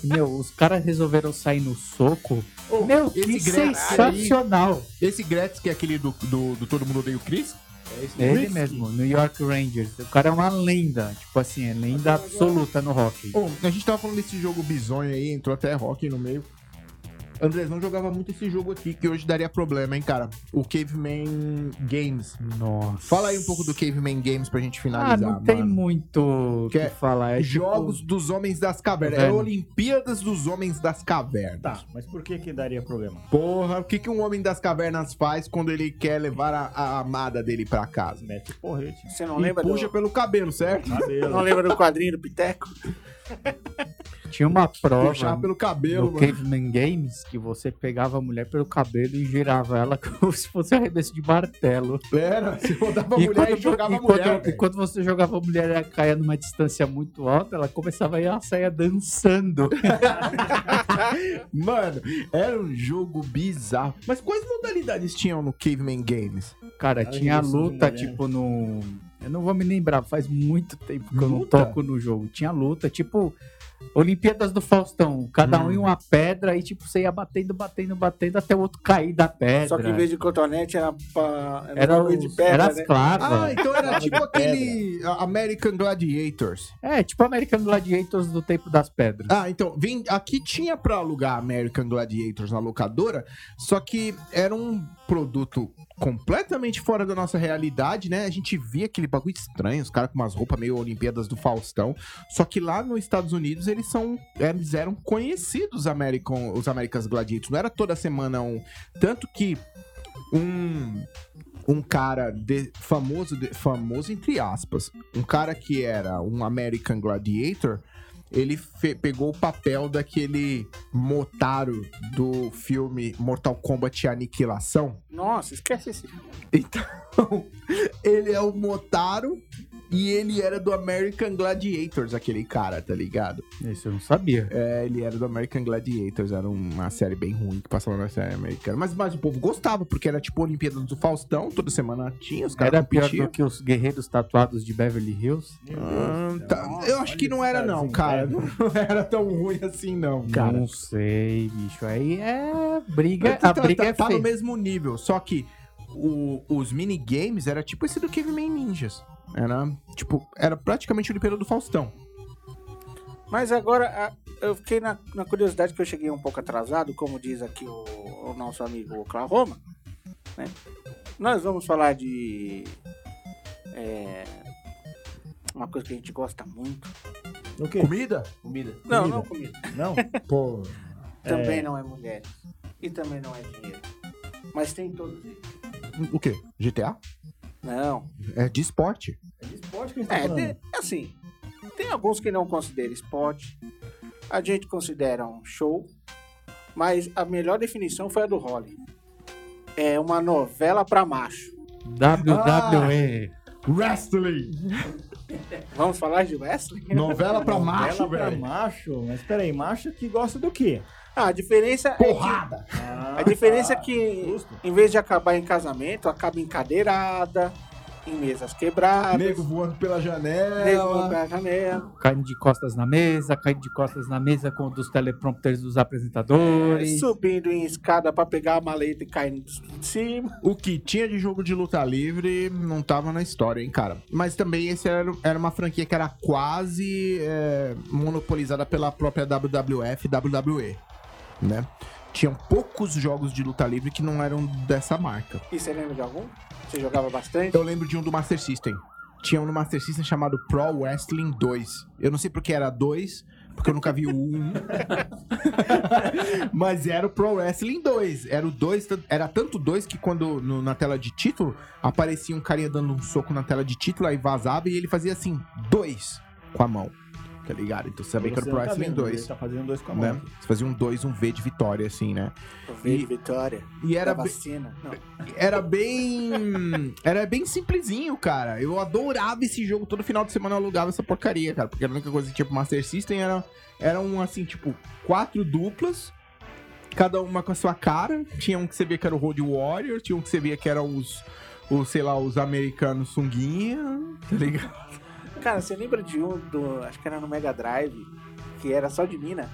Speaker 2: Meu, os caras resolveram sair no soco.
Speaker 4: Ô,
Speaker 2: Meu, que
Speaker 4: esse Gretzky
Speaker 2: sensacional.
Speaker 4: Esse Gretzky é aquele do, do, do Todo Mundo Odeia o Chris?
Speaker 2: É ele mesmo, New York Rangers. O cara é uma lenda. Tipo assim, é lenda absoluta no hockey.
Speaker 4: Ô, a gente tava falando desse jogo bizonho aí, entrou até rock no meio. Andrezão jogava muito esse jogo aqui, que hoje daria problema, hein, cara? O Caveman Games.
Speaker 2: Nossa.
Speaker 4: Fala aí um pouco do Caveman Games pra gente
Speaker 2: Ah,
Speaker 4: finalizar,
Speaker 2: não tem
Speaker 4: mano.
Speaker 2: muito o que,
Speaker 4: Que é
Speaker 2: falar. É tipo-
Speaker 4: Jogos dos Homens das Cavernas. É
Speaker 2: Velho.
Speaker 4: Olimpíadas dos Homens das Cavernas.
Speaker 1: Tá, mas por que que daria problema?
Speaker 4: Porra, o que, que um homem das cavernas faz quando ele quer levar a, a amada dele pra casa?
Speaker 1: Mete o porrete.
Speaker 3: Você não
Speaker 4: E
Speaker 3: lembra
Speaker 4: puxa
Speaker 3: do.
Speaker 4: pelo cabelo, certo?
Speaker 3: Não
Speaker 1: Cabelo.
Speaker 3: lembra do quadrinho do Piteco?
Speaker 2: Tinha uma
Speaker 4: Puxar
Speaker 2: prova
Speaker 4: pelo né? cabelo,
Speaker 2: no
Speaker 4: mano.
Speaker 2: Caveman Games que você pegava a mulher pelo cabelo e girava ela como se fosse um arremesso de martelo.
Speaker 4: Era, se rodava a mulher e jogava a
Speaker 2: enquanto-
Speaker 4: mulher. velho.
Speaker 2: enquanto você jogava a mulher ela caia numa distância muito alta, ela começava a ir, ela saia dançando.
Speaker 4: Mano, era um jogo bizarro. Mas quais modalidades tinham no Caveman Games?
Speaker 2: Cara,
Speaker 1: Cara,
Speaker 2: tinha
Speaker 1: isso de
Speaker 2: luta,
Speaker 1: mulher.
Speaker 2: tipo, no. Eu não vou me lembrar, faz muito tempo que eu não
Speaker 4: Luta?
Speaker 2: toco no jogo. Tinha luta, tipo. Olimpíadas do Faustão, cada um
Speaker 4: Hum.
Speaker 2: em uma pedra e tipo, você ia batendo, batendo, batendo até o outro cair da pedra.
Speaker 3: Só que em vez de cotonete era. Pra...
Speaker 2: É era,
Speaker 3: bagulho de
Speaker 2: os-
Speaker 3: pedra,
Speaker 2: era as
Speaker 3: né?
Speaker 4: Ah,
Speaker 2: clavas.
Speaker 4: então era tipo aquele American Gladiators.
Speaker 2: É, tipo American Gladiators do tempo das pedras.
Speaker 4: Ah, então, vem, aqui tinha pra alugar American Gladiators na locadora, só que era um produto completamente fora da nossa realidade, né? A gente via aquele bagulho estranho, os caras com umas roupas meio Olimpíadas do Faustão. Só que lá nos Estados Unidos eles são eles eram conhecidos American, os Americas Gladiators. Não era toda semana um, tanto que um um cara de- famoso, de- famoso entre aspas, um cara que era um American Gladiator, ele fe- pegou o papel daquele Motaro do filme Mortal Kombat Aniquilação.
Speaker 3: Nossa, esquece esse.
Speaker 4: Ele é o Motaro E ele era do American Gladiators, aquele cara, tá ligado?
Speaker 2: Isso eu não sabia.
Speaker 4: É, ele era do American Gladiators, era uma série bem ruim que passava na série americana. Mas, mas o povo gostava, porque era tipo Olimpíadas do Faustão, toda semana tinha, os caras
Speaker 2: Era pior
Speaker 4: competiam.
Speaker 2: do que os guerreiros tatuados de Beverly Hills?
Speaker 1: Meu
Speaker 4: Ah,
Speaker 1: Deus do
Speaker 4: tá.
Speaker 1: céu.
Speaker 4: Eu acho que não era,
Speaker 1: Olha
Speaker 4: não,
Speaker 1: esse
Speaker 4: cara.
Speaker 1: inferno.
Speaker 4: Não era tão ruim assim, não, cara.
Speaker 2: Não sei, bicho. Aí é briga.
Speaker 4: Tá-
Speaker 2: a briga
Speaker 4: tá,
Speaker 2: é
Speaker 4: tá no
Speaker 2: feia.
Speaker 4: mesmo nível, só que o- os minigames era tipo esse do Caveman Ninjas. Era, tipo, era praticamente o Olimpíada do Faustão.
Speaker 3: Mas agora a- eu fiquei na, na curiosidade que eu cheguei um pouco atrasado, como diz aqui o, o nosso amigo Oklahoma. né? Nós vamos falar de é, uma coisa que a gente gosta muito.
Speaker 1: O quê?
Speaker 4: Comida?
Speaker 5: Comida.
Speaker 3: Não,
Speaker 1: Comida.
Speaker 3: não comida.
Speaker 1: Não?
Speaker 4: Pô.
Speaker 3: Também não é mulher. E também não é dinheiro. Mas tem todos eles.
Speaker 4: O quê? GTA?
Speaker 3: Não.
Speaker 4: É de esporte.
Speaker 1: É de esporte que a gente tá
Speaker 3: É,
Speaker 1: falando.
Speaker 3: de- assim. Tem alguns que não consideram esporte. A gente considera um show. Mas a melhor definição foi a do Holly. É uma novela pra macho.
Speaker 2: WWE.
Speaker 4: Ah. Wrestling!
Speaker 3: Vamos falar de wrestling?
Speaker 4: Novela pra
Speaker 1: Novela
Speaker 4: macho,
Speaker 1: pra
Speaker 4: velho.
Speaker 1: macho? Mas peraí, macho que gosta do quê?
Speaker 3: Ah, a diferença é que,
Speaker 4: Porrada!
Speaker 1: Ah,
Speaker 3: a diferença é
Speaker 1: tá.
Speaker 3: que
Speaker 1: Justo.
Speaker 3: em vez de acabar em casamento, acaba em cadeirada, em mesas quebradas,
Speaker 4: Nego voando pela
Speaker 3: nego no
Speaker 4: janela.
Speaker 3: pé da janela.
Speaker 2: Caindo de costas na mesa, caindo de costas na mesa com um dos teleprompters dos apresentadores.
Speaker 3: subindo em escada pra pegar a maleta e caindo de cima.
Speaker 4: O que tinha de jogo de luta livre não tava na história, hein, cara. Mas também esse era, era uma franquia que era quase é, monopolizada pela própria WWF e WWE, né? Tinham poucos jogos de luta livre que não eram dessa marca.
Speaker 3: E você lembra de algum? Você jogava bastante?
Speaker 4: Eu lembro de um do Master System. Tinha um do Master System chamado Pro Wrestling 2. Eu não sei porque era 2, porque eu nunca vi o 1. Mas era o Pro Wrestling 2. Era o 2, tan- era tanto 2 que quando no- na tela de título aparecia um carinha dando um soco na tela de título, aí vazava e ele fazia assim, 2 com a mão. Tá ligado? Então você sabia que era o
Speaker 1: Você
Speaker 4: Pro
Speaker 1: não tá
Speaker 4: Wrestling
Speaker 1: vendo, Ele
Speaker 4: 2.
Speaker 1: tá fazendo dois com a mão.
Speaker 4: Né? Você fazia um 2, um V de vitória, assim, né?
Speaker 3: V de Vitória,
Speaker 4: E era,
Speaker 3: da
Speaker 4: be-
Speaker 3: vacina. Não.
Speaker 4: era bem. Era bem simplesinho, cara. Eu adorava esse jogo. Todo final de semana eu alugava essa porcaria, cara. Porque a única coisa que tinha pro Master System era, era um, assim, tipo, quatro duplas. Cada uma com a sua cara. Tinha um que você via que era o Road Warrior. Tinha um que você via que era os. os sei lá, os americanos sunguinha. Tá ligado?
Speaker 3: Cara, você lembra de um do. Acho que era no Mega Drive, que era só de mina?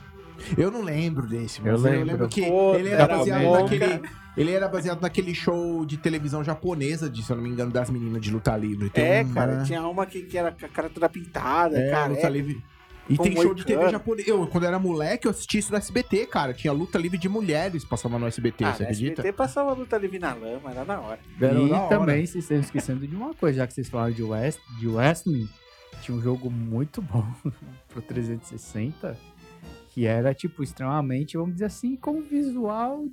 Speaker 4: Eu não lembro desse, mas
Speaker 2: Eu lembro.
Speaker 4: que
Speaker 3: Pô,
Speaker 4: ele era
Speaker 2: tá
Speaker 4: baseado
Speaker 2: bom,
Speaker 4: naquele. Ele era baseado naquele show de televisão japonesa, de, se eu não me engano, das meninas de luta livre. Tem
Speaker 3: é,
Speaker 4: um-
Speaker 3: cara, tinha uma que, que era com a cara toda pintada,
Speaker 4: É,
Speaker 3: cara.
Speaker 4: luta livre. E
Speaker 3: Com
Speaker 4: tem show de TV
Speaker 3: moicano.
Speaker 4: japonês. Eu, quando era moleque, eu assistia isso no SBT, cara. Tinha luta livre de mulheres, passava no SBT,
Speaker 3: Ah,
Speaker 4: você
Speaker 3: na
Speaker 4: acredita?
Speaker 3: SBT passava a luta livre na lama, era na hora.
Speaker 4: Era da
Speaker 2: E
Speaker 4: hora.
Speaker 2: também vocês estão esquecendo de uma coisa, já que vocês falaram de, West, de Wrestling, tinha um jogo muito bom pro 360, que era, tipo, extremamente, vamos dizer assim, com visual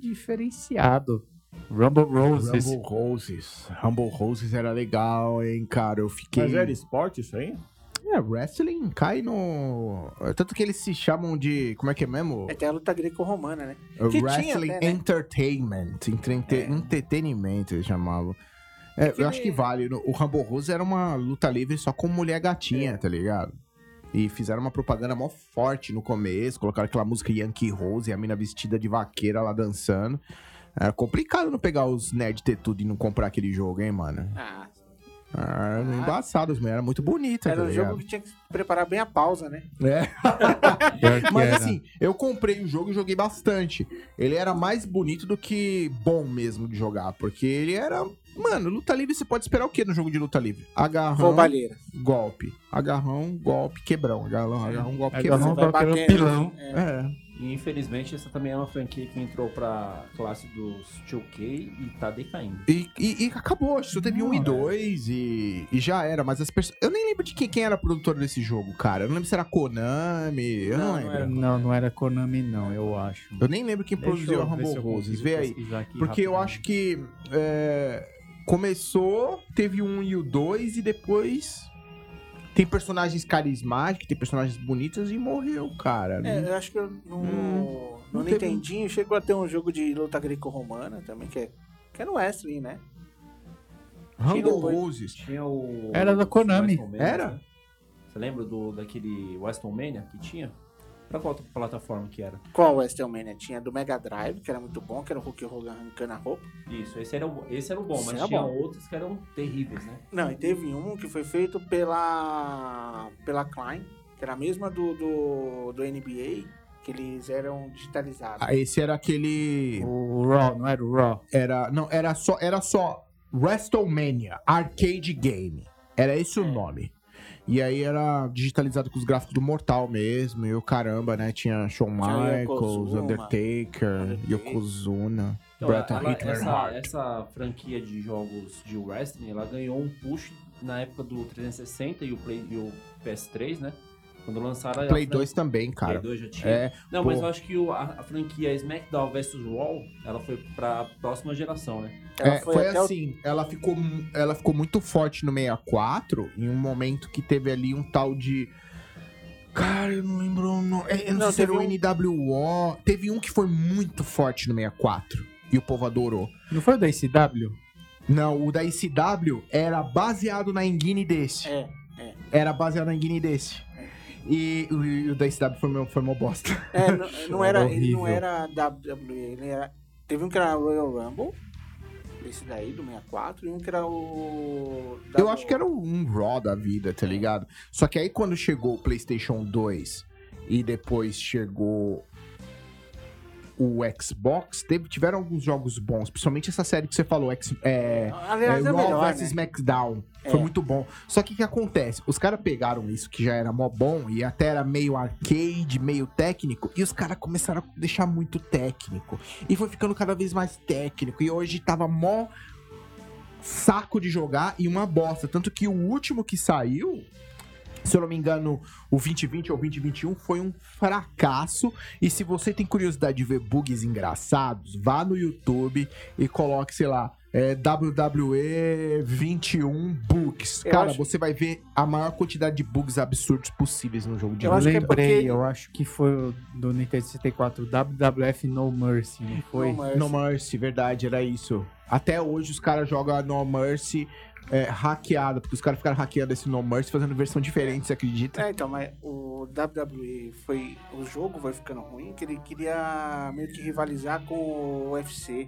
Speaker 2: diferenciado. Rumble Roses.
Speaker 4: Rumble Roses. Rumble Roses era legal, hein, cara. Eu fiquei.
Speaker 1: Mas era esporte isso aí?
Speaker 4: É, wrestling cai no. Tanto que eles se chamam de. Como é que é mesmo?
Speaker 3: Até a luta greco-romana, né? que tinha
Speaker 4: wrestling
Speaker 3: até, né? É.
Speaker 4: Entertainment. Entrete... Entretenimento eles chamavam. É,
Speaker 3: Aquele-
Speaker 4: Eu acho que vale. O Rumble Rose era uma luta livre só com mulher
Speaker 3: É.
Speaker 4: gatinha, tá ligado? E fizeram uma propaganda mó forte no começo, colocaram aquela música Yankee Rose e a mina vestida de vaqueira lá dançando. Era complicado não pegar os nerd ter tudo e não comprar aquele jogo, hein, mano? Ah,
Speaker 3: Ah,
Speaker 4: Era embaçado, as mulheres eram muito bonitas,
Speaker 3: era
Speaker 4: tá
Speaker 3: um
Speaker 4: ligado?
Speaker 3: jogo que tinha que preparar bem a pausa, né?
Speaker 4: É.
Speaker 2: Pior que
Speaker 4: Mas
Speaker 2: era.
Speaker 4: assim, eu comprei o jogo e joguei bastante. Ele era mais bonito do que bom mesmo de jogar, porque ele era. Mano, luta livre você pode esperar o quê no jogo de luta livre? Agarrão,
Speaker 3: Roubalheira.
Speaker 4: golpe. Agarrão, golpe, quebrão. Agarrão, agarrão golpe,
Speaker 2: Agarrão,
Speaker 4: quebrão.
Speaker 2: golpe, era um
Speaker 3: batendo.
Speaker 2: pilão.
Speaker 4: É.
Speaker 5: E infelizmente essa também é uma franquia que entrou pra classe dos 2K e tá decaindo.
Speaker 4: E, e- e acabou, só teve
Speaker 2: é.
Speaker 4: um e dois e, e já era, mas as pessoas. Eu nem lembro de quem, quem era produtor desse jogo, cara. Eu não lembro se era Konami, eu não,
Speaker 5: Não, não
Speaker 4: lembro.
Speaker 5: era.
Speaker 2: Não, não era Konami não, eu acho.
Speaker 4: Eu nem lembro quem produziu a Rumble Roses. Vê aí. Porque eu acho que é, começou, teve um e o dois, e depois tem personagens carismáticos, tem personagens bonitas, e morreu, cara.
Speaker 3: É, eu acho que eu no, no
Speaker 4: Hum. não teve-
Speaker 3: Nintendinho é chegou a ter um jogo de luta greco-romana também, que, é, que era o wrestling, né?
Speaker 4: Rumble
Speaker 3: depois-
Speaker 4: Roses.
Speaker 5: Tinha o.
Speaker 2: Era da
Speaker 5: os
Speaker 2: Konami.
Speaker 5: Weston Mania,
Speaker 4: Era?
Speaker 5: né? Você lembra do, daquele Weston Mania que tinha? Pra qual plataforma que era?
Speaker 3: Qual Westmania? Tinha do Mega Drive, que era muito bom, que era o Hulk Hogan arrancando a roupa.
Speaker 5: Isso, esse era o, esse era o bom,
Speaker 3: Esse
Speaker 5: mas
Speaker 3: era
Speaker 5: tinha
Speaker 3: bom.
Speaker 5: outros que eram terríveis, né?
Speaker 3: Não, e teve um que foi feito pela, pela Klein, que era a mesma do, do, do NBA, que eles eram digitalizados.
Speaker 4: Ah, esse era aquele.
Speaker 2: O Raw, não era o Raw.
Speaker 4: Era. Não, era só. Era só WrestleMania Arcade Game. Era esse o nome. E aí era digitalizado com os gráficos do Mortal mesmo. E o caramba, né? Tinha Shawn
Speaker 3: Tinha
Speaker 4: Michaels,
Speaker 3: Yokozuna,
Speaker 4: Undertaker,
Speaker 3: Undertaker.
Speaker 4: Yokozuna,
Speaker 5: Então,
Speaker 4: Bret
Speaker 5: ela-
Speaker 4: Hitler
Speaker 5: essa,
Speaker 4: Hart.
Speaker 5: essa franquia de jogos de wrestling, ela ganhou um push na época do 360 e o, Play, e o PS3, né? Quando lançaram a
Speaker 4: Play
Speaker 5: fran-
Speaker 4: 2 também,
Speaker 5: Play
Speaker 4: cara.
Speaker 5: 2 já tinha.
Speaker 4: É,
Speaker 5: Não,
Speaker 4: pô.
Speaker 5: mas eu acho que o- a, a franquia SmackDown vs Raw, ela foi pra próxima geração, né?
Speaker 3: Ela
Speaker 4: é, foi, assim, ela, ficou, mu- ela ficou muito forte no 64, em um momento que teve ali um tal de. Cara, eu não lembro. o nome. É, eu não,
Speaker 3: Não,
Speaker 4: sei se era o
Speaker 3: teve um-
Speaker 4: NWO. Teve um que foi muito forte no 64 e o povo adorou.
Speaker 2: Não foi o da ICW?
Speaker 4: Não, o da ICW era baseado na engine desse.
Speaker 3: É,
Speaker 4: Era baseado na engine desse. E, o- e o da ICW foi, meu- foi uma bosta.
Speaker 3: é, não, não
Speaker 4: Era
Speaker 3: era, ele
Speaker 4: horrível.
Speaker 3: não era WWE, ele era... Teve um que era Royal Rumble, esse daí, do 64, e um que era o...
Speaker 4: Eu acho que era um Raw da vida, tá ligado? Só que aí quando chegou o PlayStation 2 e depois chegou o Xbox, teve- tiveram alguns jogos bons, principalmente essa série que você falou, X- é,
Speaker 3: Aliás,
Speaker 4: é,
Speaker 3: é,
Speaker 4: Raw
Speaker 3: melhor,
Speaker 4: vs
Speaker 3: né?
Speaker 4: SmackDown.
Speaker 3: É.
Speaker 4: Foi muito bom. Só que o que acontece? Os caras pegaram isso que já era mó bom e até era meio arcade, meio técnico, e os caras começaram a deixar muito técnico. E foi ficando cada vez mais técnico. E hoje tava mó saco de jogar e uma bosta. Tanto que o último que saiu. Se eu não me engano, o 2020 ou 2021 foi um fracasso. E se você tem curiosidade de ver bugs engraçados, vá no YouTube e coloque, sei lá, é, WWE 21 bugs.
Speaker 3: Eu
Speaker 4: Cara,
Speaker 3: acho-
Speaker 4: você vai ver a maior quantidade de bugs absurdos possíveis no jogo de
Speaker 3: Eu
Speaker 4: luta.
Speaker 3: acho que é
Speaker 2: lembrei,
Speaker 3: porque-
Speaker 2: eu acho que foi o do Nintendo 64, WWF No Mercy, não foi?
Speaker 3: Não, mas-
Speaker 4: No Mercy, verdade, era isso. Até hoje os caras jogam No Mercy é, hackeado, porque os caras ficaram hackeando esse No Mercy fazendo versão diferente, você acredita?
Speaker 3: É, então, mas o WWE foi. O jogo foi ficando ruim, que ele queria meio que rivalizar com o UFC.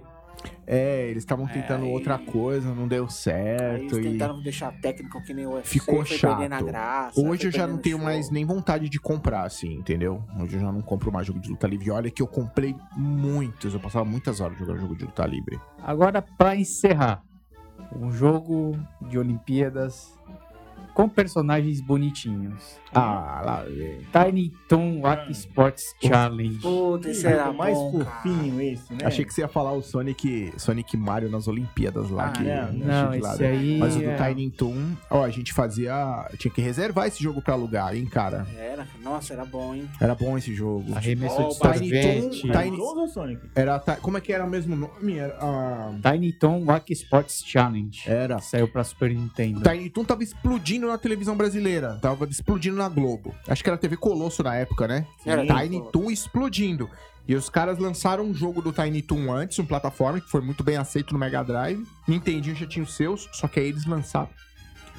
Speaker 4: É, eles estavam tentando
Speaker 3: aí-
Speaker 4: outra coisa, não deu
Speaker 3: Aí
Speaker 4: certo.
Speaker 3: eles
Speaker 4: e...
Speaker 3: tentaram deixar técnico que nem o UFC.
Speaker 4: Ficou
Speaker 3: foi
Speaker 4: chato.
Speaker 3: perdendo a graça,
Speaker 4: Hoje
Speaker 3: foi
Speaker 4: eu já não
Speaker 3: perdendo
Speaker 4: tenho
Speaker 3: show.
Speaker 4: mais nem vontade de comprar, assim, entendeu? Hoje eu já não compro mais jogo de luta livre. Olha que eu comprei muitos, eu passava muitas horas jogando jogo de luta livre.
Speaker 2: Agora, pra encerrar, um jogo de Olimpíadas com personagens bonitinhos.
Speaker 4: Ah, lá vem.
Speaker 2: Tiny Toon Wack Sports Challenge.
Speaker 3: Puta, esse era
Speaker 1: Jogo mais
Speaker 3: bom, cara.
Speaker 1: fofinho esse,
Speaker 2: É.
Speaker 1: né?
Speaker 4: Achei que você ia falar o Sonic, Sonic Mario nas Olimpíadas lá.
Speaker 3: Ah,
Speaker 4: que
Speaker 1: não,
Speaker 4: eu
Speaker 2: é, né? Não,
Speaker 4: deixei de
Speaker 2: esse
Speaker 4: lado.
Speaker 2: aí.
Speaker 4: né? Mas o do
Speaker 2: é-
Speaker 4: Tiny Toon, ó, a gente fazia. Tinha que reservar esse jogo pra alugar, hein, cara?
Speaker 3: Era, nossa, era bom, hein?
Speaker 4: Era bom esse jogo.
Speaker 2: Arremesso
Speaker 1: Ó,
Speaker 2: de
Speaker 1: o Tiny
Speaker 2: sorvete.
Speaker 4: Toon, Tiny-
Speaker 1: Tiny Toons ou Sonic?
Speaker 4: Era. ta- Como é que era mesmo o nome? Era. ah,
Speaker 2: Tiny Toon Wack Sports Challenge.
Speaker 4: Era.
Speaker 2: Saiu pra Super
Speaker 4: O
Speaker 2: Nintendo.
Speaker 4: Tiny Toon tava explodindo na televisão brasileira. Tava explodindo na Globo. Acho que era TV Colosso na época, né?
Speaker 3: Era
Speaker 4: Tiny Toon explodindo. E os caras lançaram um jogo do Tiny Toon antes, um plataforma que foi muito bem aceito no Mega Drive. Nintendinho já tinha os seus, só que aí eles lançaram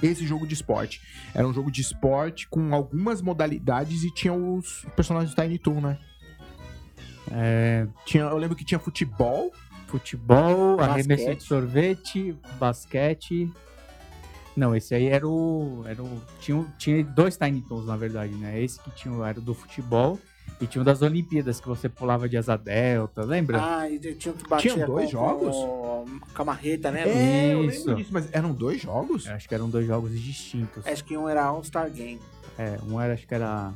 Speaker 4: esse jogo de esporte. Era um jogo de esporte com algumas modalidades e tinha os personagens do Tiny Toon, né? É... Tinha, eu lembro que tinha futebol,
Speaker 2: Futebol, arremesso
Speaker 3: Basquete.
Speaker 2: de sorvete, basquete. Não, esse aí era o. Era o tinha, um- tinha dois Tiny Toons, na verdade, né? Esse que tinha, o- era o do futebol e tinha o das Olimpíadas, que você pulava de asa delta, lembra?
Speaker 3: Ah, e tinha que bater
Speaker 4: Tinha dois
Speaker 3: com,
Speaker 4: jogos?
Speaker 3: Com a marreta, né?
Speaker 4: É, eu
Speaker 2: Isso.
Speaker 4: lembro disso, mas eram dois jogos?
Speaker 2: Acho que eram dois jogos
Speaker 4: É.
Speaker 2: distintos.
Speaker 3: Acho que um era All-Star Game.
Speaker 2: É, um era, acho que era.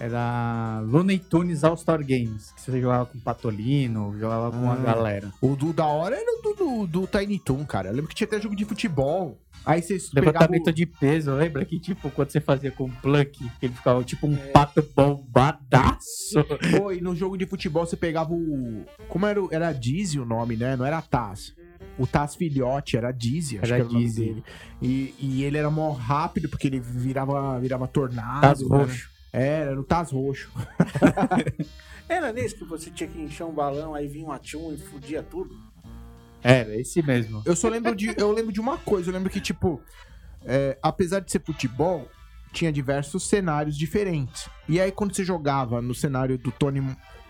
Speaker 2: Era Looney Tunes All-Star Games, que você jogava com o Patolino, jogava com a
Speaker 4: Ah.
Speaker 2: galera.
Speaker 4: O do da hora era o do, do, do Tiny Toon, cara. Eu lembro que tinha até jogo de futebol. Aí vocês pegavam...
Speaker 2: Levantamento de peso, lembra que, tipo, quando você fazia com o Plunk, ele ficava tipo um pato bombadaço.
Speaker 4: Pô, e no jogo de futebol você pegava o... Como era o... Era Dizzy o nome, né? Não era Taz. O Taz Filhote, era Dizzy, acho
Speaker 2: Era
Speaker 4: que era o nome
Speaker 2: Dizzy.
Speaker 4: dele. E, e ele era mó rápido, porque ele virava, virava tornado.
Speaker 2: Taz
Speaker 4: né?
Speaker 2: roxo.
Speaker 4: Era, era o Taz Roxo.
Speaker 3: Era nesse que você tinha que encher um balão, aí vinha um atum e fudia um tudo.
Speaker 2: Era É esse mesmo.
Speaker 4: Eu só lembro de, eu lembro de uma coisa. Eu lembro que, tipo, é, apesar de ser futebol, tinha diversos cenários diferentes. E aí, quando você jogava no cenário do Tony.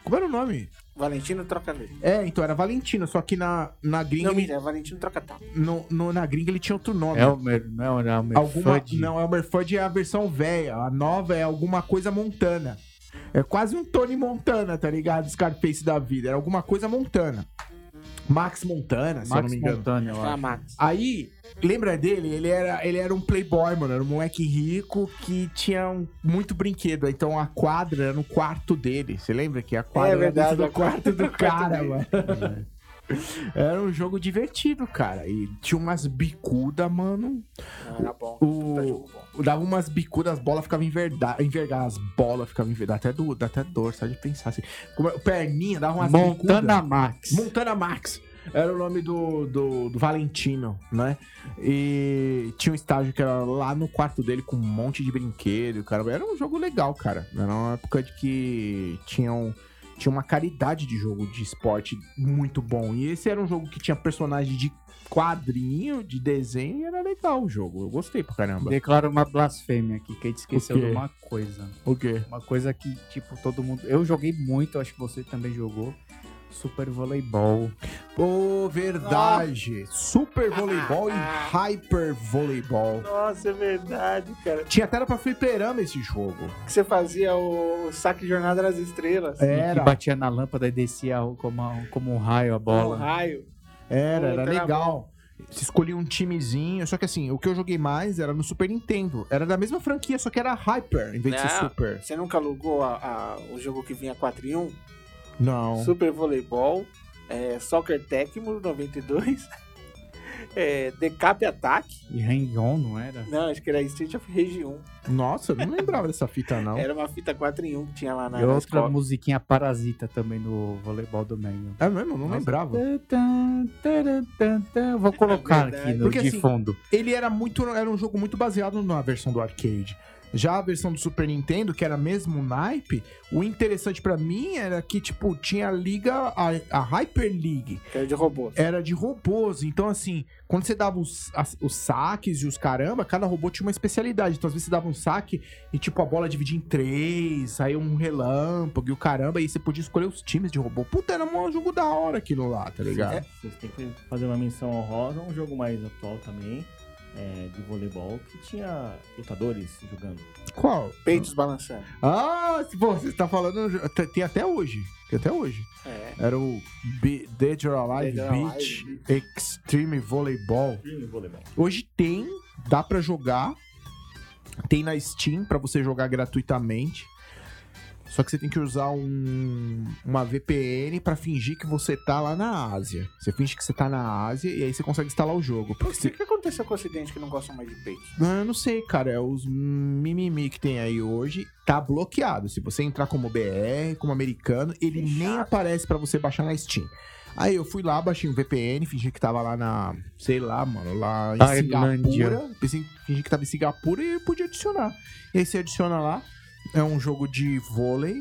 Speaker 4: Como era o nome?
Speaker 3: Valentino troca leite.
Speaker 4: É, então era Valentino, só que na, na gringa.
Speaker 3: Não,
Speaker 4: ele-
Speaker 3: mira, Valentino troca tapa.
Speaker 4: no, no- na gringa ele tinha outro nome. né?
Speaker 2: Elmer, é não, era Elmer
Speaker 4: alguma,
Speaker 2: Fudd.
Speaker 4: Não, Elmer Fudd é a versão velha. A nova é alguma coisa montana. É quase um Tony Montana, tá ligado? Scarface da vida. Era alguma coisa montana. Max Montana, se eu não
Speaker 2: Max
Speaker 4: me engano.
Speaker 2: Montana, eu
Speaker 3: Ah,
Speaker 2: acho.
Speaker 3: Max.
Speaker 4: Aí, lembra dele? Ele era, ele era um playboy, mano. Era um moleque rico que tinha um- muito brinquedo. Então a quadra era no quarto dele. Você lembra que a quadra
Speaker 3: É verdade,
Speaker 4: era dentro
Speaker 3: a
Speaker 4: do quarto do cara,
Speaker 3: dele.
Speaker 4: mano.
Speaker 2: É.
Speaker 4: Era um jogo divertido, cara. E tinha umas bicudas, mano.
Speaker 3: Não, era bom. Puta
Speaker 4: O,
Speaker 3: jogo bom.
Speaker 4: dava umas bicudas, as bolas ficavam enverdadas. Envergadas, as bolas ficavam enverdadas. Até, do, dá até dor, só de pensar assim. Como é- perninha, dava umas bicudas.
Speaker 2: Montana Max.
Speaker 4: Montana Max. Era o nome do, do, do Valentino, né? E tinha um estágio que era lá no quarto dele com um monte de brinquedo, cara. Era um jogo legal, cara. Era uma época de que tinham, tinha uma caridade de jogo de esporte muito bom. E esse era um jogo que tinha personagem de quadrinho, de desenho, e era legal o jogo. Eu gostei pra caramba.
Speaker 2: Declaro uma blasfêmia aqui, que a gente esqueceu
Speaker 4: O quê?
Speaker 2: de uma coisa.
Speaker 4: O quê?
Speaker 2: Uma coisa que, tipo, todo mundo. Eu joguei muito, acho que você também jogou. Super voleibol.
Speaker 4: Ô, verdade! Super voleibol e hyper voleibol.
Speaker 3: Nossa, é verdade, cara.
Speaker 4: Tinha até era pra fliperama esse jogo.
Speaker 3: Que você fazia o saque de jornada das estrelas.
Speaker 4: É.
Speaker 2: E que batia na lâmpada e descia como, como um raio a
Speaker 3: Com
Speaker 2: bola.
Speaker 3: raio.
Speaker 4: Era,
Speaker 3: Puta,
Speaker 4: era
Speaker 3: era
Speaker 4: legal. Você escolhia um timezinho, só que assim, o que eu joguei mais era no Super Nintendo. Era da mesma franquia, só que era Hyper em vez de ser
Speaker 3: Não.
Speaker 4: Super.
Speaker 3: Você nunca alugou a- a- o jogo que vinha 4 em 1?
Speaker 4: Não.
Speaker 3: Super Voleibol, é, Soccer Tecmo 92, é, Decap Attack.
Speaker 2: E hang-on, não era?
Speaker 3: Não, acho que era Street of Rage 1.
Speaker 4: Nossa, eu não lembrava dessa fita, não.
Speaker 3: Era uma fita 4 em 1 que tinha lá na,
Speaker 2: e
Speaker 3: na
Speaker 2: outra
Speaker 3: escola.
Speaker 2: musiquinha parasita também no voleibol do Mengão.
Speaker 4: É mesmo, eu não
Speaker 2: Nossa.
Speaker 4: lembrava.
Speaker 2: Tan, tan, tan, tan, tan. Vou colocar
Speaker 3: verdade.
Speaker 2: aqui no,
Speaker 4: Porque,
Speaker 2: de
Speaker 4: assim,
Speaker 2: fundo.
Speaker 4: Ele era muito. Era um jogo muito baseado na versão do arcade. Já a versão do Super Nintendo, que era mesmo o naipe, o interessante pra mim era que, tipo, tinha a liga, a, a Hyper League.
Speaker 3: Que era de robô.
Speaker 4: era de robôs. Então, assim, quando você dava os, as- os saques e os caramba, cada robô tinha uma especialidade. Então, às vezes você dava um saque e, tipo, a bola dividia em três, saiu um relâmpago e o caramba, e você podia escolher os times de robô. Puta, era um jogo da hora aquilo lá, tá ligado?
Speaker 1: Vocês têm que fazer uma menção honrosa, um jogo mais atual também, é, de voleibol, que tinha lutadores jogando.
Speaker 4: Qual?
Speaker 3: Peitos balançando.
Speaker 4: Ah, se- pô, você tá falando. tem- Tem até hoje. Tem até hoje.
Speaker 3: É.
Speaker 4: Era o Be- Dead or Alive
Speaker 3: Dead or Alive
Speaker 4: Beach Extreme Volleyball.
Speaker 1: Filme voleibol.
Speaker 4: Hoje tem, dá pra jogar. Tem na Steam pra você jogar gratuitamente. Só que você tem que usar um, uma VPN pra fingir que você tá lá na Ásia. Você finge que você tá na Ásia e aí você consegue instalar o jogo. Porque
Speaker 3: O que,
Speaker 4: você...
Speaker 3: que aconteceu com o Ocidente que não gostam mais de peitos?
Speaker 4: Não, eu não sei, cara. É os mimimi que tem aí hoje. Tá bloqueado. Se você entrar como BR, como americano, ele
Speaker 3: Que
Speaker 4: nem
Speaker 3: chato.
Speaker 4: aparece pra você baixar na Steam. Aí eu fui lá, baixei um VPN, fingi que tava lá na, sei lá, mano, lá em
Speaker 2: Tailândia.
Speaker 4: Singapura. Pensei- Fingi que tava em Singapura e podia adicionar. E aí você adiciona lá. É um jogo de vôlei,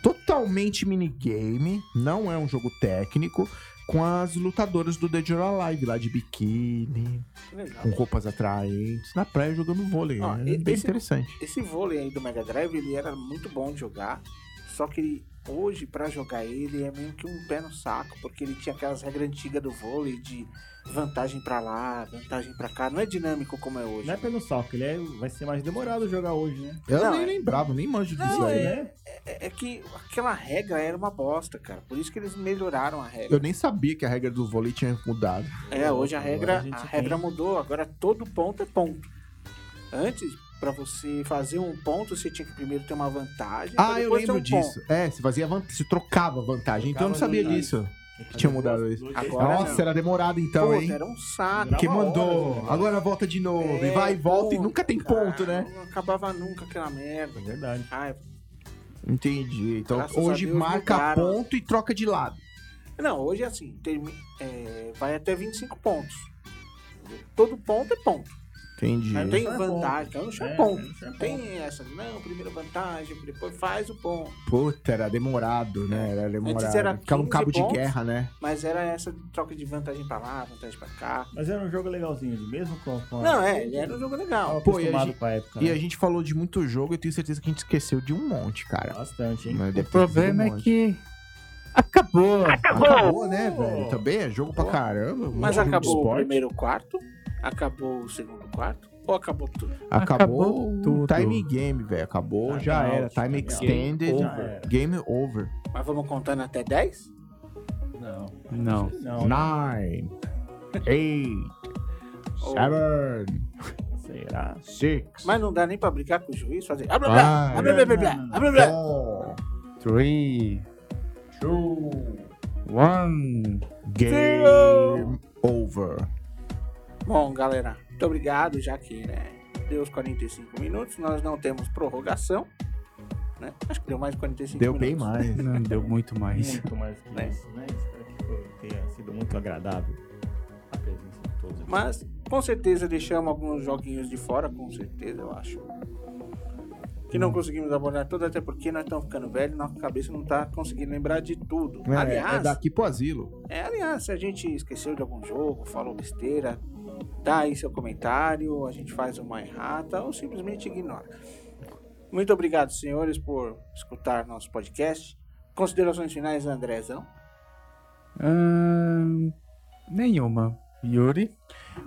Speaker 4: totalmente minigame, não é um jogo técnico, com as lutadoras do Dead or Alive lá de biquíni,
Speaker 3: Que legal.
Speaker 4: com roupas atraentes, na praia jogando vôlei.
Speaker 3: Ó,
Speaker 4: né?
Speaker 3: e-
Speaker 4: bem
Speaker 3: esse-
Speaker 4: interessante.
Speaker 3: Esse vôlei aí do Mega Drive, ele era muito bom de jogar. Só que hoje, pra jogar ele, é meio que um pé no saco. Porque ele tinha aquelas regras antigas do vôlei de vantagem pra lá, vantagem pra cá. Não é dinâmico como é hoje.
Speaker 4: Né?
Speaker 1: Não é pelo saco, ele é- vai ser mais demorado jogar hoje, né?
Speaker 4: Eu
Speaker 3: Não,
Speaker 4: nem
Speaker 3: é-
Speaker 4: lembrava, nem manjo disso
Speaker 3: Não,
Speaker 4: aí.
Speaker 3: é-
Speaker 1: né?
Speaker 3: É, é que aquela regra era uma bosta, cara. Por isso que eles melhoraram a regra.
Speaker 4: Eu nem sabia que a regra do vôlei tinha mudado.
Speaker 3: É, hoje a
Speaker 1: Agora
Speaker 3: regra,
Speaker 1: a gente
Speaker 3: a
Speaker 1: tem.
Speaker 3: regra mudou, agora todo ponto é ponto. Antes, pra você fazer um ponto, você tinha que primeiro ter uma vantagem. pra
Speaker 4: Ah, eu
Speaker 3: depois ter
Speaker 4: lembro
Speaker 3: um
Speaker 4: disso. É, se fazia vantagem, se trocava vantagem. então eu não
Speaker 1: Trocava
Speaker 4: sabia
Speaker 1: vantagem.
Speaker 4: disso.
Speaker 1: Tem que
Speaker 4: Tinha
Speaker 1: fazer
Speaker 4: mudado
Speaker 1: duas-
Speaker 4: isso.
Speaker 1: duas-
Speaker 3: Agora
Speaker 4: Nossa,
Speaker 3: não.
Speaker 4: era demorado então,
Speaker 3: Ponto.
Speaker 4: hein?
Speaker 3: Puta, era um saco.
Speaker 1: Era
Speaker 4: Que
Speaker 1: uma
Speaker 4: mandou.
Speaker 1: hora, né?
Speaker 4: Agora volta de novo. e
Speaker 3: É,
Speaker 4: vai e volta. E
Speaker 3: ponto,
Speaker 4: nunca tem
Speaker 3: cara.
Speaker 4: ponto, né?
Speaker 3: Não acabava nunca aquela merda.
Speaker 1: É verdade.
Speaker 3: Ai,
Speaker 4: Entendi. Então
Speaker 3: Graças
Speaker 4: hoje
Speaker 3: a Deus
Speaker 4: marca
Speaker 3: mudaram.
Speaker 4: ponto e troca de lado.
Speaker 3: não, hoje é assim, termi- é, vai até 25 pontos. Todo ponto é ponto.
Speaker 4: Entendi.
Speaker 3: Não tem
Speaker 1: Não é
Speaker 3: vantagem,
Speaker 1: ponto.
Speaker 3: não chama
Speaker 1: É,
Speaker 3: ponto.
Speaker 1: não chama
Speaker 3: Não tem essa, não, primeiro vantagem, depois faz o ponto.
Speaker 4: Puta, era demorado, né? Era demorado.
Speaker 3: Antes era
Speaker 4: Ficava um cabo
Speaker 3: 15
Speaker 4: de
Speaker 3: pontos.
Speaker 4: guerra, né?
Speaker 3: Mas era essa de troca de vantagem pra lá, vantagem pra cá.
Speaker 1: Mas era um jogo legalzinho, de mesmo com, com a-
Speaker 3: Não, é, ele era um jogo legal.
Speaker 1: tava
Speaker 4: Pô, e a
Speaker 1: acostumado
Speaker 4: gente-
Speaker 1: com a época.
Speaker 4: E
Speaker 1: né?
Speaker 4: a gente falou de muito jogo, eu tenho certeza que a gente esqueceu de um monte, cara.
Speaker 1: Bastante, hein?
Speaker 4: Mas
Speaker 2: O
Speaker 4: deve ter
Speaker 2: problema
Speaker 4: sido
Speaker 2: é
Speaker 4: um monte.
Speaker 2: que acabou.
Speaker 4: Acabou, né, velho? Também é jogo pra caramba. um monte
Speaker 3: Mas
Speaker 4: de
Speaker 3: acabou o
Speaker 4: esporte.
Speaker 3: primeiro quarto, acabou o segundo quarto, ou acabou tudo?
Speaker 4: Acabou,
Speaker 2: Acabou
Speaker 4: o
Speaker 2: tudo.
Speaker 4: time game, velho. Acabou,
Speaker 1: Time
Speaker 4: já
Speaker 1: out,
Speaker 4: era. Time
Speaker 1: time out.
Speaker 4: extended.
Speaker 1: Já era.
Speaker 4: Game over.
Speaker 3: Mas vamos contando até 10?
Speaker 5: Não.
Speaker 2: Não.
Speaker 1: Não,
Speaker 4: Nine. Eight.
Speaker 3: Ou-
Speaker 4: Seven.
Speaker 1: será?
Speaker 4: Six.
Speaker 3: Mas não dá nem pra brigar com o juiz, fazer. Ah, blá, blá,
Speaker 4: Five.
Speaker 3: ah, blá, blá, blá, blá, ah, blá, blá.
Speaker 4: Four.
Speaker 2: Three,
Speaker 4: Two.
Speaker 2: one.
Speaker 4: Game over.
Speaker 3: Bom, galera, muito obrigado, já que, né, deu os 45 minutos, nós não temos prorrogação, né? Acho que deu mais de 45
Speaker 4: Deu bem
Speaker 3: minutos.
Speaker 4: mais.
Speaker 2: Não deu muito mais.
Speaker 1: Muito mais que
Speaker 3: Né?
Speaker 1: isso, né? Espero que foi- tenha sido muito agradável a presença de todos aqui.
Speaker 3: Mas com certeza deixamos alguns joguinhos de fora, com certeza, eu acho. Que
Speaker 4: Hum.
Speaker 3: não conseguimos abordar tudo, até porque nós estamos ficando velhos, nossa cabeça não está conseguindo lembrar de tudo.
Speaker 4: É,
Speaker 3: aliás,
Speaker 4: é daqui pro asilo.
Speaker 3: é, aliás, se a gente esqueceu de algum jogo, falou besteira, dá aí seu comentário, a gente faz uma errata ou simplesmente ignora. Muito obrigado, senhores, por escutar nosso podcast. Considerações finais, Andrezão.
Speaker 2: Ahn, nenhuma. Yuri?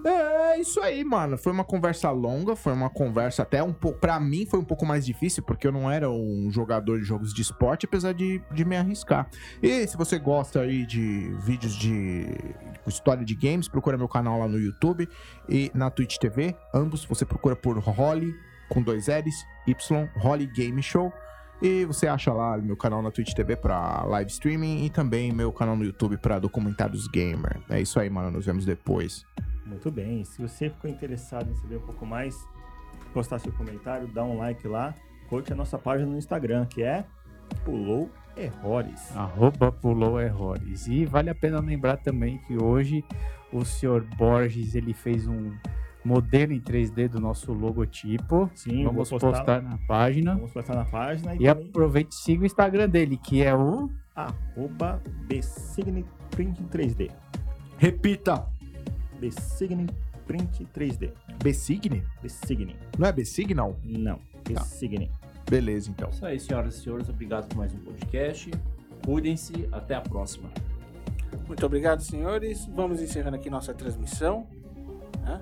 Speaker 4: É isso aí, mano. Foi uma conversa longa, foi uma conversa até um pouco. Pra mim foi um pouco mais difícil, porque eu não era um jogador de jogos de esporte, apesar de, de me arriscar. E se você gosta aí de vídeos de história de games, procura meu canal lá no YouTube e na Twitch TV. Ambos você procura por Holly com dois L's, Y, Holly Game Show. E você acha lá meu canal na Twitch TV pra live streaming e também meu canal no YouTube pra documentários gamer. É isso aí, mano. Nos vemos depois.
Speaker 1: Muito bem. Se você ficou interessado em saber um pouco mais, postar seu comentário, dá um like lá. Curte a nossa página no Instagram, que é Pulou Errores.
Speaker 2: Arroba pulou errores. E vale a pena lembrar também que hoje o senhor Borges ele fez um modelo em 3D do nosso logotipo.
Speaker 1: Sim,
Speaker 2: Vamos
Speaker 1: vou
Speaker 2: postar,
Speaker 1: postar-
Speaker 2: na página.
Speaker 1: Vamos postar na página e,
Speaker 2: E
Speaker 1: também
Speaker 2: aproveite e siga o Instagram dele, que é o
Speaker 1: arroba Besigne Print 3D.
Speaker 4: Repita.
Speaker 1: Besigne Print 3D.
Speaker 4: Besigne?
Speaker 1: Besigne.
Speaker 4: Não é Besignal?
Speaker 1: Não, Besigne.
Speaker 4: Beleza, então.
Speaker 5: É isso aí, senhoras e senhores. Obrigado por mais um podcast. Cuidem-se. Até a próxima.
Speaker 3: Muito obrigado, senhores. Vamos encerrando aqui nossa transmissão. né?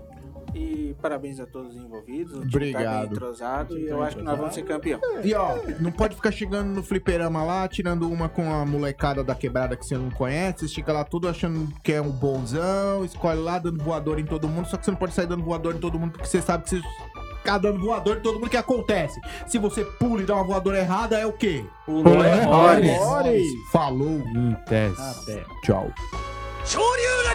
Speaker 3: E parabéns a todos os envolvidos. O time Tá
Speaker 4: Obrigado.
Speaker 3: bem entrosado e
Speaker 1: Time
Speaker 3: eu
Speaker 1: tá
Speaker 3: acho que nós vamos ser
Speaker 1: entrosado.
Speaker 3: campeão.
Speaker 4: E ó, não pode ficar chegando no fliperama lá, tirando uma com a molecada da quebrada que você não conhece. Você chega lá tudo achando que é um bonzão, escolhe lá dando voador em todo mundo. Só que você não pode sair dando voador em todo mundo porque você sabe que você ficar dando voador em todo mundo que acontece. Se você pula e dá uma voadora errada, é o quê?
Speaker 5: Pulou
Speaker 2: errores.
Speaker 5: errores.
Speaker 4: Falou.
Speaker 2: Intes.
Speaker 1: Até.
Speaker 4: Tchau.
Speaker 7: Shoryuken!